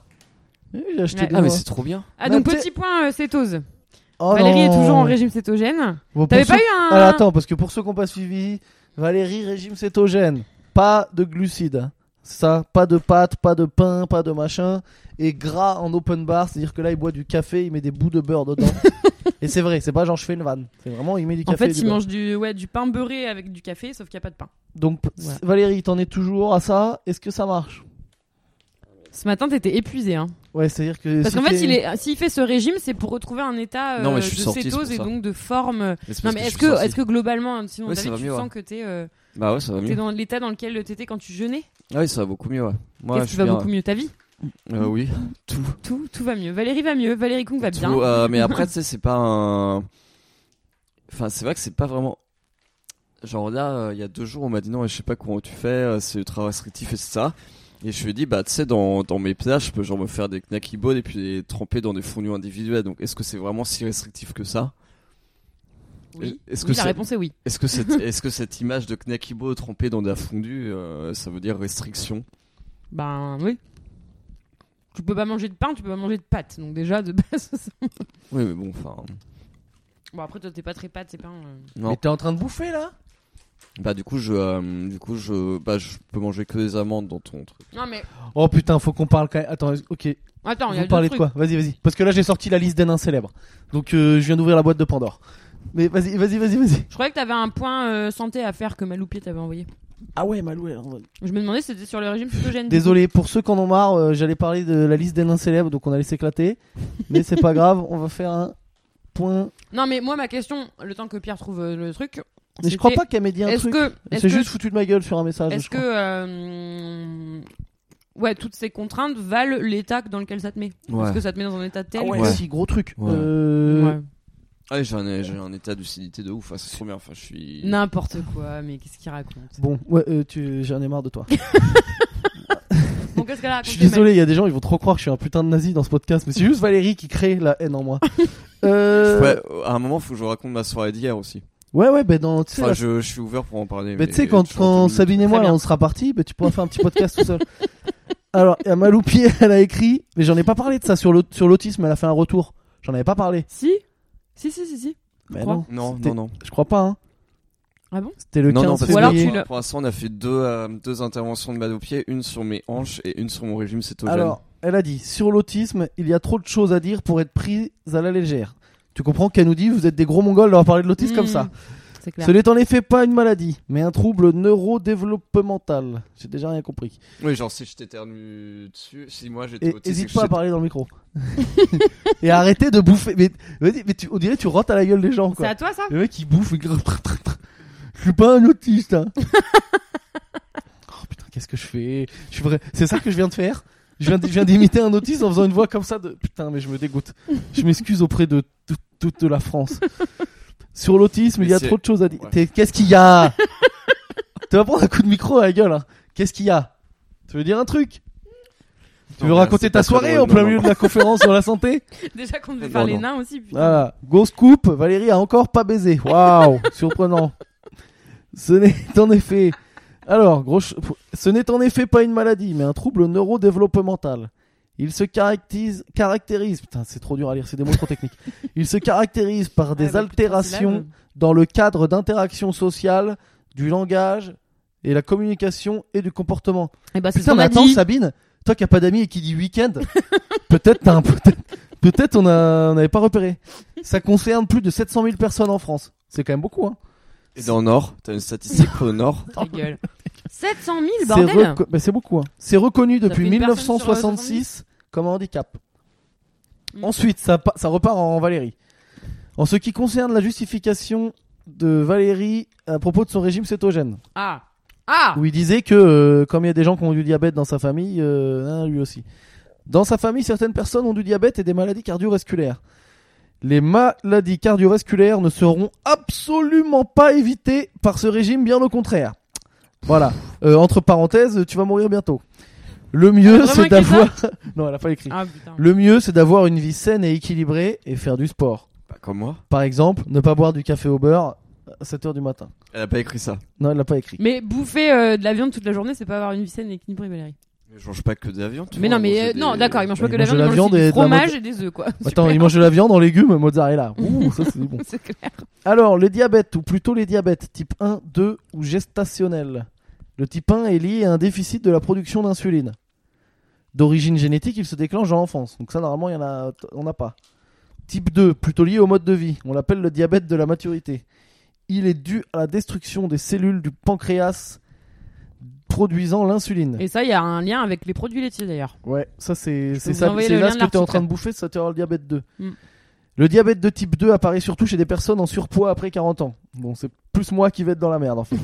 Speaker 1: Oui, J'ai acheté
Speaker 2: Ouais.
Speaker 1: des
Speaker 3: Ah, mais
Speaker 1: noix.
Speaker 3: c'est trop bien.
Speaker 2: Ah,
Speaker 1: Même
Speaker 2: donc
Speaker 1: Bah, t'es-
Speaker 2: petit point euh, cétose.
Speaker 1: Oh
Speaker 2: Valérie est
Speaker 1: non.
Speaker 2: toujours en régime cétogène.
Speaker 1: Bon, pour
Speaker 2: T'avais
Speaker 1: ceux-
Speaker 2: pas eu un.
Speaker 1: Alors, Ah, attends, parce que pour ceux qui n'ont pas suivi, Valérie, régime cétogène, pas de glucides. hein. Ça, pas de pâtes, pas de pain, pas de machin, et gras en open bar, c'est-à-dire que là, il boit du café, il met des bouts de beurre dedans. et c'est vrai, c'est pas genre je fais une vanne, c'est vraiment il met du
Speaker 2: En
Speaker 1: café. et
Speaker 2: fait,
Speaker 1: du
Speaker 2: il
Speaker 1: beurre.
Speaker 2: mange du, ouais, du pain beurré avec du café, sauf qu'il n'y a pas de pain.
Speaker 1: Donc, p-
Speaker 2: Ouais.
Speaker 1: Valérie, t'en es toujours à ça, est-ce que ça marche
Speaker 2: Ce matin, t'étais épuisé. Hein.
Speaker 1: Ouais, c'est-à-dire que.
Speaker 2: Parce
Speaker 1: si
Speaker 2: qu'en fait,
Speaker 1: t'es-
Speaker 2: il est- s'il fait ce régime, c'est pour retrouver un état euh,
Speaker 3: Non, mais je suis
Speaker 2: de
Speaker 3: sorti, c'est
Speaker 2: cétose
Speaker 3: pour
Speaker 2: et
Speaker 3: ça.
Speaker 2: donc de forme. euh.
Speaker 3: Mais c'est
Speaker 2: Non,
Speaker 3: parce
Speaker 2: mais
Speaker 3: je
Speaker 2: est-ce
Speaker 3: suis
Speaker 2: que,
Speaker 3: sorti.
Speaker 2: est-ce que globalement, hein, sinon,
Speaker 3: Oui, ça
Speaker 2: David,
Speaker 3: va
Speaker 2: tu
Speaker 3: mieux, hein.
Speaker 2: sens
Speaker 3: ouais.
Speaker 2: que t'es euh,
Speaker 3: Bah ouais, ça va
Speaker 2: t'es
Speaker 3: mieux.
Speaker 2: dans l'état dans lequel t'étais quand tu jeûnais
Speaker 3: Ah oui, ça va beaucoup mieux, ouais. Moi,
Speaker 2: Qu'est-ce
Speaker 3: je
Speaker 2: qui
Speaker 3: suis
Speaker 2: va
Speaker 3: bien,
Speaker 2: beaucoup mieux Ta vie
Speaker 3: ouais. Euh, Oui, tout.
Speaker 2: tout, tout va mieux. Valérie va mieux, Valérie Kung va bien.
Speaker 3: Tout, euh, mais après, tu sais, c'est pas un. Enfin, c'est vrai que c'est pas vraiment. Genre là, euh, il y a deux jours, on m'a dit non, je sais pas comment tu fais, euh, c'est ultra restrictif et c'est ça. Et je lui ai dit, bah, tu sais, dans, dans mes plats, je peux genre me faire des knacky balls et puis les tremper dans des fourneaux individuels. Donc, est-ce que c'est vraiment si restrictif que ça
Speaker 2: Oui.
Speaker 3: Est-ce que
Speaker 2: Oui, la
Speaker 3: c'est-
Speaker 2: réponse est oui.
Speaker 3: Est-ce que, cette, est-ce que cette image de Knakibo trempé dans de la fondue, euh, ça veut dire restriction
Speaker 2: Ben oui. Tu peux pas manger de pain, tu peux pas manger de pâtes. Donc déjà, de base. ça-
Speaker 3: Oui, mais bon, enfin.
Speaker 2: Bon, après, toi, t'es pas très pâtes, c'est pas. un- euh.
Speaker 3: Non.
Speaker 1: Mais t'es en train de bouffer là
Speaker 3: Bah, du coup, je, euh, du coup je, bah, je peux manger que des amandes dans ton truc.
Speaker 2: Non, mais
Speaker 1: Oh putain, faut qu'on parle quand même. Attends, ok.
Speaker 2: attends, il y a
Speaker 1: Vous
Speaker 2: deux
Speaker 1: parlez de
Speaker 2: trucs.
Speaker 1: quoi Vas-y, vas-y. Parce que là, j'ai sorti la liste des nains célèbres. Donc, euh, je viens d'ouvrir la boîte de Pandore. Mais vas-y, vas-y, vas-y, vas-y.
Speaker 2: Je croyais que t'avais un point euh, santé à faire que Maloupier t'avait envoyé.
Speaker 1: Ah ouais, Maloué. on va-
Speaker 2: Je me demandais si c'était sur le régime cétogène.
Speaker 1: Désolé, pour ceux qui en ont marre, euh, j'allais parler de la liste des nains célèbres, donc on allait s'éclater. Mais c'est pas grave, on va faire un point.
Speaker 2: Non, mais moi, ma question, le temps que Pierre trouve euh, le truc.
Speaker 1: Mais je crois
Speaker 2: c'était,
Speaker 1: pas qu'elle m'ait dit un
Speaker 2: Est-ce
Speaker 1: truc.
Speaker 2: que.
Speaker 1: Elle
Speaker 2: Est-ce
Speaker 1: s'est
Speaker 2: que,
Speaker 1: juste foutue de ma gueule sur un message.
Speaker 2: est-ce
Speaker 1: je
Speaker 2: que
Speaker 1: crois.
Speaker 2: euh, ouais, toutes ces contraintes valent l'état dans lequel ça te met Est-ce que ça te met dans un état tel
Speaker 1: Ah ouais,
Speaker 2: que-
Speaker 3: Ouais.
Speaker 1: si, gros truc.
Speaker 3: Ouais.
Speaker 1: Euh,
Speaker 2: Ouais.
Speaker 3: Ah, j'ai un, j'ai un état d'utilité de ouf, ah, c'est trop bien. Enfin, je suis.
Speaker 2: N'importe quoi, mais qu'est-ce qu'il raconte
Speaker 1: Bon, ouais, euh, tu... j'en ai marre de toi.
Speaker 2: Bon, qu'est-ce qu'elle a
Speaker 1: Je
Speaker 2: raconté
Speaker 1: suis désolé, il y a des gens, ils vont trop croire que je suis un putain de nazi dans ce podcast, mais c'est juste Valérie qui crée la haine en moi. Euh,
Speaker 3: Ouais, à un moment, faut que je vous raconte ma soirée d'hier aussi.
Speaker 1: Ouais, ouais, ben dans, tu sais,
Speaker 3: Enfin,
Speaker 1: la-
Speaker 3: je, je suis ouvert pour en parler.
Speaker 1: Mais tu sais, quand,
Speaker 3: je suis en
Speaker 1: quand
Speaker 3: deux minutes.
Speaker 1: Sabine et moi,
Speaker 2: Très
Speaker 1: là,
Speaker 2: bien.
Speaker 1: on sera partis, bah, tu pourras faire un petit podcast tout seul. Alors, il y a Maloupier, elle a écrit, mais j'en ai pas parlé de ça sur l'aut- sur l'autisme, elle a fait un retour. J'en avais pas parlé.
Speaker 2: Si Si, si, si, si.
Speaker 1: Mais
Speaker 2: crois
Speaker 1: non,
Speaker 3: Non,
Speaker 1: c'était-
Speaker 3: non, non.
Speaker 1: Je crois pas, hein.
Speaker 2: Ah bon
Speaker 1: C'était le
Speaker 3: non,
Speaker 1: 15
Speaker 3: non, parce
Speaker 2: Ou
Speaker 3: que
Speaker 2: alors
Speaker 1: février.
Speaker 2: tu
Speaker 3: pour-
Speaker 2: le-
Speaker 3: pour l'instant, on a fait deux, euh, deux interventions de mal au pied, une sur mes hanches et une sur mon régime cétogène.
Speaker 1: Alors, elle a dit, sur l'autisme, il y a trop de choses à dire pour être prise à la légère. Tu comprends qu'elle nous dit, vous êtes des gros mongols d'avoir parlé de l'autisme comme ça.
Speaker 2: Mmh, C'est clair.
Speaker 1: Ce n'est en effet pas une maladie, mais un trouble neurodéveloppemental. J'ai déjà rien compris.
Speaker 3: Oui, genre si je t'éternue dessus, si moi j'étais
Speaker 1: Et
Speaker 3: autiste. et
Speaker 1: hésite
Speaker 3: que
Speaker 1: pas à
Speaker 3: j'étais-
Speaker 1: parler dans le micro. et arrêtez de bouffer. Mais, vas-y, mais tu, on dirait que tu rentres à la gueule des gens,
Speaker 2: C'est
Speaker 1: quoi.
Speaker 2: à toi ça
Speaker 1: Le mec, il bouffe. il- Je suis pas un autiste, hein. oh putain, qu'est-ce que je fais Je suis vrai. C'est ça que je viens de faire Je viens, d- je viens d'imiter un autiste en faisant une voix comme ça de. Putain, mais je me dégoûte. Je m'excuse auprès de tout- toute la France. Sur l'autisme, il y
Speaker 3: Mais
Speaker 1: a
Speaker 3: c'est-
Speaker 1: trop de choses à dire.
Speaker 3: Ouais.
Speaker 1: T'es- Qu'est-ce qu'il y a Tu vas prendre un coup de micro à la gueule, hein. Qu'est-ce qu'il y a Tu veux dire un truc tu veux
Speaker 3: Non,
Speaker 1: raconter
Speaker 3: c'est
Speaker 1: ta
Speaker 3: pas très
Speaker 1: soirée
Speaker 3: drôle,
Speaker 1: en plein
Speaker 3: non,
Speaker 1: milieu
Speaker 3: non.
Speaker 1: de la conférence sur la santé
Speaker 2: Déjà qu'on devait
Speaker 3: Non,
Speaker 2: faire les
Speaker 3: non.
Speaker 2: nains aussi. putain. Ah,
Speaker 1: Voilà, go scoop, Valérie a encore pas baisé. Waouh, surprenant. Ce n'est en effet. Alors, gros, ch- ce n'est en effet pas une maladie, mais un trouble neurodéveloppemental. Il se caractérise, caractérise, putain, c'est trop dur à lire, c'est des mots trop techniques. Il se caractérise par
Speaker 2: Ouais,
Speaker 1: des
Speaker 2: avec plus de
Speaker 1: altérations
Speaker 2: syllabes.
Speaker 1: dans le cadre d'interactions sociales, du langage et la communication et du comportement.
Speaker 2: Eh ben, c'est ce
Speaker 1: Putain,
Speaker 2: qu'on
Speaker 1: mais
Speaker 2: a
Speaker 1: attends,
Speaker 2: dit.
Speaker 1: Sabine, toi qui n'as pas d'amis et qui dit week-end, peut-être t'as un- peut-être peut-être on a- on n'avait pas repéré. Ça concerne plus de 700 000 personnes en France. C'est quand même beaucoup, hein.
Speaker 3: Et dans le Nord, t'as une statistique pour le Nord.
Speaker 2: Ta gueule. 700 000
Speaker 1: C'est
Speaker 2: bordel.
Speaker 1: reco- bah, c'est beaucoup, hein. C'est reconnu
Speaker 2: Ça
Speaker 1: depuis
Speaker 2: fait une personne sur, euh,
Speaker 1: 1966 comme un handicap.
Speaker 2: Mm.
Speaker 1: Ensuite, ça, pa- ça repart en Valérie. En ce qui concerne la justification de Valérie à propos de son régime cétogène,
Speaker 2: Ah. Ah.
Speaker 1: où il disait que euh, comme il y a des gens qui ont du diabète dans sa famille, euh, hein, lui aussi. Dans sa famille, certaines personnes ont du diabète et des maladies cardiovasculaires. Les maladies cardiovasculaires ne seront absolument pas évitées par ce régime, bien au contraire. Voilà. Euh, entre parenthèses, tu vas mourir bientôt. Le
Speaker 2: Elle
Speaker 1: mieux,
Speaker 2: a vraiment
Speaker 1: c'est
Speaker 2: écrit ça
Speaker 1: d'avoir. non, elle a pas écrit.
Speaker 2: Ah putain.
Speaker 1: Le mieux, c'est d'avoir une vie saine et équilibrée et faire du sport.
Speaker 3: Bah, comme moi.
Speaker 1: Par exemple, ne pas boire du café au beurre à 7 heures du matin.
Speaker 3: Elle a pas écrit ça.
Speaker 1: Non, elle l'a pas écrit.
Speaker 2: Mais bouffer euh, de la viande toute la journée, c'est pas avoir une vie saine et équilibrée, Valérie.
Speaker 3: Mais je mange pas que de la viande. tu
Speaker 2: Mais
Speaker 3: vois,
Speaker 2: non, mais
Speaker 3: moi,
Speaker 2: euh,
Speaker 3: j'ai
Speaker 2: non,
Speaker 3: des-
Speaker 2: d'accord, il mange pas
Speaker 1: Il
Speaker 2: que la
Speaker 1: mange de
Speaker 2: viande,
Speaker 1: la
Speaker 2: il mange
Speaker 1: viande
Speaker 2: aussi
Speaker 1: et
Speaker 2: du
Speaker 1: de la
Speaker 2: fromage et des œufs, quoi.
Speaker 1: Attends,
Speaker 2: Super.
Speaker 1: il mange de la viande en légumes, mozzarella. Ouh, ça c'est bon.
Speaker 2: C'est clair.
Speaker 1: Alors, le diabète, ou plutôt les diabètes type 1, 2 ou gestationnel. Le type 1 est lié à un déficit de la production d'insuline. D'origine génétique, il se déclenche dans l'enfance. Donc ça, normalement, il y en a, on n'a pas. Type 2, plutôt lié au mode de vie. On l'appelle le diabète de la maturité. Il est dû à la destruction des cellules du pancréas produisant l'insuline.
Speaker 2: Et ça, il y a un lien avec les produits laitiers d'ailleurs.
Speaker 1: Ouais, ça c'est c'est
Speaker 2: vous
Speaker 1: ça,
Speaker 2: envoyer
Speaker 1: c'est
Speaker 2: le
Speaker 1: là
Speaker 2: lien
Speaker 1: ce
Speaker 2: de
Speaker 1: que tu es en train
Speaker 2: l'article.
Speaker 1: de bouffer, ça te rend le diabète 2.
Speaker 2: Mm.
Speaker 1: Le diabète de type 2 apparaît surtout chez des personnes en surpoids après 40 ans. Bon, c'est plus moi qui vais être dans la merde en fait.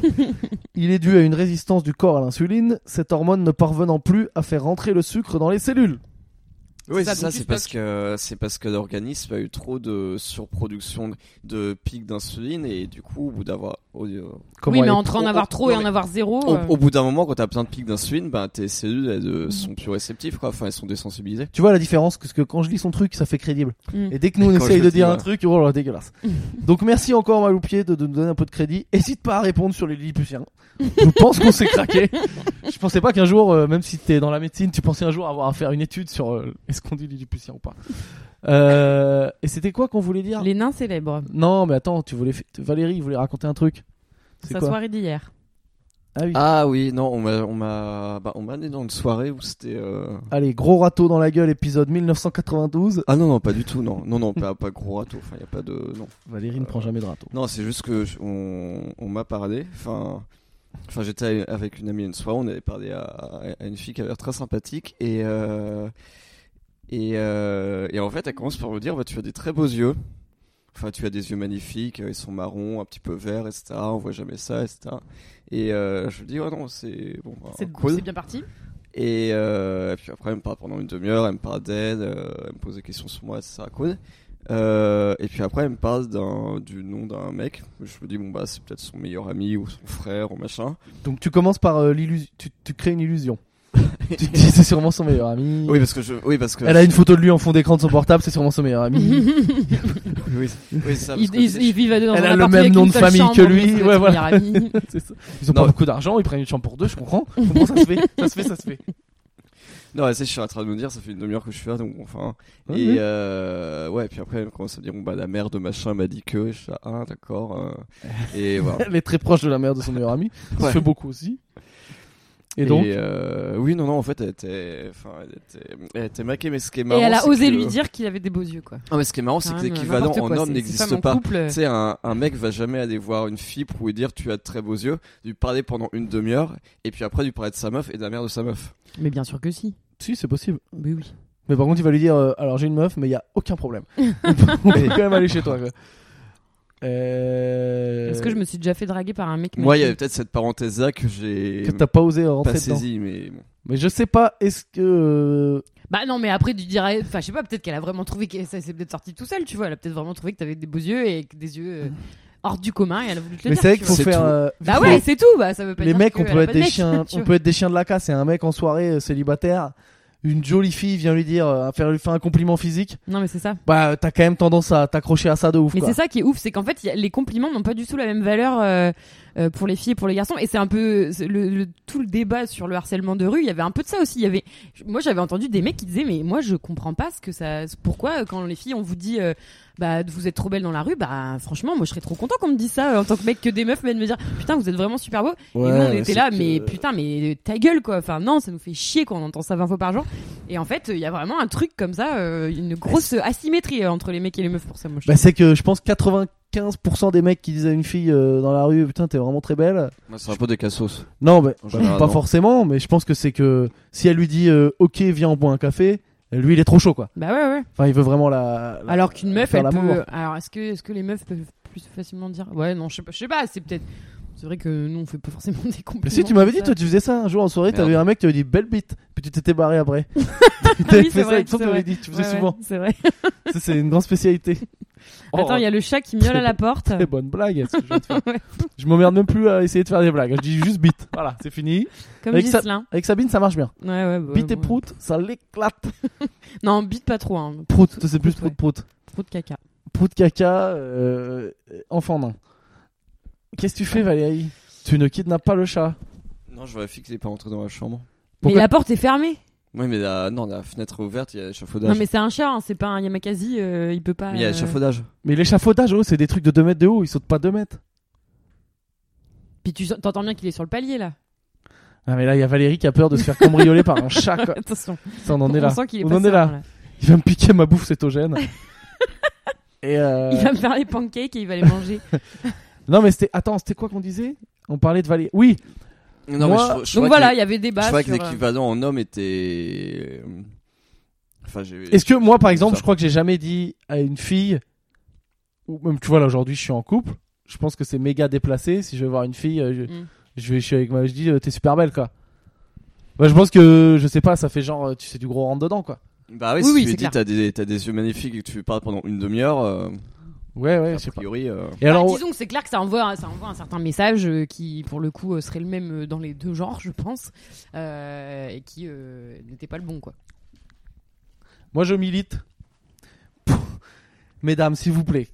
Speaker 1: Il est dû à une résistance du corps à l'insuline, cette hormone ne parvenant plus à faire rentrer le sucre dans les cellules.
Speaker 3: Oui,
Speaker 2: ça,
Speaker 3: c'est ça,
Speaker 2: donc tu
Speaker 3: c'est parce
Speaker 2: stockes.
Speaker 3: que c'est parce que l'organisme a eu trop de surproduction de, de pics d'insuline et du coup, au bout d'avoir au, au-
Speaker 1: Comment
Speaker 2: oui, mais
Speaker 1: elle-
Speaker 2: entre en
Speaker 3: on-
Speaker 2: avoir
Speaker 3: on-
Speaker 2: trop et
Speaker 3: non,
Speaker 2: en
Speaker 3: mais-
Speaker 2: avoir zéro. euh,
Speaker 3: au bout d'un moment, quand t'as plein de pics d'insuline, bah, tes cellules elles,
Speaker 2: Mm.
Speaker 3: euh, sont plus réceptives, quoi. Enfin, elles sont désensibilisées.
Speaker 1: Tu vois la différence Parce que quand je lis son truc, ça fait crédible.
Speaker 2: Mm.
Speaker 1: Et dès que nous on
Speaker 3: Quand
Speaker 1: essaye
Speaker 3: je
Speaker 1: de
Speaker 3: le dis,
Speaker 1: dire un
Speaker 3: ouais.
Speaker 1: truc, oh là, dégueulasse. Donc merci encore Maloupier de, de nous donner un peu de crédit. Hésite pas à répondre sur les Lilliputiens. je pense qu'on s'est craqué. Je pensais pas qu'un jour, euh, même si t'es dans la médecine, tu pensais un jour avoir à faire une étude sur euh, est-ce qu'on dit Lilliputien ou pas. Euh, et c'était quoi qu'on voulait dire
Speaker 2: Les nains célèbres.
Speaker 1: Non, mais attends, tu voulais Valérie voulait raconter un truc. C'est
Speaker 2: Sa
Speaker 1: quoi
Speaker 2: soirée d'hier.
Speaker 1: Ah oui.
Speaker 3: Ah oui, non, on m'a on m'a bah, on m'a amené dans une soirée où c'était euh,
Speaker 1: Allez, gros râteau dans la gueule, épisode 1992.
Speaker 3: Ah non non, pas du tout, non. Non non, pas pas gros râteau, enfin, y a pas de non.
Speaker 1: Valérie ne prend jamais de râteau.
Speaker 3: Non, c'est juste que je- on, on m'a parlé. Enfin, enfin, j'étais avec une amie une soirée, on avait parlé à, à- à une fille qui avait l'air très sympathique et euh, et, euh, et en fait, elle commence par me dire, bah, tu as des très beaux yeux. Enfin, tu as des yeux magnifiques, euh, ils sont marrons, un petit peu verts, etc. On voit jamais ça, etc. Et euh, je me dis, ouais, non, c'est bon, bah,
Speaker 2: C'est
Speaker 3: cool.
Speaker 2: c'est bien parti.
Speaker 3: Et, euh, et puis après, elle me parle pendant une demi-heure, elle me parle d'elle, euh, elle me pose des questions sur moi, etc. Cool. Euh, et puis après, elle me parle d'un- du nom d'un mec. Je me dis, bon, bah, c'est peut-être son meilleur ami ou son frère ou machin.
Speaker 1: Donc tu commences par euh, l'illusion, tu, tu crées une illusion. tu te dis c'est sûrement son meilleur ami.
Speaker 3: Oui, parce que je. Oui, parce que.
Speaker 1: Elle a une photo de lui en fond d'écran de son portable, c'est sûrement son meilleur ami.
Speaker 3: Oui, c'est- oui, c'est ça. Ah, parce
Speaker 2: Ils,
Speaker 3: que
Speaker 2: ils- ils vivent dans
Speaker 1: Elle
Speaker 2: un
Speaker 1: a le
Speaker 2: appartement
Speaker 1: même
Speaker 2: avec
Speaker 1: nom
Speaker 2: une
Speaker 1: de
Speaker 2: seule
Speaker 1: famille
Speaker 2: chambre,
Speaker 1: que lui,
Speaker 2: donc c'est
Speaker 1: ouais,
Speaker 2: son
Speaker 1: voilà.
Speaker 2: meilleur ami.
Speaker 1: C'est ça. Ils ont
Speaker 3: Non.
Speaker 1: pas beaucoup d'argent, ils prennent une chambre pour deux, je comprends. Je comprends, ça se fait, ça se fait, ça se fait.
Speaker 3: Non, elle sait, je suis en train de nous dire, ça fait une demi-heure que je suis là, donc bon, enfin.
Speaker 1: Ouais,
Speaker 3: et
Speaker 1: ouais.
Speaker 3: euh, ouais, puis après, elle commence à me dire, bon, bah, la mère de machin m'a dit que, et je suis là, ah, d'accord. euh, et voilà.
Speaker 1: Elle est très proche de la mère de son meilleur ami. Ça
Speaker 3: Ouais.
Speaker 1: se fait beaucoup aussi. Et donc,
Speaker 3: euh, Oui, non, non, en fait, elle était. Enfin, elle était, elle était maquée, mais ce qui est
Speaker 2: Et
Speaker 3: marrant.
Speaker 2: elle a
Speaker 3: c'est
Speaker 2: osé
Speaker 3: que-
Speaker 2: lui dire qu'il avait des beaux yeux, quoi.
Speaker 3: Ah mais ce qui est marrant, c'est
Speaker 2: Quand
Speaker 3: que
Speaker 2: même, euh,
Speaker 3: l'équivalent
Speaker 2: n'importe
Speaker 3: en
Speaker 2: quoi,
Speaker 3: homme
Speaker 2: c'est- ces
Speaker 3: n'existe
Speaker 2: femmes en
Speaker 3: pas.
Speaker 2: couple, euh,
Speaker 3: Tu sais, un, un mec va jamais aller voir une fille pour lui dire tu as de très beaux yeux, lui parler pendant une demi-heure, et puis après lui parler de sa meuf et de la mère de sa meuf.
Speaker 2: Mais bien sûr que si.
Speaker 1: si c'est possible.
Speaker 2: Mais oui.
Speaker 1: Mais par contre, il va lui dire euh, alors j'ai une meuf, mais il y a aucun problème. on peut on peut quand même aller chez toi. quoi. Euh...
Speaker 2: Est-ce que je me suis déjà fait draguer par un mec
Speaker 3: Moi, il y
Speaker 2: maqué
Speaker 3: avait peut-être cette parenthèse là que j'ai
Speaker 1: que t'as pas osé
Speaker 3: pas
Speaker 1: rentrer dedans.
Speaker 3: saisi, mais bon.
Speaker 1: Mais je sais pas, est-ce que euh,
Speaker 2: Bah non, mais après, tu dirais. Enfin, je sais pas, peut-être qu'elle a vraiment trouvé. Que... Ça s'est peut-être sorti tout seul, tu vois. Elle a peut-être vraiment trouvé que t'avais des beaux yeux et que des yeux euh, hors du commun et elle a voulu te le
Speaker 1: Mais
Speaker 2: dire.
Speaker 1: c'est vrai
Speaker 2: tu
Speaker 1: qu'il faut
Speaker 2: vois.
Speaker 3: C'est
Speaker 1: faire.
Speaker 3: tout.
Speaker 1: euh,
Speaker 2: Bah
Speaker 1: faut-
Speaker 2: ouais, c'est tout. Bah, ça veut pas
Speaker 1: les
Speaker 2: dire
Speaker 1: mecs, on
Speaker 2: qu'elle
Speaker 1: peut
Speaker 2: a
Speaker 1: être
Speaker 2: pas
Speaker 1: des
Speaker 2: de mec,
Speaker 1: chiens,
Speaker 2: tu
Speaker 1: on
Speaker 2: vois.
Speaker 1: peut être des chiens de la casse. C'est un mec en soirée euh, célibataire, une jolie fille vient lui dire, euh, faire lui faire un compliment physique.
Speaker 2: Non, mais c'est ça.
Speaker 1: Bah, euh, t'as quand même tendance à t'accrocher à ça de ouf.
Speaker 2: Mais
Speaker 1: quoi.
Speaker 2: c'est ça qui est ouf, c'est qu'en fait, il y a- les compliments n'ont pas du tout la même valeur euh, euh, pour les filles et pour les garçons. Et c'est un peu c'est le, le- tout le débat sur le harcèlement de rue. Il y avait un peu de ça aussi. Il y avait, je- moi, j'avais entendu des mecs qui disaient, mais moi, je comprends pas ce que ça, pourquoi euh, quand les filles on vous dit, euh, bah, vous êtes trop belle dans la rue, bah, franchement, moi, je serais trop content qu'on me dise ça euh, en tant que mec que des meufs viennent me dire, putain, vous êtes vraiment super beau. et nous, on était là, mais putain, mais ta gueule quoi. Enfin, non, ça nous fait chier quand on entend ça 20 fois par jour. Et en fait, il y a vraiment un truc comme ça, euh, une grosse asymétrie euh, entre les mecs et les meufs pour ça. Moi, je
Speaker 1: Bah, c'est que je pense 95% des mecs qui disent à une fille euh, dans la rue, putain, t'es vraiment très belle.
Speaker 3: Moi, c'est un peu des cassos.
Speaker 1: Non, bah,
Speaker 3: En
Speaker 1: bah,
Speaker 3: général,
Speaker 1: pas
Speaker 3: non.
Speaker 1: forcément. Mais je pense que c'est que si elle lui dit, euh, ok, viens, on boit un café. Lui, il est trop chaud, quoi.
Speaker 2: Bah ouais, ouais.
Speaker 1: Enfin, il veut vraiment la. la-
Speaker 2: Alors qu'une meuf,
Speaker 1: faire
Speaker 2: elle
Speaker 1: l'amour.
Speaker 2: peut. Alors est-ce que, est-ce que les meufs peuvent plus facilement dire Ouais, non, je sais pas, je sais pas, c'est peut-être. C'est vrai que nous, on fait pas forcément des compliments.
Speaker 1: Mais si tu m'avais
Speaker 2: comme
Speaker 1: dit, toi, tu faisais ça un jour en soirée,
Speaker 3: Merde.
Speaker 1: t'avais un mec qui avait dit belle bite, puis tu t'étais barré après.
Speaker 2: ça.
Speaker 1: T'avais
Speaker 2: Ah
Speaker 1: fait
Speaker 2: Oui, c'est
Speaker 1: ça, il
Speaker 2: vrai,
Speaker 1: me semble
Speaker 2: c'est
Speaker 1: que t'avais
Speaker 2: vrai.
Speaker 1: dit, tu faisais
Speaker 2: Ouais, ouais,
Speaker 1: souvent.
Speaker 2: C'est vrai.
Speaker 1: Ça, c'est une grande spécialité. Oh,
Speaker 2: Attends, il y a le chat qui miaule à la porte.
Speaker 1: Très bonne blague. ce que je viens de faire.
Speaker 2: Ouais.
Speaker 1: je m'emmerde même plus à essayer de faire des blagues. Je dis juste bite. Voilà, c'est fini.
Speaker 2: Comme
Speaker 1: Avec ça-
Speaker 2: Ghislain.
Speaker 1: Avec Sabine, ça marche bien.
Speaker 2: Ouais, ouais, bah,
Speaker 1: Bite et
Speaker 2: ouais.
Speaker 1: prout, ça l'éclate.
Speaker 2: Non, bite pas trop, hein.
Speaker 1: Prout, c'est plus prout,
Speaker 2: Prout,
Speaker 1: prout.
Speaker 2: Trop de caca.
Speaker 1: Prout, caca, euh, enfant nain. Qu'est-ce que tu fais, Valérie Tu ne kidnappes pas le chat.
Speaker 3: Non, je vérifie qu'il est pas rentré dans la chambre.
Speaker 2: Mais
Speaker 1: Pourquoi-
Speaker 2: la porte est fermée.
Speaker 3: Oui, mais la, non, la fenêtre est ouverte, il y a l'échafaudage.
Speaker 2: Non, mais c'est un chat, hein, c'est pas un Yamakasi, euh, il peut pas.
Speaker 3: Mais il y a
Speaker 2: euh,
Speaker 3: l'échafaudage.
Speaker 1: Mais l'échafaudage, oh, c'est des trucs de 2 mètres de haut, ils sautent pas 2 mètres.
Speaker 2: Puis tu t'entends bien qu'il est sur le palier là.
Speaker 1: Ah, mais là, il y a Valérie qui a peur de se faire cambrioler par un chat, quoi.
Speaker 2: Attention.
Speaker 1: Ça, on en est là.
Speaker 2: sent qu'il est
Speaker 1: On
Speaker 2: pas
Speaker 1: en est
Speaker 2: serein,
Speaker 1: là. Il va me piquer ma bouffe cétogène. Et euh,
Speaker 2: Il va me faire les pancakes et il va les manger.
Speaker 1: Non, mais c'était. Attends, c'était quoi qu'on disait On parlait de Valérie. Oui,
Speaker 3: Non,
Speaker 1: Moi-
Speaker 3: je, je
Speaker 2: Donc
Speaker 3: crois
Speaker 2: voilà,
Speaker 3: que
Speaker 2: il y avait débat.
Speaker 3: Je crois que
Speaker 2: sur, euh,
Speaker 3: l'équivalent en homme était. euh, Enfin, j'ai.
Speaker 1: Est-ce que moi, par
Speaker 3: C'est
Speaker 1: exemple,
Speaker 3: ça.
Speaker 1: je crois que j'ai jamais dit à une fille, ou même tu vois là aujourd'hui, je suis en couple. Je pense que c'est méga déplacé. Si je vais voir une fille, euh, je,
Speaker 2: Mm.
Speaker 1: je vais, je suis avec moi, je dis, euh, t'es super belle, quoi. Bah, je pense que, je sais pas, ça fait genre, euh, tu sais, du gros rentre dedans, quoi.
Speaker 3: Bah oui,
Speaker 2: Oui,
Speaker 3: si
Speaker 2: oui,
Speaker 3: tu lui
Speaker 2: c'est
Speaker 3: dis
Speaker 2: clair.
Speaker 3: t'as des, t'as des yeux magnifiques et que tu parles pendant une demi-heure, euh,
Speaker 1: Ouais, ouais,
Speaker 3: a
Speaker 1: je sais pas.
Speaker 3: priori. euh,
Speaker 1: Et
Speaker 2: Bah,
Speaker 1: alors,
Speaker 2: disons que c'est clair que ça envoie, un- ça envoie un certain message euh, qui, pour le coup, euh, serait le même euh, dans les deux genres, je pense, euh, et qui euh, n'était pas le bon, quoi.
Speaker 1: moi je milite. Pouh. Mesdames, s'il vous plaît.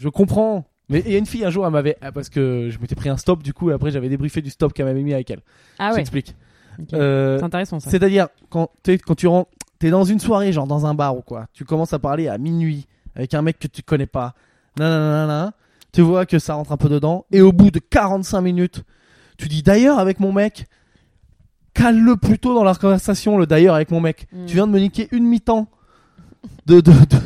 Speaker 1: Je comprends. Mais il y a une fille un jour, elle m'avait. ah, Parce que je m'étais pris un stop, du coup, et après j'avais débriefé du stop qu'elle m'avait mis avec elle.
Speaker 2: Ah ouais,
Speaker 1: J'explique.
Speaker 2: ok.
Speaker 1: Euh,
Speaker 2: c'est intéressant ça.
Speaker 1: C'est-à-dire, quand, t'es- quand tu rentres, t'es dans une soirée, genre dans un bar ou quoi, tu commences à parler à minuit avec un mec que tu connais pas, nanana, tu vois que ça rentre un peu dedans, et au bout de 45 minutes, tu dis d'ailleurs avec mon mec, cale-le plutôt dans la conversation, le d'ailleurs avec mon mec.
Speaker 2: Mm.
Speaker 1: Tu viens de me niquer une mi-temps de, de, de,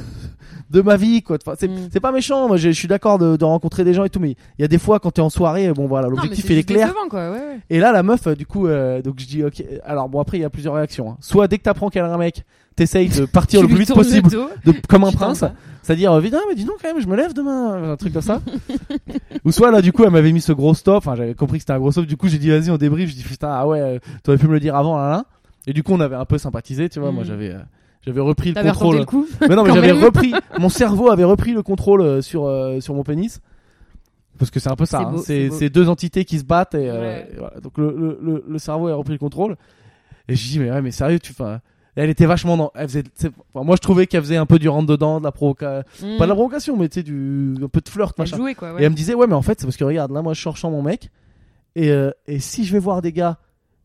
Speaker 1: de ma vie, quoi. Enfin, c'est,
Speaker 2: Mm.
Speaker 1: c'est pas méchant, moi je, je suis d'accord de, de rencontrer des gens et tout, mais il y a des fois quand t'es en soirée, bon voilà,
Speaker 2: Non, mais
Speaker 1: l'objectif
Speaker 2: c'est
Speaker 1: il est
Speaker 2: juste
Speaker 1: clair.
Speaker 2: décevant, quoi, ouais, ouais.
Speaker 1: Et là, la meuf, euh, du coup, euh, donc je dis, ok. Alors bon, après, il y a plusieurs réactions. hein. Soit dès que t'apprends qu'elle a un mec, t'essayes de partir
Speaker 2: Tu
Speaker 1: le plus
Speaker 2: lui
Speaker 1: vite
Speaker 2: tournes le
Speaker 1: possible,
Speaker 2: dos,
Speaker 1: de- comme un
Speaker 2: tu t'en
Speaker 1: prince.
Speaker 2: vas.
Speaker 1: C'est-à-dire, euh, vite, ah, mais dis donc quand même, je me lève demain, euh, un truc comme ça. Ou soit là, du coup, elle m'avait mis ce gros stop. Enfin, j'avais compris que c'était un gros stop. Du coup, j'ai dit, vas-y, on débrief. Je dis, putain, ah ouais, euh, t'aurais pu me le dire avant, là, là. Et du coup, on avait un peu sympathisé, tu vois. Moi,
Speaker 2: Mhm.
Speaker 1: j'avais, euh, j'avais repris le
Speaker 2: T'avais
Speaker 1: contrôle.
Speaker 2: retenté le coup
Speaker 1: Mais non, mais
Speaker 2: Quand
Speaker 1: j'avais
Speaker 2: même.
Speaker 1: repris. Mon cerveau avait repris le contrôle euh, sur euh, sur mon pénis. Parce que c'est un peu ça.
Speaker 2: C'est
Speaker 1: hein.
Speaker 2: beau,
Speaker 1: C'est
Speaker 2: c'est beau.
Speaker 1: c'est deux entités qui se battent et, euh,
Speaker 2: Ouais.
Speaker 1: et voilà. donc le, le, le, le cerveau a repris le contrôle. Et je dis mais ouais mais sérieux tu enfin elle était vachement dans elle faisait c'est- enfin, moi je trouvais qu'elle faisait un peu du rentre dedans de la provocation
Speaker 2: Mm.
Speaker 1: pas de la provocation mais tu sais du un peu de flirt
Speaker 2: Elle
Speaker 1: machin.
Speaker 2: jouait, quoi,
Speaker 1: Et
Speaker 2: ouais.
Speaker 1: elle me disait, ouais, mais en fait, c'est parce que regarde, là, moi, je cherche mon mec. Et, euh, et si je vais voir des gars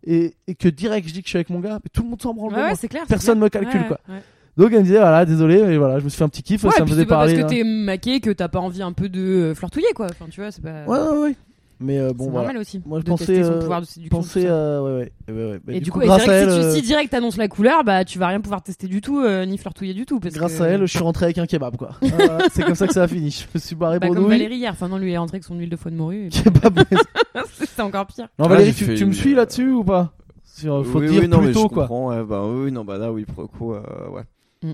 Speaker 1: et, et que direct je dis que je suis avec mon gars, mais tout le monde s'en branle. de
Speaker 2: Ouais, ouais,
Speaker 1: moi.
Speaker 2: c'est clair. c'est
Speaker 1: Personne
Speaker 2: clair.
Speaker 1: me calcule,
Speaker 2: Ouais,
Speaker 1: quoi.
Speaker 2: ouais.
Speaker 1: Donc elle me disait, voilà, désolé, et voilà, je me suis fait un petit kiff,
Speaker 2: Ouais,
Speaker 1: ça
Speaker 2: et
Speaker 1: me
Speaker 2: puis
Speaker 1: faisait
Speaker 2: c'est pas
Speaker 1: parler.
Speaker 2: parce que
Speaker 1: là.
Speaker 2: t'es maqué que t'as pas envie un peu de euh, flirtouiller, quoi. Enfin, tu vois, c'est pas.
Speaker 1: Ouais, ouais, ouais. Mais euh,
Speaker 2: c'est
Speaker 1: bon, voilà.
Speaker 2: normal aussi.
Speaker 1: Moi, je
Speaker 2: de tester
Speaker 1: pensais,
Speaker 2: son
Speaker 1: euh,
Speaker 2: pouvoir de séduction. tout
Speaker 1: Pensez,
Speaker 2: ça.
Speaker 1: euh, ouais, ouais, ouais, ouais. Mais
Speaker 2: Et du coup, et
Speaker 1: grâce
Speaker 2: c'est
Speaker 1: à
Speaker 2: vrai
Speaker 1: elle,
Speaker 2: que si, tu,
Speaker 1: euh,
Speaker 2: si direct t'annonces la couleur, bah tu vas rien pouvoir tester du tout, euh, ni flirtouiller du tout. Parce
Speaker 1: grâce
Speaker 2: que-
Speaker 1: à elle, je suis rentré avec un kebab, quoi. Ah, voilà, c'est comme ça que ça a fini. Je me suis barré
Speaker 2: Bah, comme
Speaker 1: bredouille.
Speaker 2: Valérie hier, enfin non, lui est rentré avec son huile de foie de morue. et puis-
Speaker 1: Kebab.
Speaker 2: c'est encore pire.
Speaker 1: Non,
Speaker 3: Ah,
Speaker 1: Valérie,
Speaker 3: j'ai
Speaker 1: tu,
Speaker 3: fait
Speaker 1: tu me
Speaker 3: une,
Speaker 1: suis
Speaker 3: euh,
Speaker 1: là-dessus ou pas Sur- Faut
Speaker 3: oui,
Speaker 1: dire
Speaker 3: oui, non, mais
Speaker 1: plus
Speaker 3: je
Speaker 1: tôt, quoi.
Speaker 3: comprends, ouais, bah oui, non, bah là, oui, pour le coup, euh, ouais.
Speaker 2: Mm.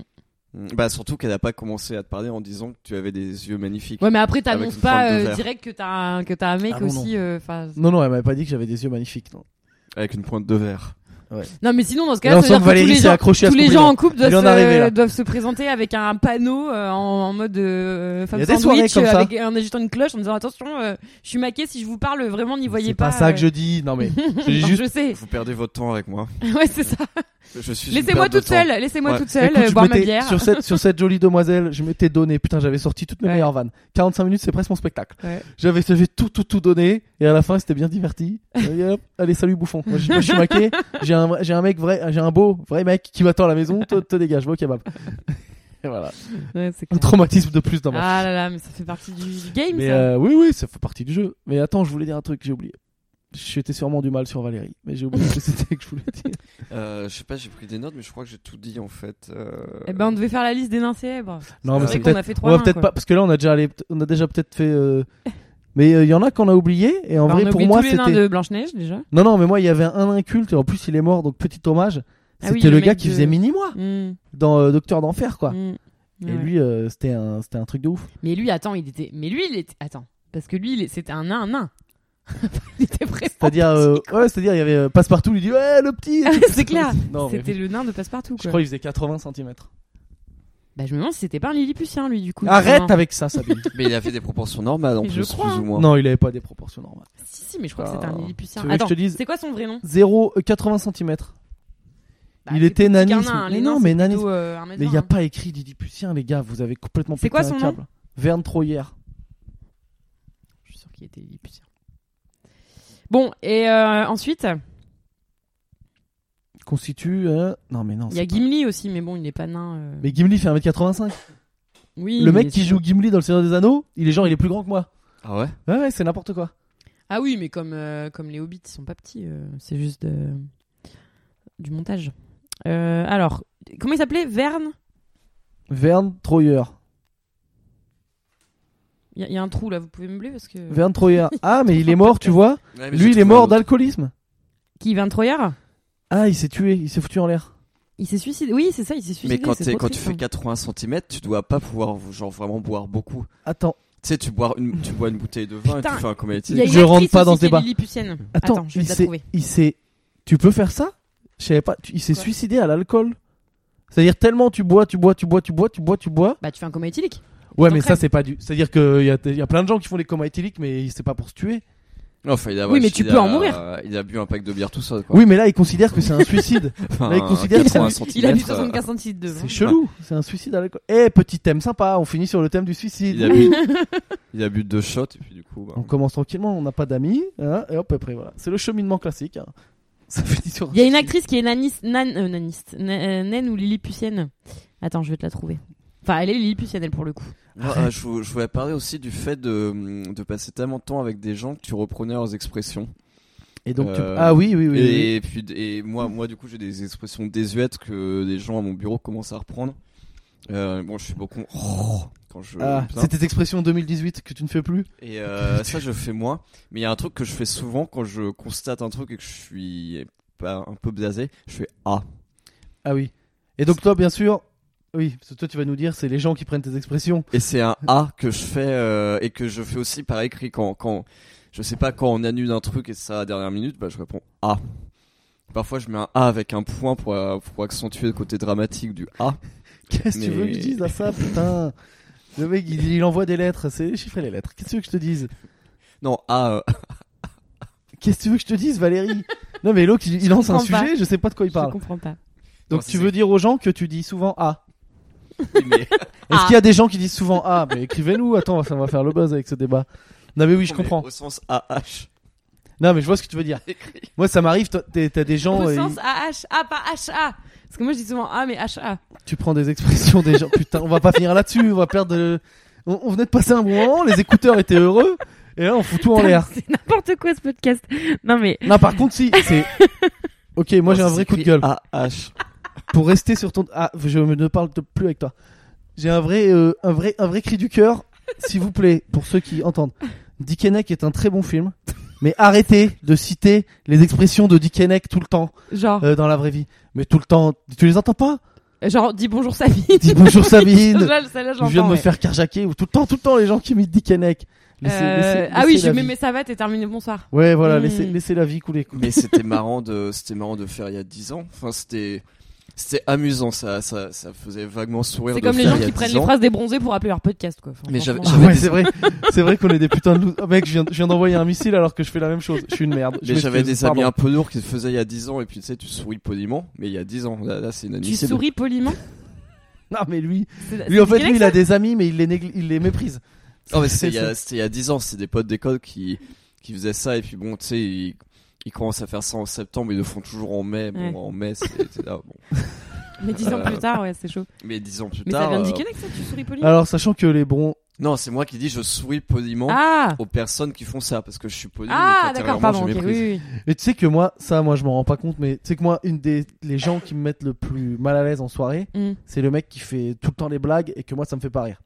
Speaker 3: Mm, Bah surtout qu'elle a pas commencé à te parler en disant que tu avais des yeux magnifiques.
Speaker 2: Ouais, mais après
Speaker 3: Avec
Speaker 2: t'annonces
Speaker 3: une
Speaker 2: pas
Speaker 3: pointe de
Speaker 2: euh,
Speaker 3: verre.
Speaker 2: direct que t'as un, que t'as un mec
Speaker 1: Ah, non,
Speaker 2: aussi. euh, enfin,
Speaker 1: Non, non, elle m'avait pas dit que j'avais des yeux magnifiques. Non.
Speaker 3: Avec une pointe de verre.
Speaker 2: non, mais sinon dans ce
Speaker 1: Et on
Speaker 2: cas-là, ça
Speaker 1: sent que
Speaker 2: veut dire que tous
Speaker 1: Valérie
Speaker 2: les
Speaker 1: s'est
Speaker 2: gens,
Speaker 1: accrochée à
Speaker 2: tous
Speaker 1: ce
Speaker 2: les
Speaker 1: compliment.
Speaker 2: gens en couple doivent
Speaker 1: Elle en est arrivée, là.
Speaker 2: se, doivent se présenter avec un panneau euh, en, en mode euh,
Speaker 1: Il y
Speaker 2: femme
Speaker 1: a des soirées
Speaker 2: sandwich
Speaker 1: comme ça.
Speaker 2: avec, en agitant une cloche en disant attention, euh, je suis maquée, si je vous parle vraiment n'y voyez
Speaker 1: C'est
Speaker 2: pas.
Speaker 1: pas ça
Speaker 2: euh,
Speaker 1: que je dis. Non, mais je dis
Speaker 2: non,
Speaker 1: juste.
Speaker 2: je sais.
Speaker 3: Vous perdez votre temps avec moi.
Speaker 2: Ouais, c'est ça.
Speaker 3: Je suis. une
Speaker 2: Laissez-moi
Speaker 3: perte de
Speaker 2: toute seule, laissez-moi
Speaker 3: Ouais.
Speaker 2: toute seule
Speaker 1: Écoute,
Speaker 2: euh,
Speaker 1: je
Speaker 2: boire ma
Speaker 1: m'étais-
Speaker 2: bière.
Speaker 1: Sur cette, sur cette jolie demoiselle, je m'étais donné. Putain, j'avais sorti toutes mes
Speaker 2: Ouais.
Speaker 1: meilleures vannes. 45 minutes, c'est presque mon spectacle.
Speaker 2: Ouais.
Speaker 1: J'avais j'avais tout, tout, tout donné. Et à la fin, c'était bien diverti. Et hop, allez, salut, bouffon. Moi, je moi, je suis maqué. J'ai un, j'ai un mec vrai, j'ai un beau, vrai mec qui m'attend à la maison. Te, te dégage, va au kebab. Et voilà.
Speaker 2: Ouais, c'est
Speaker 1: Un
Speaker 2: clair.
Speaker 1: traumatisme de plus dans ma
Speaker 2: Ah là là, mais ça fait partie du, du game
Speaker 1: Mais
Speaker 2: ça.
Speaker 1: euh, oui, oui, ça fait partie du jeu. Mais attends, je voulais dire un truc, j'ai oublié. J'étais sûrement du mal sur Valérie, mais j'ai oublié ce que c'était que je voulais dire.
Speaker 3: temps. Euh, je sais pas, j'ai pris des notes, mais je crois que j'ai tout dit en fait. euh.
Speaker 2: Eh ben on devait faire la liste des nains célèbres.
Speaker 1: Non, mais
Speaker 3: Euh,
Speaker 2: C'est
Speaker 1: c'est
Speaker 2: vrai qu'on
Speaker 1: peut-être.
Speaker 2: a fait
Speaker 1: On
Speaker 2: trois.
Speaker 1: va
Speaker 2: nains,
Speaker 1: peut-être
Speaker 2: quoi.
Speaker 1: pas, parce que là, on a déjà, allé, on a déjà peut-être fait. euh, Mais il y en a qu'on a oublié, et en
Speaker 2: Bah, on
Speaker 1: vrai,
Speaker 2: a
Speaker 1: pour
Speaker 2: oublié
Speaker 1: moi,
Speaker 2: tous les nains
Speaker 1: c'était.
Speaker 2: de Blanche Neige déjà.
Speaker 1: Non, non, mais moi, il y avait un inculte, et en plus, il est mort, donc petit hommage.
Speaker 2: Ah
Speaker 1: C'était
Speaker 2: oui,
Speaker 1: le,
Speaker 2: le
Speaker 1: gars
Speaker 2: mec
Speaker 1: qui
Speaker 2: de-
Speaker 1: faisait mini-moi
Speaker 2: Mm,
Speaker 1: dans euh, Docteur d'Enfer, quoi.
Speaker 2: mm. Ouais,
Speaker 1: Et
Speaker 2: ouais. Oh,
Speaker 1: lui, euh, c'était un, c'était un truc de ouf.
Speaker 2: Mais lui, attends, il était. Mais lui, il était. Attends, parce que lui, il est- c'était un nain, un nain. il était présent.
Speaker 1: C'est-à-dire, euh, ouais, c'est-à-dire, il y avait euh, Passepartout, lui dit, ouais, le petit. et tout.
Speaker 2: c'est clair.
Speaker 1: Non, mais-
Speaker 2: C'était le nain de passe-partout.
Speaker 1: Je
Speaker 2: Quoi.
Speaker 1: crois qu'il faisait 80 cm.
Speaker 2: Bah, je me demande si c'était pas un Lilliputien lui du coup.
Speaker 1: Arrête
Speaker 2: justement.
Speaker 1: avec ça, Sabine.
Speaker 3: Mais il avait des proportions normales en
Speaker 2: Je
Speaker 3: plus,
Speaker 2: crois,
Speaker 3: plus
Speaker 2: hein.
Speaker 3: ou moins.
Speaker 1: non, il avait pas des proportions normales.
Speaker 2: Si si, mais je crois que c'était un
Speaker 1: Ah.
Speaker 2: Lilliputien.
Speaker 1: Tu veux que je
Speaker 2: Attends,
Speaker 1: te dise
Speaker 2: c'est quoi son vrai nom
Speaker 1: 0, euh, 80 cm.
Speaker 2: Bah,
Speaker 1: il
Speaker 2: c'est
Speaker 1: était
Speaker 2: plus qu'un
Speaker 1: nanisme.
Speaker 2: nain,
Speaker 1: Mais
Speaker 2: les
Speaker 1: non,
Speaker 2: nains,
Speaker 1: mais
Speaker 2: c'est
Speaker 1: nanisme.
Speaker 2: plutôt, euh, un mètre
Speaker 1: Mais il n'y a
Speaker 2: vingt, hein.
Speaker 1: pas écrit Lilliputien, les gars, vous avez complètement
Speaker 2: C'est
Speaker 1: pété
Speaker 2: quoi
Speaker 1: un
Speaker 2: son nom
Speaker 1: câble. Verne Troyer.
Speaker 2: Je suis sûr qu'il était lilliputien. Bon, et euh, ensuite,
Speaker 1: Constitue. euh, Non, mais non.
Speaker 2: il y a
Speaker 1: c'est pas-
Speaker 2: Gimli aussi, mais bon, il n'est pas nain. euh.
Speaker 1: Mais Gimli fait 1m85.
Speaker 2: Oui,
Speaker 1: Le
Speaker 2: mais
Speaker 1: mec qui
Speaker 2: c'est-
Speaker 1: joue Gimli dans Le Seigneur des Anneaux, il est genre, il est plus grand que moi.
Speaker 3: Ah ouais.
Speaker 1: Ouais, ouais, c'est n'importe quoi.
Speaker 2: Ah oui, mais comme, euh, comme les hobbits, ils sont pas petits. euh, c'est juste euh, du montage. Euh, alors, comment il s'appelait Verne
Speaker 1: Verne
Speaker 2: Euh.
Speaker 1: Troyer.
Speaker 2: Il y, a- il y a un trou là, vous pouvez meubler parce que.
Speaker 1: Verne Troyer. Ah, mais il est mort, tu vois.
Speaker 3: Ouais, Ah, mais j'ai
Speaker 1: Lui, il est
Speaker 3: trouvé un
Speaker 1: mort
Speaker 3: autre.
Speaker 1: d'alcoolisme.
Speaker 2: Qui, Verne Troyer
Speaker 1: Ah, il s'est tué, il s'est foutu en l'air.
Speaker 2: Il s'est suicidé. Oui, c'est ça, il s'est suicidé.
Speaker 3: Mais quand,
Speaker 2: c'est
Speaker 3: t'es-
Speaker 2: trop
Speaker 3: quand tu
Speaker 2: triste,
Speaker 3: fais
Speaker 2: hein.
Speaker 3: 80 cm, tu dois pas pouvoir genre vraiment boire beaucoup.
Speaker 1: Attends,
Speaker 3: Tu sais, tu bois une, tu bois une bouteille de vin et
Speaker 2: Putain.
Speaker 3: tu fais un comédie.
Speaker 2: Il y a une
Speaker 1: Je
Speaker 2: actrice
Speaker 1: rentre pas
Speaker 2: aussi
Speaker 1: dans ce
Speaker 2: qui est
Speaker 1: débat.
Speaker 2: lilliputienne.
Speaker 1: attends,
Speaker 2: je vais
Speaker 1: il
Speaker 2: te la
Speaker 1: s'est-
Speaker 2: trouver.
Speaker 1: il s'est. Tu peux faire ça Je savais pas. tu- Il s'est
Speaker 2: Quoi
Speaker 1: suicidé à l'alcool. C'est-à-dire tellement tu bois, tu bois, tu bois, tu bois, tu bois, tu bois.
Speaker 2: Bah, tu fais un coma éthylique.
Speaker 1: Ouais,
Speaker 2: T'en
Speaker 1: mais ça
Speaker 2: crèves.
Speaker 1: c'est pas du. C'est-à-dire qu'il y a, y a plein de gens qui font des comas éthyliques, mais c'est pas pour se tuer.
Speaker 3: Enfin, il a,
Speaker 2: Oui, mais tu
Speaker 3: il
Speaker 2: peux
Speaker 3: a- euh,
Speaker 2: en mourir.
Speaker 3: Il a bu un pack de bière tout ça. Quoi.
Speaker 1: Oui, mais là ils considèrent que c'est un suicide.
Speaker 3: Enfin,
Speaker 1: là, il considère
Speaker 3: un
Speaker 1: qu'il a
Speaker 3: 80
Speaker 1: bu-
Speaker 2: Il a bu
Speaker 3: centimètres, euh,
Speaker 2: 75 centilitres de vin.
Speaker 1: c'est chelou. C'est un suicide à l'alcool. Eh, petit thème sympa. On finit sur le thème du
Speaker 3: euh,
Speaker 1: suicide.
Speaker 3: Il a bu. il a bu deux shots et puis du coup. bah,
Speaker 1: On commence tranquillement. On n'a pas d'amis. hein, et hop, après voilà. C'est le cheminement classique. hein. Ça finit sur. un
Speaker 2: Il y a une
Speaker 1: suicide.
Speaker 2: actrice qui est naniste, nan, euh, naniste, na- euh, naine ou lilliputienne. Attends, je vais te la trouver. Enfin, elle est lilliputienne, elle, pour le coup.
Speaker 3: Ah, ah, je, vou- je voulais parler aussi du fait de, de passer tellement de temps avec des gens que tu reprenais leurs expressions.
Speaker 1: Et donc tu-
Speaker 3: Euh,
Speaker 1: ah oui, oui, oui. oui.
Speaker 3: et, puis et moi, moi du coup, j'ai des expressions désuètes que des gens à mon bureau commencent à reprendre. Euh, bon, je suis beaucoup oh, quand je.
Speaker 1: Ah,
Speaker 3: putain.
Speaker 1: c'est tes expressions 2018 que tu ne fais plus.
Speaker 3: Et euh, ça, je fais moins. Mais il y a un truc que je fais souvent quand je constate un truc et que je suis pas un peu blasé. Je fais ah.
Speaker 1: Ah oui. Et donc toi, bien sûr, oui, parce que toi tu vas nous dire, c'est les gens qui prennent tes expressions.
Speaker 3: Et c'est un A que je fais euh, et que je fais aussi par écrit quand quand je sais pas quand on annule un truc et ça à la dernière minute, bah je réponds A. Parfois je mets un A avec un point pour, euh, pour accentuer le côté dramatique du A.
Speaker 1: Qu'est-ce que tu
Speaker 3: Mais-
Speaker 1: veux que je dise à ça, putain Le mec, il, il envoie des lettres, c'est chiffrer les lettres. Qu'est-ce que tu veux que je te dise
Speaker 3: Non A. euh,
Speaker 1: Qu'est-ce que tu veux que je te dise, Valérie Non mais l'autre, il, il lance un
Speaker 2: comprends pas.
Speaker 1: sujet, je sais pas de quoi il
Speaker 2: Je
Speaker 1: parle.
Speaker 2: comprends pas.
Speaker 3: Non,
Speaker 1: Donc
Speaker 3: c'est-
Speaker 1: tu veux dire aux gens que tu dis souvent A.
Speaker 3: oui, mais-
Speaker 1: Est-ce
Speaker 2: Ah.
Speaker 1: qu'il y a des gens qui disent souvent A Mais écrivez-nous, attends, ça va faire le buzz avec ce débat. Non mais oui, je
Speaker 3: mais
Speaker 1: comprends.
Speaker 3: Au sens A H.
Speaker 1: Non mais je vois ce que tu veux dire. Moi, ça m'arrive, toi, t'es- t'as des gens...
Speaker 2: Au
Speaker 1: euh,
Speaker 2: sens AH, ah, pas HA. Parce que moi, je dis souvent A, mais HA.
Speaker 1: Tu prends des expressions des gens. Putain, on va pas finir là-dessus. On va perdre. de- On, on venait de passer un bon moment. Les écouteurs étaient heureux. Et là, on fout tout en l'air.
Speaker 2: C'est n'importe quoi, ce podcast. Non, mais.
Speaker 1: Non, par contre, si. C'est. Ok, moi j'ai un vrai coup de gueule.
Speaker 3: Oh, A H.
Speaker 1: Pour rester sur ton. Ah, je me- ne parle de- plus avec toi. J'ai un vrai, euh, un vrai, un vrai cri du cœur. S'il vous plaît, pour ceux qui entendent, Dick Henneck est un très bon film. Mais arrêtez de citer les expressions de Dick Henneck tout le temps
Speaker 2: Genre,
Speaker 1: euh, dans la vraie vie. Mais tout le temps, tu les entends pas
Speaker 2: genre, dis bonjour Sabine.
Speaker 1: Euh. Dis bonjour Sabine.
Speaker 2: Celle-là, celle-là,
Speaker 1: Je viens de
Speaker 2: j'entends,
Speaker 1: me
Speaker 2: ouais.
Speaker 1: faire carjacker ou tout le temps, tout le temps les gens qui imitent Dick Henneck. Laissez-
Speaker 2: Euh,
Speaker 1: laissez-
Speaker 2: ah oui,
Speaker 1: laissez
Speaker 2: je
Speaker 1: la
Speaker 2: mets
Speaker 1: vie.
Speaker 2: mes savates et terminé bonsoir.
Speaker 1: Ouais, voilà,
Speaker 2: Mm.
Speaker 1: laissez, laissez la vie couler. quoi.
Speaker 3: Mais c'était marrant de c'était marrant de faire il y a 10 ans. Enfin c'était c'était amusant ça ça ça faisait vaguement sourire.
Speaker 2: C'est
Speaker 3: de
Speaker 2: comme les
Speaker 3: faire
Speaker 2: gens
Speaker 3: il y a
Speaker 2: qui
Speaker 3: 10
Speaker 2: prennent les
Speaker 3: ans.
Speaker 2: phrases des bronzés pour appeler leur podcast, quoi. Enfin,
Speaker 3: Mais j'avais-
Speaker 2: franchement.
Speaker 1: Ah ouais, c'est vrai, c'est vrai qu'on est des putains de lous- Oh, mec, je viens, je viens d'envoyer un missile alors que je fais la même chose. Je suis une merde. Je
Speaker 3: Mais j'avais
Speaker 1: m'excuse,
Speaker 3: des amis
Speaker 1: pardon.
Speaker 3: un peu lourds qui le faisaient il y a 10 ans, et puis tu sais, tu souris poliment, mais il y a 10 ans, là, là, c'est
Speaker 2: Tu
Speaker 3: inadmissible.
Speaker 2: souris poliment.
Speaker 1: Non, mais lui,
Speaker 2: C'est-
Speaker 1: lui
Speaker 2: c'est
Speaker 1: en fait,
Speaker 2: Guinness,
Speaker 1: lui, il
Speaker 2: ça
Speaker 1: a des amis, mais il les, négli- il les méprise.
Speaker 3: Non, mais c'était il y a- c'était il y a 10 ans, c'est des potes d'école qui, qui faisaient ça, et puis bon, tu sais, ils, ils commencent à faire ça en septembre, ils le font toujours en mai. Bon,
Speaker 2: Ouais.
Speaker 3: en mai, c'est c'est là. Bon.
Speaker 2: Mais dix ans
Speaker 3: Euh,
Speaker 2: plus tard, ouais, c'est chaud.
Speaker 3: Mais 10 ans plus
Speaker 2: Mais ça
Speaker 3: tard.
Speaker 2: vient de
Speaker 3: euh,
Speaker 2: Dick Henneck, ça, tu souris poliment.
Speaker 1: Alors, sachant que les bons.
Speaker 3: Non, c'est moi qui dis je souris poliment
Speaker 2: Ah!
Speaker 3: aux personnes qui font ça, parce que je suis poli,
Speaker 2: Ah,
Speaker 3: mais
Speaker 2: d'accord,
Speaker 3: qu'intérieurement,
Speaker 2: pardon,
Speaker 3: je
Speaker 2: ok, oui,
Speaker 3: méprise.
Speaker 2: oui.
Speaker 1: Et tu sais que moi, ça, moi, je m'en rends pas compte, mais tu sais que moi, une des les gens qui me mettent le plus mal à l'aise en soirée,
Speaker 2: oui. Mm.
Speaker 1: c'est le mec qui fait tout le temps les blagues et que moi ça me fait pas rire.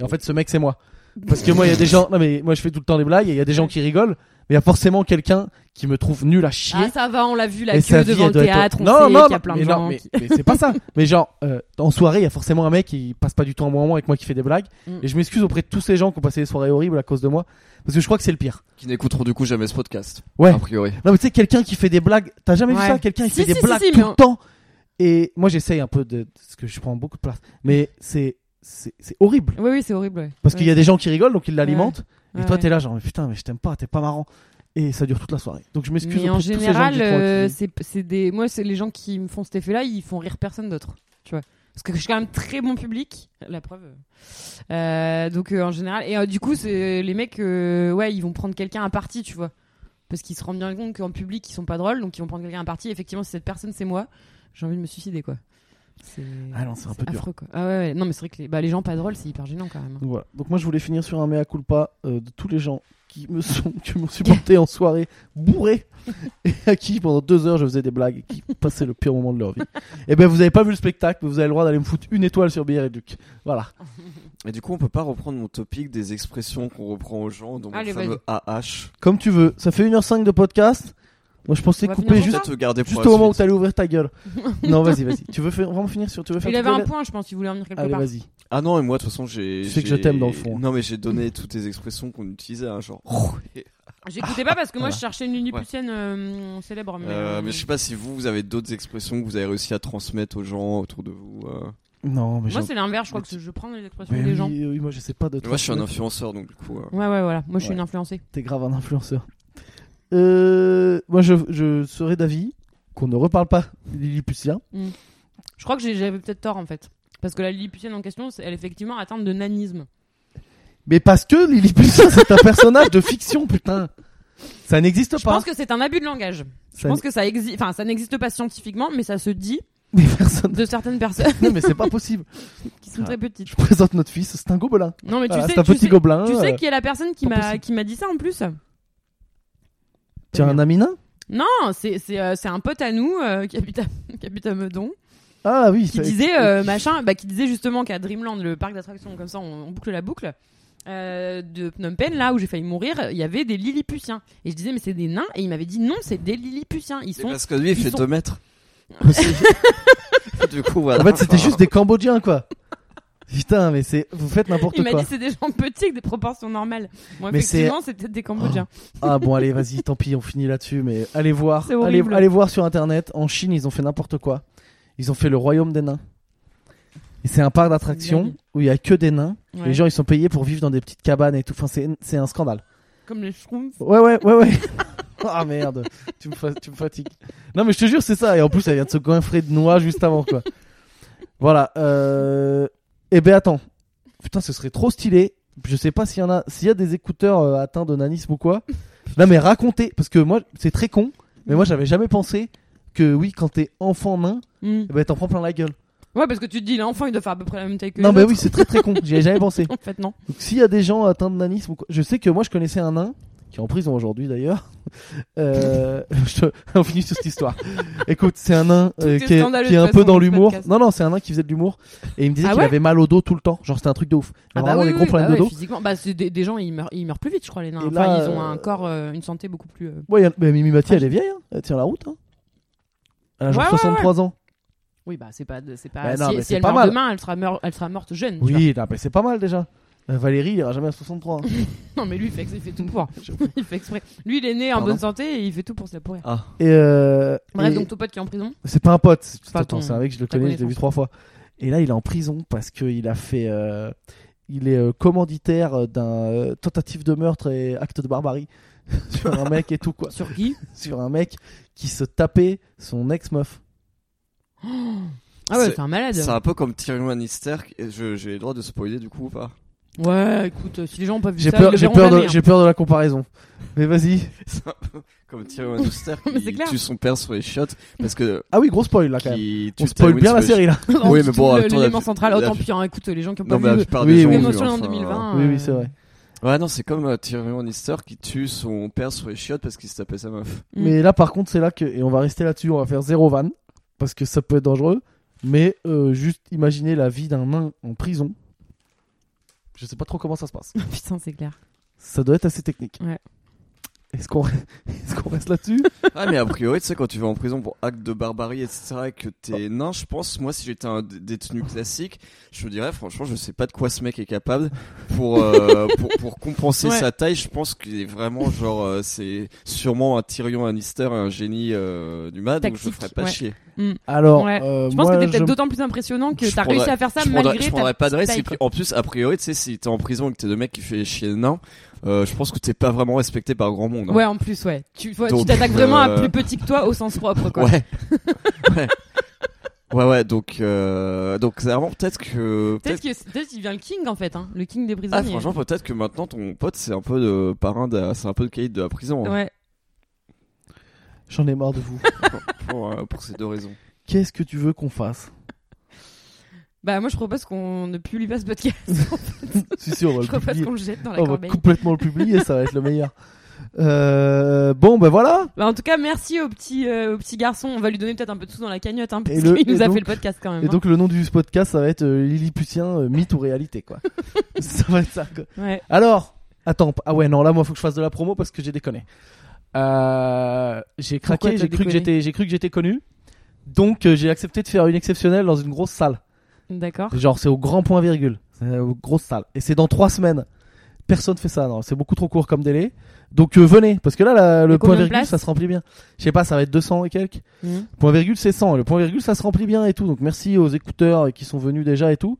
Speaker 1: Et en fait ce mec c'est moi. Parce que moi il y a des gens, non mais moi je fais tout le temps les blagues et il y a des gens qui rigolent, mais il y a forcément quelqu'un qui me trouve nul à chier.
Speaker 2: Ah, ça va, on l'a vu, la
Speaker 1: et sa vie,
Speaker 2: queue devant
Speaker 1: elle
Speaker 2: le
Speaker 1: doit être-
Speaker 2: théâtre, on
Speaker 1: non,
Speaker 2: sait
Speaker 1: non,
Speaker 2: qu'il y a
Speaker 1: non,
Speaker 2: plein
Speaker 1: mais
Speaker 2: de
Speaker 1: non,
Speaker 2: gens.
Speaker 1: mais,
Speaker 2: qui-
Speaker 1: mais c'est pas ça. Mais genre, euh, en soirée, il y a forcément un mec qui passe pas du temps un bon moment avec moi qui fait des blagues.
Speaker 2: Mm.
Speaker 1: Et je m'excuse auprès de tous ces gens qui ont passé des soirées horribles à cause de moi. Parce que je crois que c'est le pire.
Speaker 3: Qui n'écouteront du coup jamais ce podcast.
Speaker 1: Ouais.
Speaker 3: A priori.
Speaker 1: Non, mais tu sais, quelqu'un qui fait des blagues, t'as jamais vu
Speaker 2: Ouais.
Speaker 1: ça Quelqu'un qui
Speaker 2: Si,
Speaker 1: fait des
Speaker 2: si, si,
Speaker 1: blagues
Speaker 2: si,
Speaker 1: tout
Speaker 2: mais
Speaker 1: le
Speaker 2: on-
Speaker 1: temps. Et moi, j'essaye un peu de. Parce que je prends beaucoup de place. Mais c'est. C'est c'est horrible.
Speaker 2: Oui, oui, c'est horrible, ouais.
Speaker 1: Parce qu'il y a
Speaker 2: Ouais.
Speaker 1: des gens qui rigolent, donc ils l'alimentent.
Speaker 2: Ouais,
Speaker 1: Et toi,
Speaker 2: ouais.
Speaker 1: t'es là, genre, mais putain, mais je t'aime pas, t'es pas marrant. Et ça dure toute la soirée. Donc je m'excuse.
Speaker 2: Mais en
Speaker 1: auprès de tous ces gens
Speaker 2: général,
Speaker 1: qui croient
Speaker 2: euh,
Speaker 1: qu'ils-
Speaker 2: c'est c'est des. Moi, c'est les gens qui me font cet effet-là, ils font rire personne d'autre. Tu vois. Parce que je suis quand même très bon public, la preuve. Euh, donc euh, en général, et euh, du coup, c'est les mecs, euh, ouais, ils vont prendre quelqu'un à partie, tu vois, parce qu'ils se rendent bien compte qu'en public, ils sont pas drôles, donc ils vont prendre quelqu'un à partie. Effectivement, si cette personne c'est moi, j'ai envie de me suicider, quoi. C'est
Speaker 1: Ah non, c'est un peu dur.
Speaker 2: affreux, quoi. Ah ouais, ouais. non, mais c'est vrai que les, bah, les gens pas drôles, c'est hyper gênant quand même.
Speaker 1: Donc, voilà. Donc moi, je voulais finir sur un mea culpa euh, de tous les gens qui me sont, qui m'ont supporté en soirée bourré et à qui pendant deux heures je faisais des blagues et qui passaient le pire moment de leur vie. Et ben, vous avez pas vu le spectacle, mais vous avez le droit d'aller me foutre une étoile sur Billard et Duc. Voilà.
Speaker 3: Et du coup, on peut pas reprendre mon topic des expressions qu'on reprend aux gens, donc
Speaker 2: Allez,
Speaker 3: le fameux AH.
Speaker 1: Comme tu veux. Ça fait 1h05 de podcast. Moi, je pensais
Speaker 2: On va
Speaker 1: couper
Speaker 2: finir
Speaker 1: juste,
Speaker 2: comme
Speaker 3: Peut-être garder pour
Speaker 1: juste
Speaker 3: la
Speaker 1: au moment où
Speaker 3: suite.
Speaker 1: t'allais ouvrir ta gueule. non, vas-y, vas-y. Tu veux faire, vraiment finir sur, tu veux faire
Speaker 2: Il
Speaker 1: toutes
Speaker 2: avait
Speaker 1: les
Speaker 2: un
Speaker 1: lettres
Speaker 2: point, je pense, il voulait en venir quelque
Speaker 1: Allez,
Speaker 2: part.
Speaker 1: vas-y.
Speaker 3: Ah non, et moi, de toute façon, j'ai.
Speaker 1: Tu sais que
Speaker 3: j'ai-
Speaker 1: je t'aime dans le fond. Oh,
Speaker 3: Non, mais j'ai donné toutes les expressions qu'on utilisait, hein, genre.
Speaker 2: J'écoutais pas parce que
Speaker 1: Ah.
Speaker 2: moi
Speaker 3: Voilà.
Speaker 2: je cherchais une lilliputienne euh, célèbre. Mais,
Speaker 3: Euh,
Speaker 2: euh,
Speaker 3: mais je sais pas si vous, vous avez d'autres expressions que vous avez réussi à transmettre aux gens autour de vous. euh.
Speaker 1: Non, mais
Speaker 2: Moi
Speaker 1: j'ai-
Speaker 2: c'est l'inverse, je crois que je prends les expressions
Speaker 1: Mais
Speaker 2: des
Speaker 1: oui,
Speaker 2: gens.
Speaker 1: oui, moi, je sais pas de
Speaker 3: Moi, je suis un
Speaker 1: transmettre.
Speaker 3: influenceur, donc du coup. euh,
Speaker 2: Ouais, ouais, voilà. Moi je suis
Speaker 1: Ouais.
Speaker 2: une influencée.
Speaker 1: T'es grave un influenceur. Euh, moi, je, je serais d'avis qu'on ne reparle pas Lilliputien.
Speaker 2: Je crois que j'ai- j'avais peut-être tort en fait. Parce que la lilliputienne en question, c'est- elle est effectivement atteinte de nanisme.
Speaker 1: Mais parce que Lilliputien, c'est un personnage de fiction, putain. Ça n'existe
Speaker 2: Je
Speaker 1: pas.
Speaker 2: pense que c'est un abus de langage. Je
Speaker 1: Ça
Speaker 2: pense que ça existe. Enfin, ça n'existe pas scientifiquement, mais ça se dit
Speaker 1: n- des personnes-
Speaker 2: de certaines personnes
Speaker 1: Non, mais c'est pas possible.
Speaker 2: qui sont très petites.
Speaker 1: Je présente notre fils, c'est un gobelin.
Speaker 2: Non, mais tu
Speaker 1: Voilà, Ah.
Speaker 2: sais,
Speaker 1: c'est un
Speaker 2: tu
Speaker 1: petit
Speaker 2: sais,
Speaker 1: gobelin.
Speaker 2: tu sais
Speaker 1: euh,
Speaker 2: qui est la personne qui
Speaker 1: pas
Speaker 2: m'a
Speaker 1: possible.
Speaker 2: qui m'a dit ça en plus
Speaker 1: Tiens, un ami nain
Speaker 2: Non, c'est c'est euh, c'est un pote à nous euh, qui habite à, qui habite à Meudon.
Speaker 1: Ah oui,
Speaker 2: qui
Speaker 1: ça-
Speaker 2: disait euh, machin, bah, qui disait justement qu'à Dreamland, le parc d'attractions, comme ça, on, on boucle la boucle. euh, de Phnom Penh, là où j'ai failli mourir, il y avait des Lilliputiens. Et je disais, mais c'est des nains. Et il m'avait dit, non, c'est des Lilliputiens. Ils
Speaker 3: c'est
Speaker 2: sont.
Speaker 3: parce que lui, il
Speaker 2: ils
Speaker 3: fait
Speaker 2: sont-
Speaker 3: 2 mètres. du coup, voilà.
Speaker 1: En fait, c'était
Speaker 3: enfin,
Speaker 1: juste des Cambodgiens, quoi. Putain, mais c'est. Vous faites n'importe
Speaker 2: Il m'a
Speaker 1: quoi.
Speaker 2: dit, c'est des gens petits avec des proportions normales. Bon,
Speaker 1: Mais c'est-
Speaker 2: effectivement, c'est peut-être des Cambodgiens.
Speaker 1: Ah bon, allez, vas-y, tant pis, on finit là-dessus, mais allez voir.
Speaker 2: C'est
Speaker 1: Allez,
Speaker 2: horrible.
Speaker 1: allez voir sur internet. En Chine, ils ont fait n'importe quoi. Ils ont fait le royaume des nains. Et c'est un parc d'attractions
Speaker 2: dingue.
Speaker 1: où il y a que des nains.
Speaker 2: Ouais.
Speaker 1: Oh. Les gens, ils sont payés pour vivre dans des petites cabanes et tout. Enfin, c'est c'est un scandale.
Speaker 2: Comme les Schtroumpfs.
Speaker 1: Ouais, ouais, ouais, ouais. Ah merde, tu me, fa- tu me fatigues. Non, mais je te jure, c'est ça. Et en plus, elle vient de se goinfrer de noix juste avant, quoi. Voilà. Euh... Eh ben, attends. Putain, ce serait trop stylé. Je sais pas s'il y en a, s'il y a des écouteurs euh, atteints de nanisme ou quoi. Non, mais racontez, parce que moi, c'est très con, mais moi, j'avais jamais pensé que oui, quand t'es enfant nain,
Speaker 2: Mm.
Speaker 1: eh ben, t'en prends plein la gueule.
Speaker 2: Ouais, parce que tu te dis, l'enfant, il doit faire à peu près la même taille que
Speaker 1: non,
Speaker 2: les
Speaker 1: mais
Speaker 2: autres.
Speaker 1: oui, c'est très très con. J'y avais jamais pensé.
Speaker 2: En fait, non.
Speaker 1: Donc s'il y a des gens atteints de nanisme, ou quoi- je sais que moi je connaissais un nain qui est en prison aujourd'hui d'ailleurs. Euh, je te- on finit sur cette histoire. Écoute, c'est un nain euh,
Speaker 2: est
Speaker 1: qui, est,
Speaker 2: scandaleux
Speaker 1: qui est
Speaker 2: de
Speaker 1: un
Speaker 2: toute
Speaker 1: peu
Speaker 2: façon,
Speaker 1: dans
Speaker 2: dans ce
Speaker 1: l'humour.
Speaker 2: podcast.
Speaker 1: Non, non, c'est un nain qui faisait de l'humour et il me disait
Speaker 2: Ah
Speaker 1: qu'il
Speaker 2: ouais
Speaker 1: avait mal au dos tout le temps. Genre c'était un truc de ouf.
Speaker 2: Ah bah
Speaker 1: Vraiment
Speaker 2: oui,
Speaker 1: des
Speaker 2: oui,
Speaker 1: gros
Speaker 2: bah
Speaker 1: problèmes
Speaker 2: ouais,
Speaker 1: de dos.
Speaker 2: Physiquement, bah, c'est des, des gens, ils meurent, ils meurent plus vite, je crois, les nains.
Speaker 1: Et
Speaker 2: Enfin,
Speaker 1: là,
Speaker 2: ils ont un
Speaker 1: euh,
Speaker 2: corps, euh, une santé beaucoup plus. euh,
Speaker 1: Ouais, y a- mais Mimi Mati elle est vieille, hein. elle tient la route. Hein. Elle a genre
Speaker 2: Ouais, ouais,
Speaker 1: 63 ans.
Speaker 2: Oui, bah c'est pas, c'est pas.
Speaker 1: Bah non,
Speaker 2: si
Speaker 1: mais
Speaker 2: si
Speaker 1: c'est
Speaker 2: elle
Speaker 1: pas
Speaker 2: meurt
Speaker 1: mal.
Speaker 2: demain, elle sera, meur- elle sera morte jeune. tu vois.
Speaker 1: Oui, non, mais c'est pas mal déjà. Euh, Valérie il ira jamais à 63. hein.
Speaker 2: Non, mais lui, il fait, il fait tout pour.
Speaker 1: Je-
Speaker 2: il fait exprès. Lui, il est né en
Speaker 3: Pardon
Speaker 2: bonne santé et il fait tout pour se la pourrir.
Speaker 3: Ah,
Speaker 1: Et euh,
Speaker 2: Bref,
Speaker 1: et-
Speaker 2: donc ton pote qui est en prison.
Speaker 1: C'est pas un pote. C'est
Speaker 2: pas
Speaker 1: attends,
Speaker 2: ton-
Speaker 1: c'est un mec, je le
Speaker 2: ta
Speaker 1: connais, je l'ai vu
Speaker 2: connaissance.
Speaker 1: trois fois. Et là, il est en prison parce qu'il a fait. euh, il est euh, commanditaire d'un euh, tentative de meurtre et acte de barbarie sur un mec et tout, quoi.
Speaker 2: Sur qui
Speaker 1: Sur un mec qui se tapait son ex-meuf.
Speaker 2: Ah ouais,
Speaker 3: C'est-
Speaker 2: c'est un malade.
Speaker 3: c'est un peu comme Tyrion Lannister. et je- J'ai le droit de spoiler du coup ou pas
Speaker 2: Ouais, écoute, euh, si les gens ont pas vu
Speaker 1: J'ai
Speaker 2: ça, ils
Speaker 1: peur,
Speaker 2: le
Speaker 1: j'ai
Speaker 2: verront
Speaker 1: peur, de-
Speaker 2: jamais, hein.
Speaker 1: j'ai peur de la comparaison. Mais vas-y.
Speaker 3: C'est un peu comme Tyrion Lannister
Speaker 2: Mais c'est
Speaker 3: qui
Speaker 2: clair.
Speaker 3: tue son père sur les chiottes parce que.
Speaker 1: Ah oui, gros spoil là quand même.
Speaker 3: Qui
Speaker 1: On
Speaker 3: tue
Speaker 1: spoil
Speaker 3: Tywin
Speaker 1: bien la
Speaker 3: sur
Speaker 1: série
Speaker 3: les
Speaker 1: là.
Speaker 2: Non,
Speaker 3: Oui,
Speaker 2: c'est
Speaker 3: mais
Speaker 2: hein. tout
Speaker 3: bon,
Speaker 2: le-
Speaker 3: attends, la-
Speaker 2: l'élément central.
Speaker 3: la-
Speaker 2: Autant pire, hein, écoute, les gens qui ont
Speaker 3: chiottes. Non,
Speaker 2: pas
Speaker 3: mais la
Speaker 2: vu.
Speaker 3: plupart
Speaker 1: Oui,
Speaker 3: des gens.
Speaker 1: oui,
Speaker 3: ont vu,
Speaker 2: Émotionnel en
Speaker 3: enfin,
Speaker 2: 2020.
Speaker 1: Oui,
Speaker 2: euh,
Speaker 1: oui, c'est vrai.
Speaker 3: Ouais, non, c'est comme euh, Tyrion Lannister qui tue son père sur les chiottes parce qu'il se tapait sa meuf.
Speaker 2: Mm.
Speaker 1: Mais là, par contre, c'est là que. Et on va rester là-dessus, on va faire zéro van. Parce que ça peut être dangereux. Mais euh, juste imaginer la vie d'un nain en prison. Je sais pas trop comment ça se passe.
Speaker 2: Putain, c'est
Speaker 1: Euh,
Speaker 2: clair.
Speaker 1: Ça doit être assez technique.
Speaker 2: Ouais.
Speaker 1: Est-ce qu'on est-ce qu'on reste là-dessus
Speaker 3: Ah, mais a priori, tu sais, quand tu vas en prison pour acte de barbarie, etc., et que t'es nain, je pense, moi, si j'étais un dé- détenu classique, je me dirais, franchement, je sais pas de quoi ce mec est capable pour, euh, pour, pour compenser
Speaker 2: Ouais.
Speaker 3: sa taille. Je pense qu'il est vraiment, genre, euh, c'est sûrement un Tyrion Lannister, un génie euh, du mal, donc je
Speaker 2: Tactique,
Speaker 3: ferais pas
Speaker 2: ouais.
Speaker 3: chier.
Speaker 1: Alors,
Speaker 2: Ouais.
Speaker 1: euh,
Speaker 2: Je pense
Speaker 1: moi,
Speaker 2: que t'es peut-être
Speaker 1: je-
Speaker 2: d'autant plus impressionnant que
Speaker 3: Je
Speaker 2: t'as
Speaker 3: prendrais-
Speaker 2: réussi à faire ça
Speaker 3: je prendrais,
Speaker 2: malgré.
Speaker 3: je prendrais
Speaker 2: ta
Speaker 3: pas de risque.
Speaker 2: taille,
Speaker 3: et puis,
Speaker 2: quoi.
Speaker 3: en plus, a priori, tu sais, si t'es en prison et que t'es le mec qui fait chier nain, euh, je pense que t'es pas vraiment respecté par grand monde. hein.
Speaker 2: Ouais, en plus, ouais. Tu ouais, tu
Speaker 3: Donc,
Speaker 2: t'attaques vraiment à
Speaker 3: euh,
Speaker 2: plus petit que toi au sens propre, quoi.
Speaker 3: Ouais. ouais. Ouais, ouais, donc, euh, donc, clairement, peut-être que,
Speaker 2: Peut-être que- peut-être qu'il vient le king en fait, hein, le king des prisonniers.
Speaker 3: Ah, franchement, peut-être que maintenant ton pote c'est un peu de parrain, de... c'est un peu le caïd de la prison hein,
Speaker 2: Ouais.
Speaker 1: j'en ai marre de vous.
Speaker 3: pour, euh, pour ces deux raisons.
Speaker 1: Qu'est-ce que tu veux qu'on fasse
Speaker 2: Bah moi je propose qu'on ne publie pas ce podcast.
Speaker 1: Si si, on va
Speaker 2: je
Speaker 1: le
Speaker 2: propose
Speaker 1: publier.
Speaker 2: qu'on le jette dans la
Speaker 1: On va
Speaker 2: corbeille.
Speaker 1: complètement le publier, ça va être le meilleur. Euh, bon, ben voilà.
Speaker 2: Bah, en tout cas merci au petit euh, au petit garçon. On va lui donner peut-être un peu de sous dans la cagnotte hein, parce
Speaker 1: Et le-
Speaker 2: qu'il nous
Speaker 1: et
Speaker 2: a
Speaker 1: donc-
Speaker 2: fait le podcast quand même.
Speaker 1: Et
Speaker 2: hein.
Speaker 1: donc le nom du podcast, ça va être euh, Lilliputien, euh, mythe ou réalité, quoi. ça va être ça. quoi.
Speaker 2: Ouais.
Speaker 1: Alors, attends. Ah ouais, non, là, moi, faut que je fasse de la promo parce que j'ai déconné. Euh, j'ai
Speaker 2: Pourquoi
Speaker 1: craqué,
Speaker 2: t'as
Speaker 1: j'ai cru que
Speaker 2: déconné
Speaker 1: j'étais, j'ai cru que j'étais connu. Donc, euh, j'ai accepté de faire une exceptionnelle dans une grosse salle.
Speaker 2: D'accord.
Speaker 1: Genre, c'est au grand point virgule. C'est aux grosses salles. Et c'est dans trois semaines. Personne fait ça, non. C'est beaucoup trop court comme délai. Donc euh, venez, parce que là, la-
Speaker 2: Et
Speaker 1: le point
Speaker 2: combien de
Speaker 1: virgule,
Speaker 2: places
Speaker 1: ça se remplit bien. Je sais pas, ça va être 200 et quelques.
Speaker 2: Mhm.
Speaker 1: Le point virgule, c'est 100. Et Le point virgule, ça se remplit bien et tout. Donc merci aux écouteurs qui sont venus déjà et tout.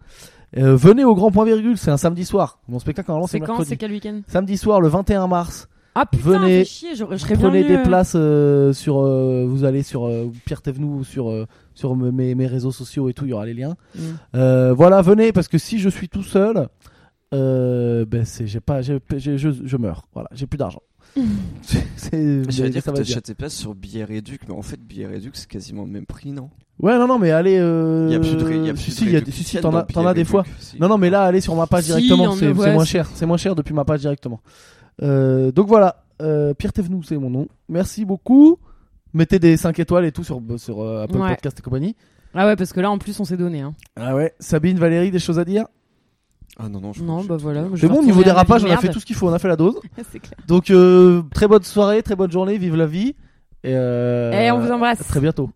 Speaker 1: Euh, venez au grand point virgule, c'est un samedi soir. Mon spectacle, normalement, c'est
Speaker 2: C'est quand
Speaker 1: mercredi.
Speaker 2: C'est quel week-end
Speaker 1: Samedi soir, le 21 mars.
Speaker 2: Ah putain,
Speaker 1: Venez,
Speaker 2: fais chier, je, je serais bien
Speaker 1: prenez
Speaker 2: mieux,
Speaker 1: des
Speaker 2: euh,
Speaker 1: places euh, sur euh, vous allez sur euh, Pierre Thévenoud ou sur euh, sur me- mes, mes réseaux sociaux et tout il y aura les liens
Speaker 2: Mm.
Speaker 1: Euh, voilà venez parce que si je suis tout seul euh, ben c'est j'ai pas j'ai- j'ai- je, je meurs voilà j'ai plus d'argent C'est-
Speaker 3: J'allais
Speaker 1: mais
Speaker 3: dire que
Speaker 1: ça va bien.
Speaker 3: t'achètes tes places sur Billet Réduc, mais en fait, Billet Réduc, c'est quasiment le même prix, non
Speaker 1: ouais non non mais allez euh,
Speaker 3: Il y a plus de ré- il y a plus
Speaker 1: si
Speaker 3: de
Speaker 1: si, il y a des- si,
Speaker 3: réduction
Speaker 1: si, t'en
Speaker 3: dans
Speaker 1: as t'en
Speaker 3: Billet
Speaker 1: as des
Speaker 3: Réduc,
Speaker 1: fois
Speaker 3: si.
Speaker 1: non non mais là allez sur ma page
Speaker 2: Si, on
Speaker 1: directement
Speaker 2: le
Speaker 1: c'est
Speaker 2: voit,
Speaker 1: c'est moins
Speaker 2: c'est-
Speaker 1: cher c'est moins cher depuis ma page directement Euh, donc voilà euh, Pierre Thévenoud c'est mon nom merci beaucoup mettez des 5 étoiles et tout sur sur euh, Apple
Speaker 2: Ouais.
Speaker 1: Podcast et compagnie
Speaker 2: Ah ouais, parce que là en plus on s'est donné. Hein.
Speaker 1: Ah ouais, Sabine, Valérie, des choses à dire
Speaker 3: Ah non, non, je
Speaker 2: Non,
Speaker 3: crois que
Speaker 2: bah
Speaker 3: j'ai tout
Speaker 2: voilà.
Speaker 3: dit.
Speaker 2: je
Speaker 1: C'est
Speaker 2: vais
Speaker 1: bon,
Speaker 2: retourner
Speaker 1: niveau
Speaker 2: à ma
Speaker 1: dérapage,
Speaker 2: vie
Speaker 1: on
Speaker 2: de
Speaker 1: a fait
Speaker 2: merde.
Speaker 1: tout ce qu'il faut, on a fait la dose.
Speaker 2: C'est clair.
Speaker 1: Donc, euh, très bonne soirée, très bonne journée, vive la vie. Et, euh,
Speaker 2: Eh, on vous embrasse.
Speaker 1: à Très bientôt.